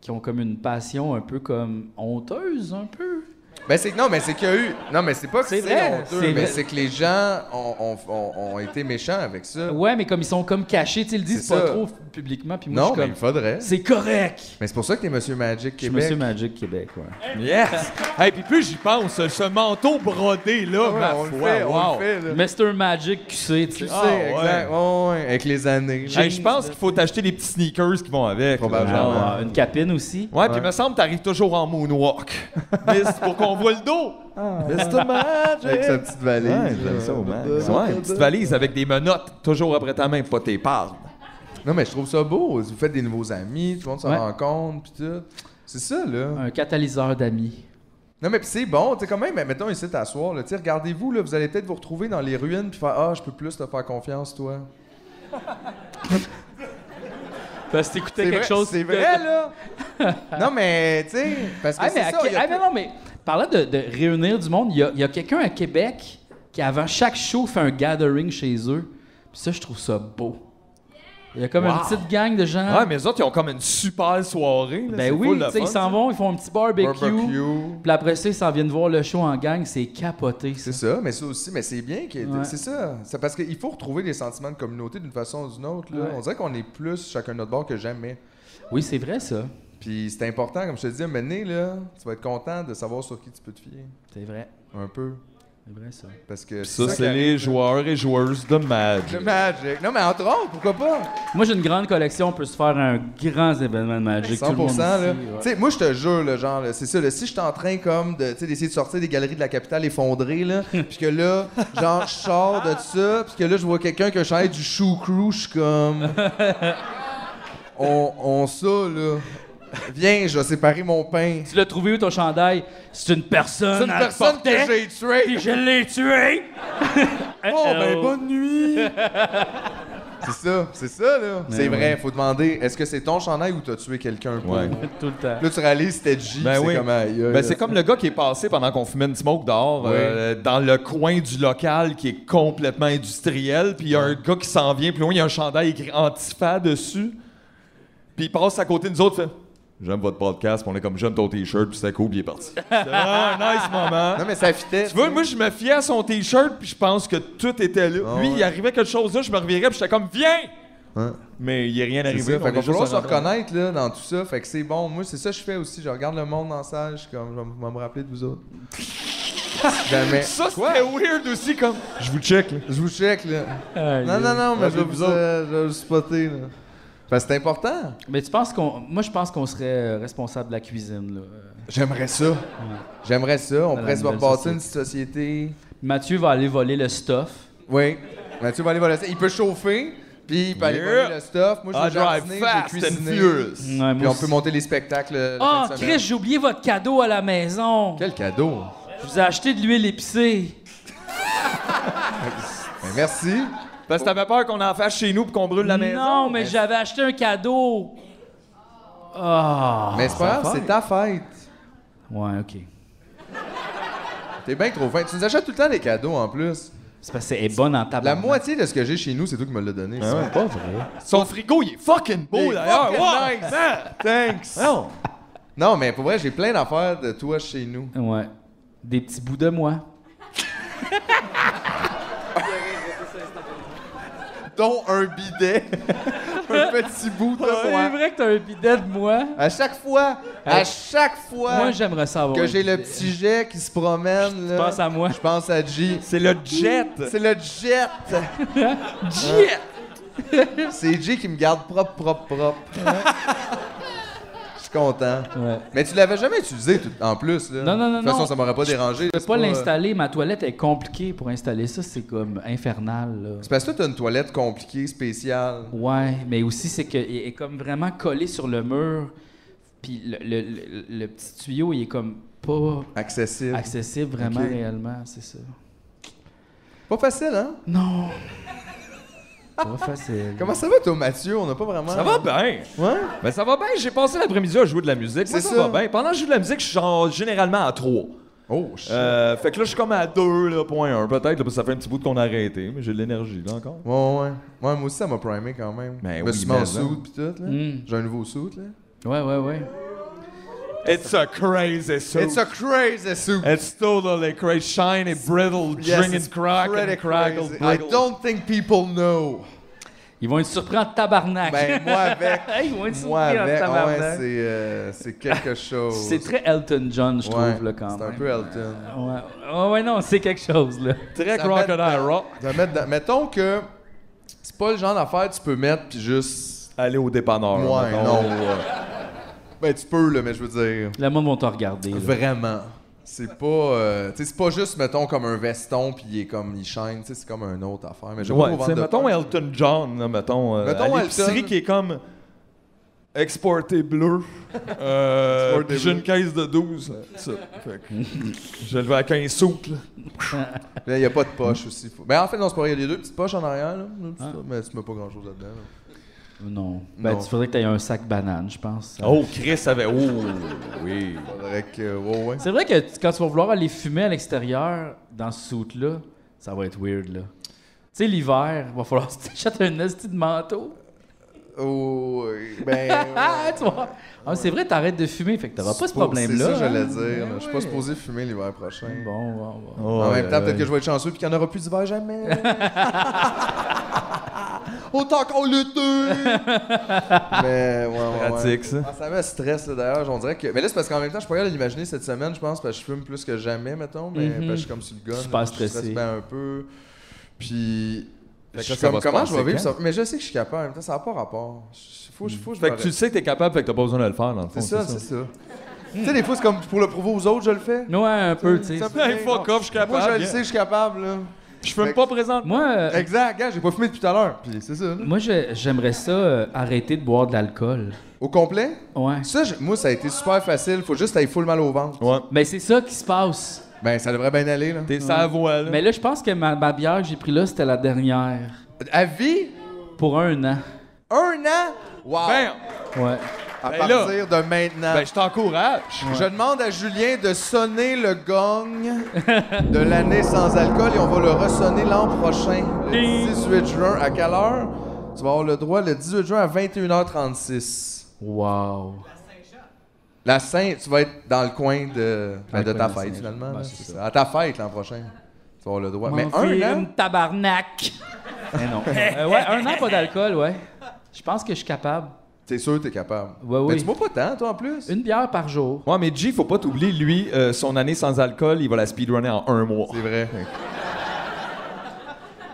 qui ont comme une passion un peu comme honteuse, un peu. Ben c'est non, mais c'est qu'il y a eu. Non, mais c'est pas que C'est c'est vrai, honteux, c'est mais vrai. c'est que les gens ont, ont- ont- ont été méchants avec ça. Ouais, mais comme ils sont comme cachés, tu sais, ils le disent C'est pas ça. trop publiquement. Puis moi, non, je suis mais comme, il faudrait. c'est correct. Mais c'est pour ça que t'es Monsieur Magic Je suis Québec. Monsieur Magic Québec, ouais. Yes! hey, puis plus j'y pense, ce manteau brodé, là, Ouais, ma on le foi, fait, on wow. le fait, là. Mr. Magic QC, tu sais. Tu Ah, sais, ouais. exact. Ouais, ouais, Avec les années. Hey, je pense qu'il faut t'acheter des petits sneakers qui vont avec. là, Probablement. genre. Ah, ouais, une capine aussi. Ouais, puis il me semble que t'arrives toujours *laughs* en moonwalk. Mais c'est pour qu'on voit le dos. Mr. Magic. Avec sa petite valise. Ouais, j'aime ça au max. Ouais, une petite valise avec des menottes, toujours après ta main, pas tes parles. Non, mais je trouve ça beau. Vous faites des nouveaux amis, tout le monde se Ouais. rencontre, puis tout. C'est ça, là. Un catalyseur d'amis. Non, mais pis c'est bon. Tu sais, quand même, ben, mettons ici, t'asseoir, là. Tu sais, regardez-vous, là. Vous allez peut-être vous retrouver dans les ruines, puis faire Ah, je peux plus te faire confiance, toi. Parce que t'écoutais C'est quelque vrai, chose. C'est de- vrai, là. *laughs* non, mais, tu sais, parce que Ah, mais, c'est à ça. Qué- il y a ah, mais non, mais parlant de, de réunir du monde, il y a, il y a quelqu'un à Québec qui, avant chaque show, fait un gathering chez eux. Puis ça, je trouve ça beau. Il y a comme Wow. une petite gang de gens. Ouais, mais eux autres, ils ont comme une super soirée. là, ben c'est oui, full de tu sais, ils fun, s'en vont, ils font un petit barbecue. barbecue. Puis après ça, ils s'en viennent voir le show en gang. C'est capoté, ça. C'est ça, mais ça aussi, mais c'est bien que Ouais. c'est ça. C'est parce qu'il faut retrouver des sentiments de communauté d'une façon ou d'une autre. là. Ouais. On dirait qu'on est plus chacun de notre bord que jamais. Oui, c'est vrai, ça. Puis c'est important, comme je te dis, mener là, tu vas être content de savoir sur qui tu peux te fier, C'est vrai. un peu, C'est vrai, ça. parce que Ça, qui c'est arrive. les joueurs et joueuses de Magic. Le Magic. Non, mais entre autres, pourquoi pas? Moi, j'ai une grande collection. On peut se faire un grand événement de Magic. Tout le 100 monde là. ici, ouais. Tu sais, moi, je te jure, là, genre, là, c'est ça, là, si je suis en train, comme, de, tu sais, d'essayer de sortir des galeries de la capitale effondrée, là, puis que là, genre, je sors de ça, puis que là, je vois quelqu'un qui a un chandail du Shoe Crew, je suis comme... On, on ça, là. Viens, je vais séparer mon pain. Tu l'as trouvé où ton chandail? C'est une personne. C'est une elle le personne que portait, j'ai puis tuée. je l'ai tué! Oh, ben, bonne *laughs* nuit! c'est ça, c'est ça, là. Ben C'est vrai, faut demander, est-ce que c'est ton chandail ou t'as tué quelqu'un? pour? Ouais. Tout le temps. Là, tu réalises, c'était J, Ben c'est oui. comme... aïe, aïe, Ben, c'est comme le gars qui est passé pendant qu'on fumait une smoke dehors, Oui. euh, dans le coin du local qui est complètement industriel, puis il y a un gars qui s'en vient, plus loin, il y a un chandail écrit Antifa dessus, puis il passe à côté de nous autres, fait J'aime votre podcast, puis on est comme j'aime ton t-shirt, puis c'est cool, puis il *laughs* est parti. C'était vraiment un nice moment. Non, mais ça fitait. Tu vois, moi, je me fiais à son t-shirt, puis je pense que tout était là. Ah Lui, ouais. il arrivait quelque chose là, je me revirais, puis j'étais comme Viens! Ouais. Mais il n'y a rien C'est arrivé. ça, on fait est qu'on va juste falloir se en attendant. reconnaître là, dans tout ça. Fait que c'est bon. Moi, c'est ça que je fais aussi. Je regarde le monde en salle. Je suis comme, je vais m- je vais me rappeler de vous autres. Jamais. Ça, c'était weird aussi, comme Je vous check, là. Je vous check, là. Aïe, Non, non, non, mais je vais vous vous, euh, je vais vous spotter, là. Parce que c'est important. Mais tu penses qu'on. Moi, je pense qu'on serait euh, responsable de la cuisine. Là. Euh, J'aimerais ça. J'aimerais ça. On la pourrait se nouvelle rebâtir une société. Mathieu va aller voler le stuff. Oui. Mathieu va aller voler ça. Il peut chauffer. Puis il peut aller Yeah. voler le stuff. Moi, I je vais drive jardiner, fast je vais cuisiner. and furious. Puis on peut monter les spectacles. euh, la Ah, fin de semaine. Chris, j'ai oublié votre cadeau à la maison. Quel cadeau? Je vous ai acheté de l'huile épicée. Ben, merci. Parce que t'avais peur qu'on en fasse chez nous pour qu'on brûle la maison. Non, mais j'avais acheté un cadeau. Ah. Mais c'est pas grave, c'est ta fête. Ouais, ok. T'es bien trop fin. Tu nous achètes tout le temps des cadeaux en plus. C'est parce qu'elle est bonne en La moitié de ce que j'ai chez nous, c'est toi qui me l'as donné. Ah ouais, pas vrai. Son frigo, il est fucking beau, d'ailleurs. Wow, Ah! Thanks. Non. non, mais pour vrai, j'ai plein d'affaires de toi chez nous. Ouais. Des petits bouts de moi. Dont un bidet. *laughs* un petit bout de C'est toi. vrai que t'as un bidet de moi. À chaque fois, à chaque fois Moi, j'aimerais savoir. que j'ai le petit jet qui se promène, là, Pense à moi. je pense à G. C'est le jet. C'est le jet. Jet! C'est G qui me garde propre, propre, propre. Je suis content. Mais tu l'avais jamais utilisé tout- en plus. Là. Non, non, non. De toute façon, non. ça m'aurait pas euh, dérangé. Je peux C'est pas l'installer. Ma toilette est compliquée pour installer ça. C'est comme infernal. là. C'est parce que toi, t'as une toilette compliquée, spéciale. Ouais, mais aussi, c'est que il est comme vraiment collé sur le mur. Puis le, le- le- le petit tuyau, il est comme pas Accessible. accessible vraiment Ok. réellement. C'est ça. Pas facile, hein? Non. Pas facile. Comment ça va, toi, Mathieu? On n'a pas vraiment. Ça va bien. Ouais? Ben ça va bien, j'ai passé l'après-midi à jouer de la musique. C'est Moi, ça, ça. va bien. Pendant que je joue de la musique, je suis genre généralement à 3. Oh, shit. Euh. fait que là, je suis comme à 2, là, point 1, peut-être, là, parce que ça fait un petit bout qu'on a arrêté, mais j'ai de l'énergie, là, encore. Ouais, ouais, ouais. Ouais, moi aussi, ça m'a primé quand même. Ben Hmm. je oui, me suis mis en mais suit non. pis tout, là. Mm. J'ai un nouveau suit, là. Ouais, ouais, ouais. It's a crazy suit. It's a crazy suit. It's totally crazy. Shiny, brittle, Yes, drink it's and crack pretty and crackle, crazy. I brittle. don't think people know. Ils vont être surpris en tabarnak. Ben, *laughs* moi avec. Ils vont être surpris Moi en avec, ah ouais, tabarnak. c'est euh, c'est *laughs* quelque chose. *laughs* c'est très Elton John, je trouve, Ouais, là, quand même. C'est un peu Elton. Ouais. Ah ouais, non, c'est quelque chose, là. Très Ça met crocodile dedans. rock. Ça met dedans. Mettons que c'est pas le genre d'affaire que tu peux mettre puis juste. Aller au dépanneur. Ouais, Ah, mettons. non. Ben, tu peux, là, mais je veux dire. Le monde va te regarder. là. Vraiment. C'est pas. euh, tu sais, c'est pas juste, mettons, comme un veston puis il est comme. Il shine, tu sais, c'est comme une autre affaire. Mais je vais pas Ouais, vous tu vendre sais, de mettons peur. Elton John, là, mettons, euh, Mettons à l'épicerie Elton. qui est comme euh, exporté bleu. Euh, Exporté puis j'ai bleu. une caisse de 12. euh, ça. Fait que je le vais à 15 sous. là. Là, il n'y a pas de poche aussi. Faut- Ben, en fait, non, c'est pas vrai. Il y a deux petites poches en arrière, là. Deux petites- Mais tu mets pas grand-chose là-dedans. là. Non. Ben, Non. tu faudrait que tu aies un sac banane, je pense. Oh, Chris avait. Oh, oui. Faudrait que. oh, Ouais, ouais. C'est vrai que tu- quand tu vas vouloir aller fumer à l'extérieur dans ce soute-là, ça va être weird, là. Tu sais, l'hiver, il va falloir *laughs* que tu t'achètes un esti de manteau. Oh, ben. Ah, *laughs* tu vois. Ah, c'est vrai, t'arrêtes de fumer, fait que t'auras pas ce Pour- problème-là. C'est ça que j'allais hein. dire. là. Je suis pas ouais. supposé fumer l'hiver prochain. Bon, bon, bon. en même temps, peut-être que je vais être chanceux puis qu'il n'y en aura plus d'hiver jamais. *laughs* Autant qu'on *laughs* l'été! Mais ouais, ouais, ouais. Pratique, ça. Ah, ça me stresse, là, d'ailleurs. On dirait que. Mais là, c'est parce qu'en même temps, je suis pas capable de l'imaginer cette semaine, je pense, parce que je fume plus que jamais, mettons. Mais Mhm. parce Mm-hmm. que je suis comme sur le gun. Super là, je stresse stressé. bien un peu. Puis. Fait que Je suis là, ça comme, va se comment je vais passer vivre ça? quand? Mais je sais que je suis capable. En même temps, ça n'a pas rapport. Je- Faut, faut, que je Fait me que tu sais que t'es capable, fait que t'as pas besoin de le faire, dans le C'est fond. ça, c'est ça. Tu sais, des fois, c'est comme pour le prouver aux autres, je le fais. Ouais, un peu, tu sais. Ça me fait Hey, rire. fuck off, je suis capable. Moi, je le yeah. sais, je suis capable, là. Je fume pas présent. Moi, euh, Exact, gars, j'ai pas fumé depuis tout à l'heure. Puis c'est ça. moi je- j'aimerais ça euh, arrêter de boire de l'alcool. Au complet? Ouais. Ça, je- moi, ça a été super facile. Faut juste avoir full mal au ventre. Ouais. Mais Ben, c'est ça qui se passe. Ben, ça devrait bien aller, là. Mm. T'es sa voix, là. Mais là, je pense que ma, ma bière que j'ai pris là, c'était la dernière. À vie, Pour un an. un an? Wow! Ben, Ouais. à ben là. partir de maintenant. ben, je t'encourage. Je demande à Julien de sonner le gong de l'année sans alcool et on va le ressonner l'an prochain, le 18 juin. À quelle heure? Tu vas avoir le droit le 18 juin à 21h36. Wow. La Saint, tu vas être dans le coin de, ben, le coin de ta de fête, Saint-Jean. finalement. Ben, là, c'est c'est ça. À ta fête l'an prochain. Tu vas avoir le droit. Mais M'en fille, un an? une tabarnak. Mais non. Euh, ouais, un an pas d'alcool, ouais. Je pense que je suis capable. T'es sûr que t'es capable. Ouais, Mais oui. tu bois pas tant, toi, en plus. Une bière par jour. Ouais, mais G, faut pas t'oublier, lui, euh, son année sans alcool, il va la speedrunner en un mois. C'est vrai.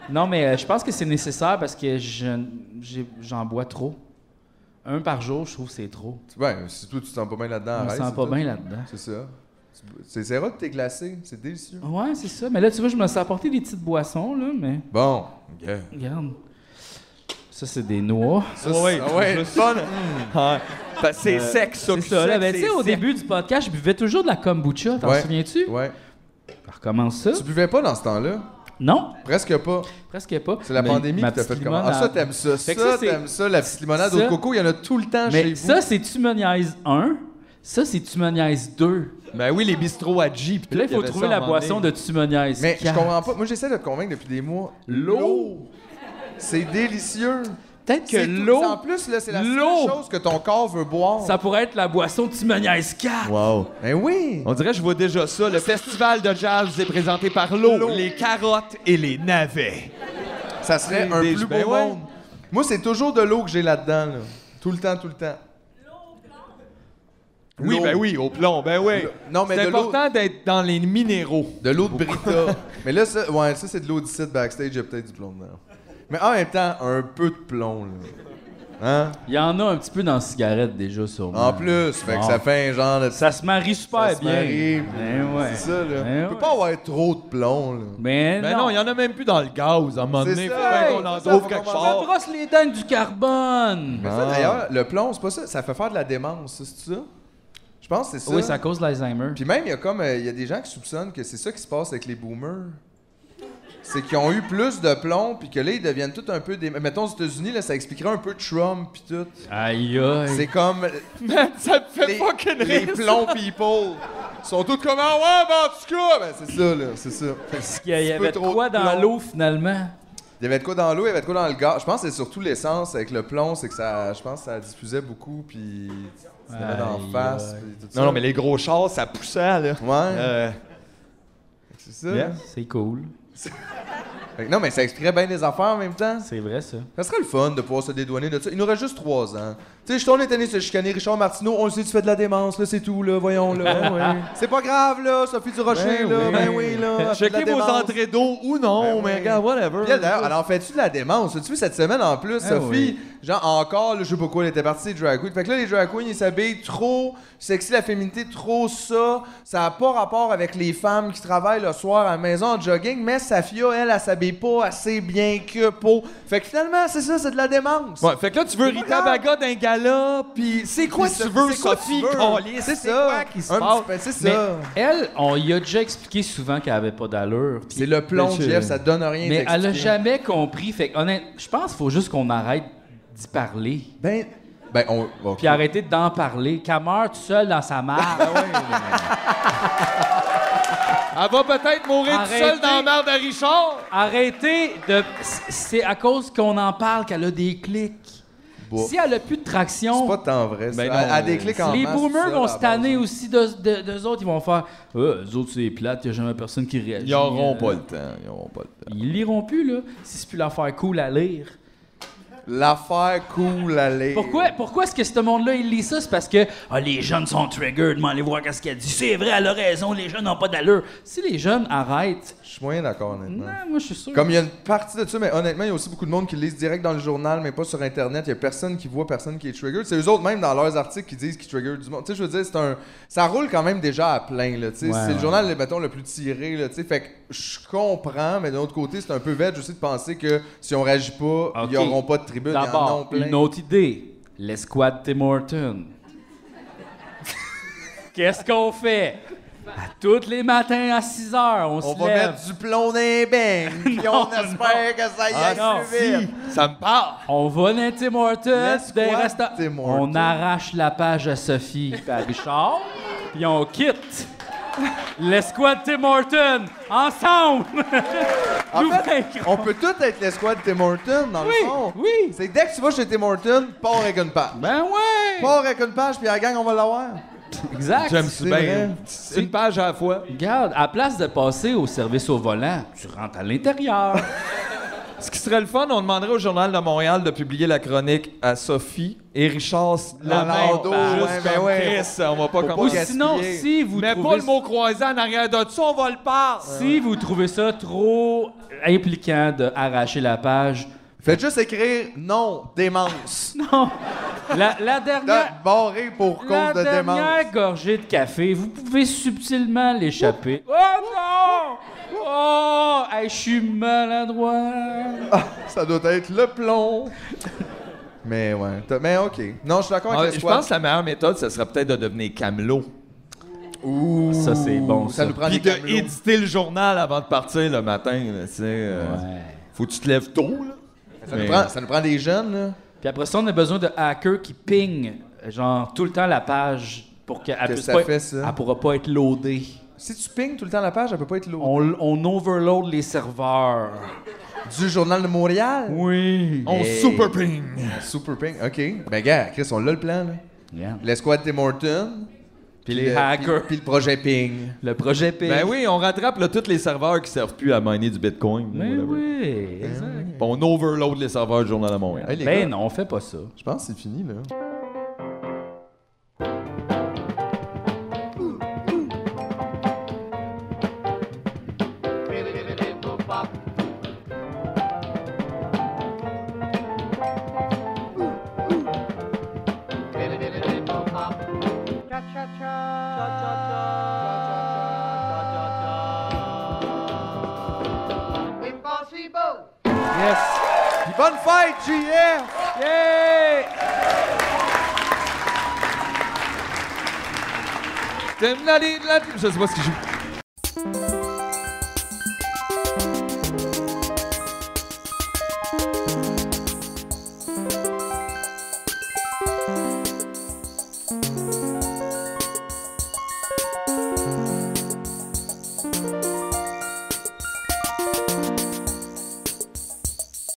Non, mais euh, je pense que c'est nécessaire parce que je- j'ai- j'en bois trop. Un par jour, je trouve que c'est trop. Ben, si toi, tu te sens pas bien là-dedans, Je me arrête, sens c'est pas tout. bien là-dedans. C'est ça. Tu- C'est c'est rare que t'es glacé. C'est délicieux. Ouais, c'est ça. Mais là, tu vois, je me suis apporté des petites boissons, là, mais Bon. ok. regarde. Ça, c'est des noix. Ça, c'est- ouais, Ah ouais, juste- bonne. Ouais. Parce que c'est sec, ça, C'est que ça. sec, là. Ben, c'est tu sais, au sec. début du podcast, je buvais toujours de la kombucha. T'en Ouais. souviens-tu? Ouais. Recommence ça. Tu buvais pas dans ce temps-là? Non. Presque pas. Presque pas. C'est la Mais pandémie ma qui t'a fait petite comment? Ah, ça, limonade. t'aimes ça. Fait que ça, c'est- t'aimes ça. La petite limonade au Ça- coco, il y en a tout le temps Mais chez vous. ça, c'est Tu me niaises 1. Ça, c'est Tu me niaises 2. Ben oui, les bistrots à Jeep. Là, il faut trouver la boisson de Tu me niaises Mais je 4. comprends pas. Moi, j'essaie de te convaincre depuis des mois. L'eau! C'est délicieux. Peut-être que C'est tout. l'eau- En plus, là, c'est la seule l'eau- chose que ton corps veut boire. Ça pourrait être la boisson Tu me niaises 4. Wow. Ben oui. On dirait que je vois déjà *laughs* ça. Le festival de jazz est présenté par l'eau, les carottes et les navets. Ça serait un Des- plus beau ben ouais. monde. Moi, c'est toujours de l'eau que j'ai là-dedans. là. Tout le temps, tout le temps. Oui, L'eau. ben oui, au plomb, ben oui. Non, mais c'est de l'eau- important d'être dans les minéraux. De l'eau de Brita. mais là, ça, ouais, ça c'est de l'eau d'ici de backstage. Il y a peut-être du plomb dedans. Mais en même temps, un peu de plomb. Là. Hein? Il y en a un petit peu dans la cigarette déjà, sûrement. En plus, fait que ça fait un genre de. Ça se marie super Ça se bien. marie, Ben ouais. C'est ça, là. Ben peut ouais. pas avoir trop de plomb, là. Mais Ben non, il y en a même plus dans le gaz à un moment C'est donné. ça, Faut bien hey, qu'on en c'est ça, trouve faut quelque qu'on en chose. On brosse les dents du carbone. Ben Mais Ah. ça, Ah. d'ailleurs, le plomb, c'est pas ça. Ça fait faire de la démence, ça, c'est ça? Je pense que c'est ça. Oui, ça cause de l'Alzheimer. Puis même, il y a comme. euh, Il y a des gens qui soupçonnent que c'est ça qui se passe avec les boomers. C'est qu'ils ont eu plus de plomb, puis que là, ils deviennent tout un peu des. Mettons, aux États-Unis, là, ça expliquerait un peu Trump, puis tout. Aïe, aïe. *laughs* C'est comme. Man, ça me fait les, fucking les rire, ça. plombs people sont tous comme ah ouais ben en tout cas ben c'est ça là c'est ça Parce qu'il y avait de quoi dans l'eau, finalement? il y avait de quoi dans l'eau il y avait de quoi dans le gaz je pense que c'est surtout l'essence avec le plomb c'est que ça je pense que ça diffusait beaucoup puis tu te mets dans Aïe, la face aïe. puis tout ça. Non, non, mais les gros chars, ça poussait, là. ouais Euh, c'est ça yeah. C'est cool. Fait que non mais ça expliquerait bien des affaires en même temps C'est vrai, ça. ça serait le fun de pouvoir se dédouaner de ça. Il nous reste juste trois ans. Tu sais, je tourne étonné de se chicaner. Richard Martineau, on le sait, tu fais de la démence, là, c'est tout, là, voyons, *laughs* là. Ouais. C'est pas grave, là, Sophie Durocher, Ben là. oui. Ben oui, *laughs* là. elle fait de la Checkez vos démence. entrées d'eau ou non, mais regarde, whatever. Puis elle, d'ailleurs, elle en fait-tu de la démence? Tu vu cette semaine en plus, Ah Sophie? oui. Genre, encore, là, je sais pas quoi, elle était partie des drag queens. Fait que là, les drag queens, ils s'habillent trop sexy, la féminité, trop ça. Ça a pas rapport avec les femmes qui travaillent le soir à la maison en jogging, mais Safia, elle, elle, s'habille pas assez bien que pour. Fait que finalement, c'est ça, c'est de la démence. Ouais, fait que là, tu veux C'est pas Rita grave. Baga d'un gala, puis c'est quoi Puis tu c'est- veux, c'est quoi Sophie, tu veux? Calis? C'est ça. quoi qui se Un passe? petit peu, c'est Mais ça. elle, on y a déjà expliqué souvent qu'elle avait pas d'allure. Puis- C'est le plomb, Je- Jeff, ça donne rien Mais elle a d'expliquer. jamais compris. Fait que, honnête, je pense qu'il faut juste qu'on arrête d'y parler. Ben, ben on. ok. Puis arrêter d'en parler. Qu'elle meurt toute seule dans sa mare. Ah *laughs* Elle va peut-être mourir toute Arrêtez. seule dans la merde à Richard. Arrêtez de. C'est à cause qu'on en parle qu'elle a des clics. Bah. Si elle a plus de traction. C'est pas tant vrai. ça. Ben non, elle, elle mais- déclic en Les masse, boomers Bah, ça, bah, vont là, se à base. tanner aussi d'eux de, d'eux autres. Ils vont faire Euh, Eux autres, c'est plate, il n'y a jamais personne qui réagit. Ils auront Euh, pas le temps, ils auront pas le temps. Ils liront plus, là, si c'est plus l'affaire cool à lire. L'affaire cool, allez. Pourquoi, pourquoi est-ce que ce monde-là, il lit ça? C'est parce que Ah, les jeunes sont triggered, mais allez voir qu'est-ce qu'elle dit. C'est vrai, elle a raison, les jeunes n'ont pas d'allure. Si les jeunes arrêtent, Je suis moyen d'accord, honnêtement. Ah, moi, je suis sûr. Comme il y a une partie de ça, mais honnêtement, il y a aussi beaucoup de monde qui lisent direct dans le journal, mais pas sur Internet. Il y a personne qui voit, personne qui est triggered. C'est eux autres, même dans leurs articles, qui disent qu'ils trigger du monde. Tu sais, je veux dire, c'est un. Ça roule quand même déjà à plein, là. tu sais. Ouais, c'est ouais. le journal, mettons, le plus tiré, là. tu sais. Fait que je comprends, mais d'un autre côté, c'est un peu bête aussi de penser que si on réagit pas, Ok. ils n'auront pas de tribune. Ils en ont D'abord, plein. une autre idée. L'escouade Tim *laughs* Horton. Qu'est-ce qu'on fait? À tous les matins à 6 h, on, On se va lève. mettre du plomb dans *laughs* les beignes, puis Non, on espère que ça y aille Ah, non, plus vite. Ça me parle. On va dans Tim Horton, L'escouade des resta- Tim Hortons. On arrache la page à Sophie et à Richard, puis on quitte. L'escouade Tim Horton, ensemble! *laughs* En Nous fait, vaincrons. on peut tous être l'escouade Tim Horton, dans le fond. Oui! C'est que dès que tu vas chez Tim Horton, pars avec une page. Ben ouais! Pars avec une page, puis la gang, on va l'avoir. Exact! J'aime ça. c'est Ben, vrai. une page à la fois. Regarde, à place de passer au service au volant, tu rentres à l'intérieur. Ce qui serait le fun, on demanderait au Journal de Montréal de publier la chronique à Sophie et Richard le Dans même l'ordo, page. ouais, ben comme ouais. Chris, on va pas Faut pas Ou commencer. sinon, gaspiller. si vous Mais pas trouvez le mot croisé en arrière de ça, on va le parler. si vous trouvez ça trop impliquant de arracher la page, Faites juste écrire non, démence. *laughs* non. La, la dernière, De- Barré pour cause la de démence. dernière gorgée de café, vous pouvez subtilement l'échapper. Oh non! Oh! Hey, je suis maladroit. ça doit être le plomb. Mais ouais. T'as- Mais OK. Non, je suis d'accord Ah, avec je l'escouade. pense que la meilleure méthode, ça serait peut-être de devenir camelot. Ouh, ça c'est bon. ça nous prend Puis des de Camelots. éditer le journal avant de partir le matin. là, tu sais, euh, Faut que tu te lèves tôt. Là. Ça nous prend- ça nous prend des jeunes, là. Puis après ça, on a besoin de hackers qui pingent, genre, tout le temps la page pour qu'elle Qu'est-ce puisse que ça pas... fait, ça? Elle pourra pas être loadée. Si tu ping tout le temps la page, elle peut pas être lourde. On, on overload les serveurs. Du Journal de Montréal? Oui. On super ping. Super ping, OK. Ben, gars, Chris, on l'a le plan, là. L'escouade Tim Horton. Puis les hackers. Puis, puis le projet Ping. Le projet Ping. Ben oui, on rattrape là, tous les serveurs qui servent plus à miner du Bitcoin. Mais whatever. oui, Ben exact. Puis On overload les serveurs du Journal de Montréal. Hey, les Ben gars. non, on fait pas ça. Je pense que c'est fini, là. We possible. Yes. Puis bonne fête, JF! Yeah! T'aimes la- la- la- Je sais pas ce qu'il joue. Thank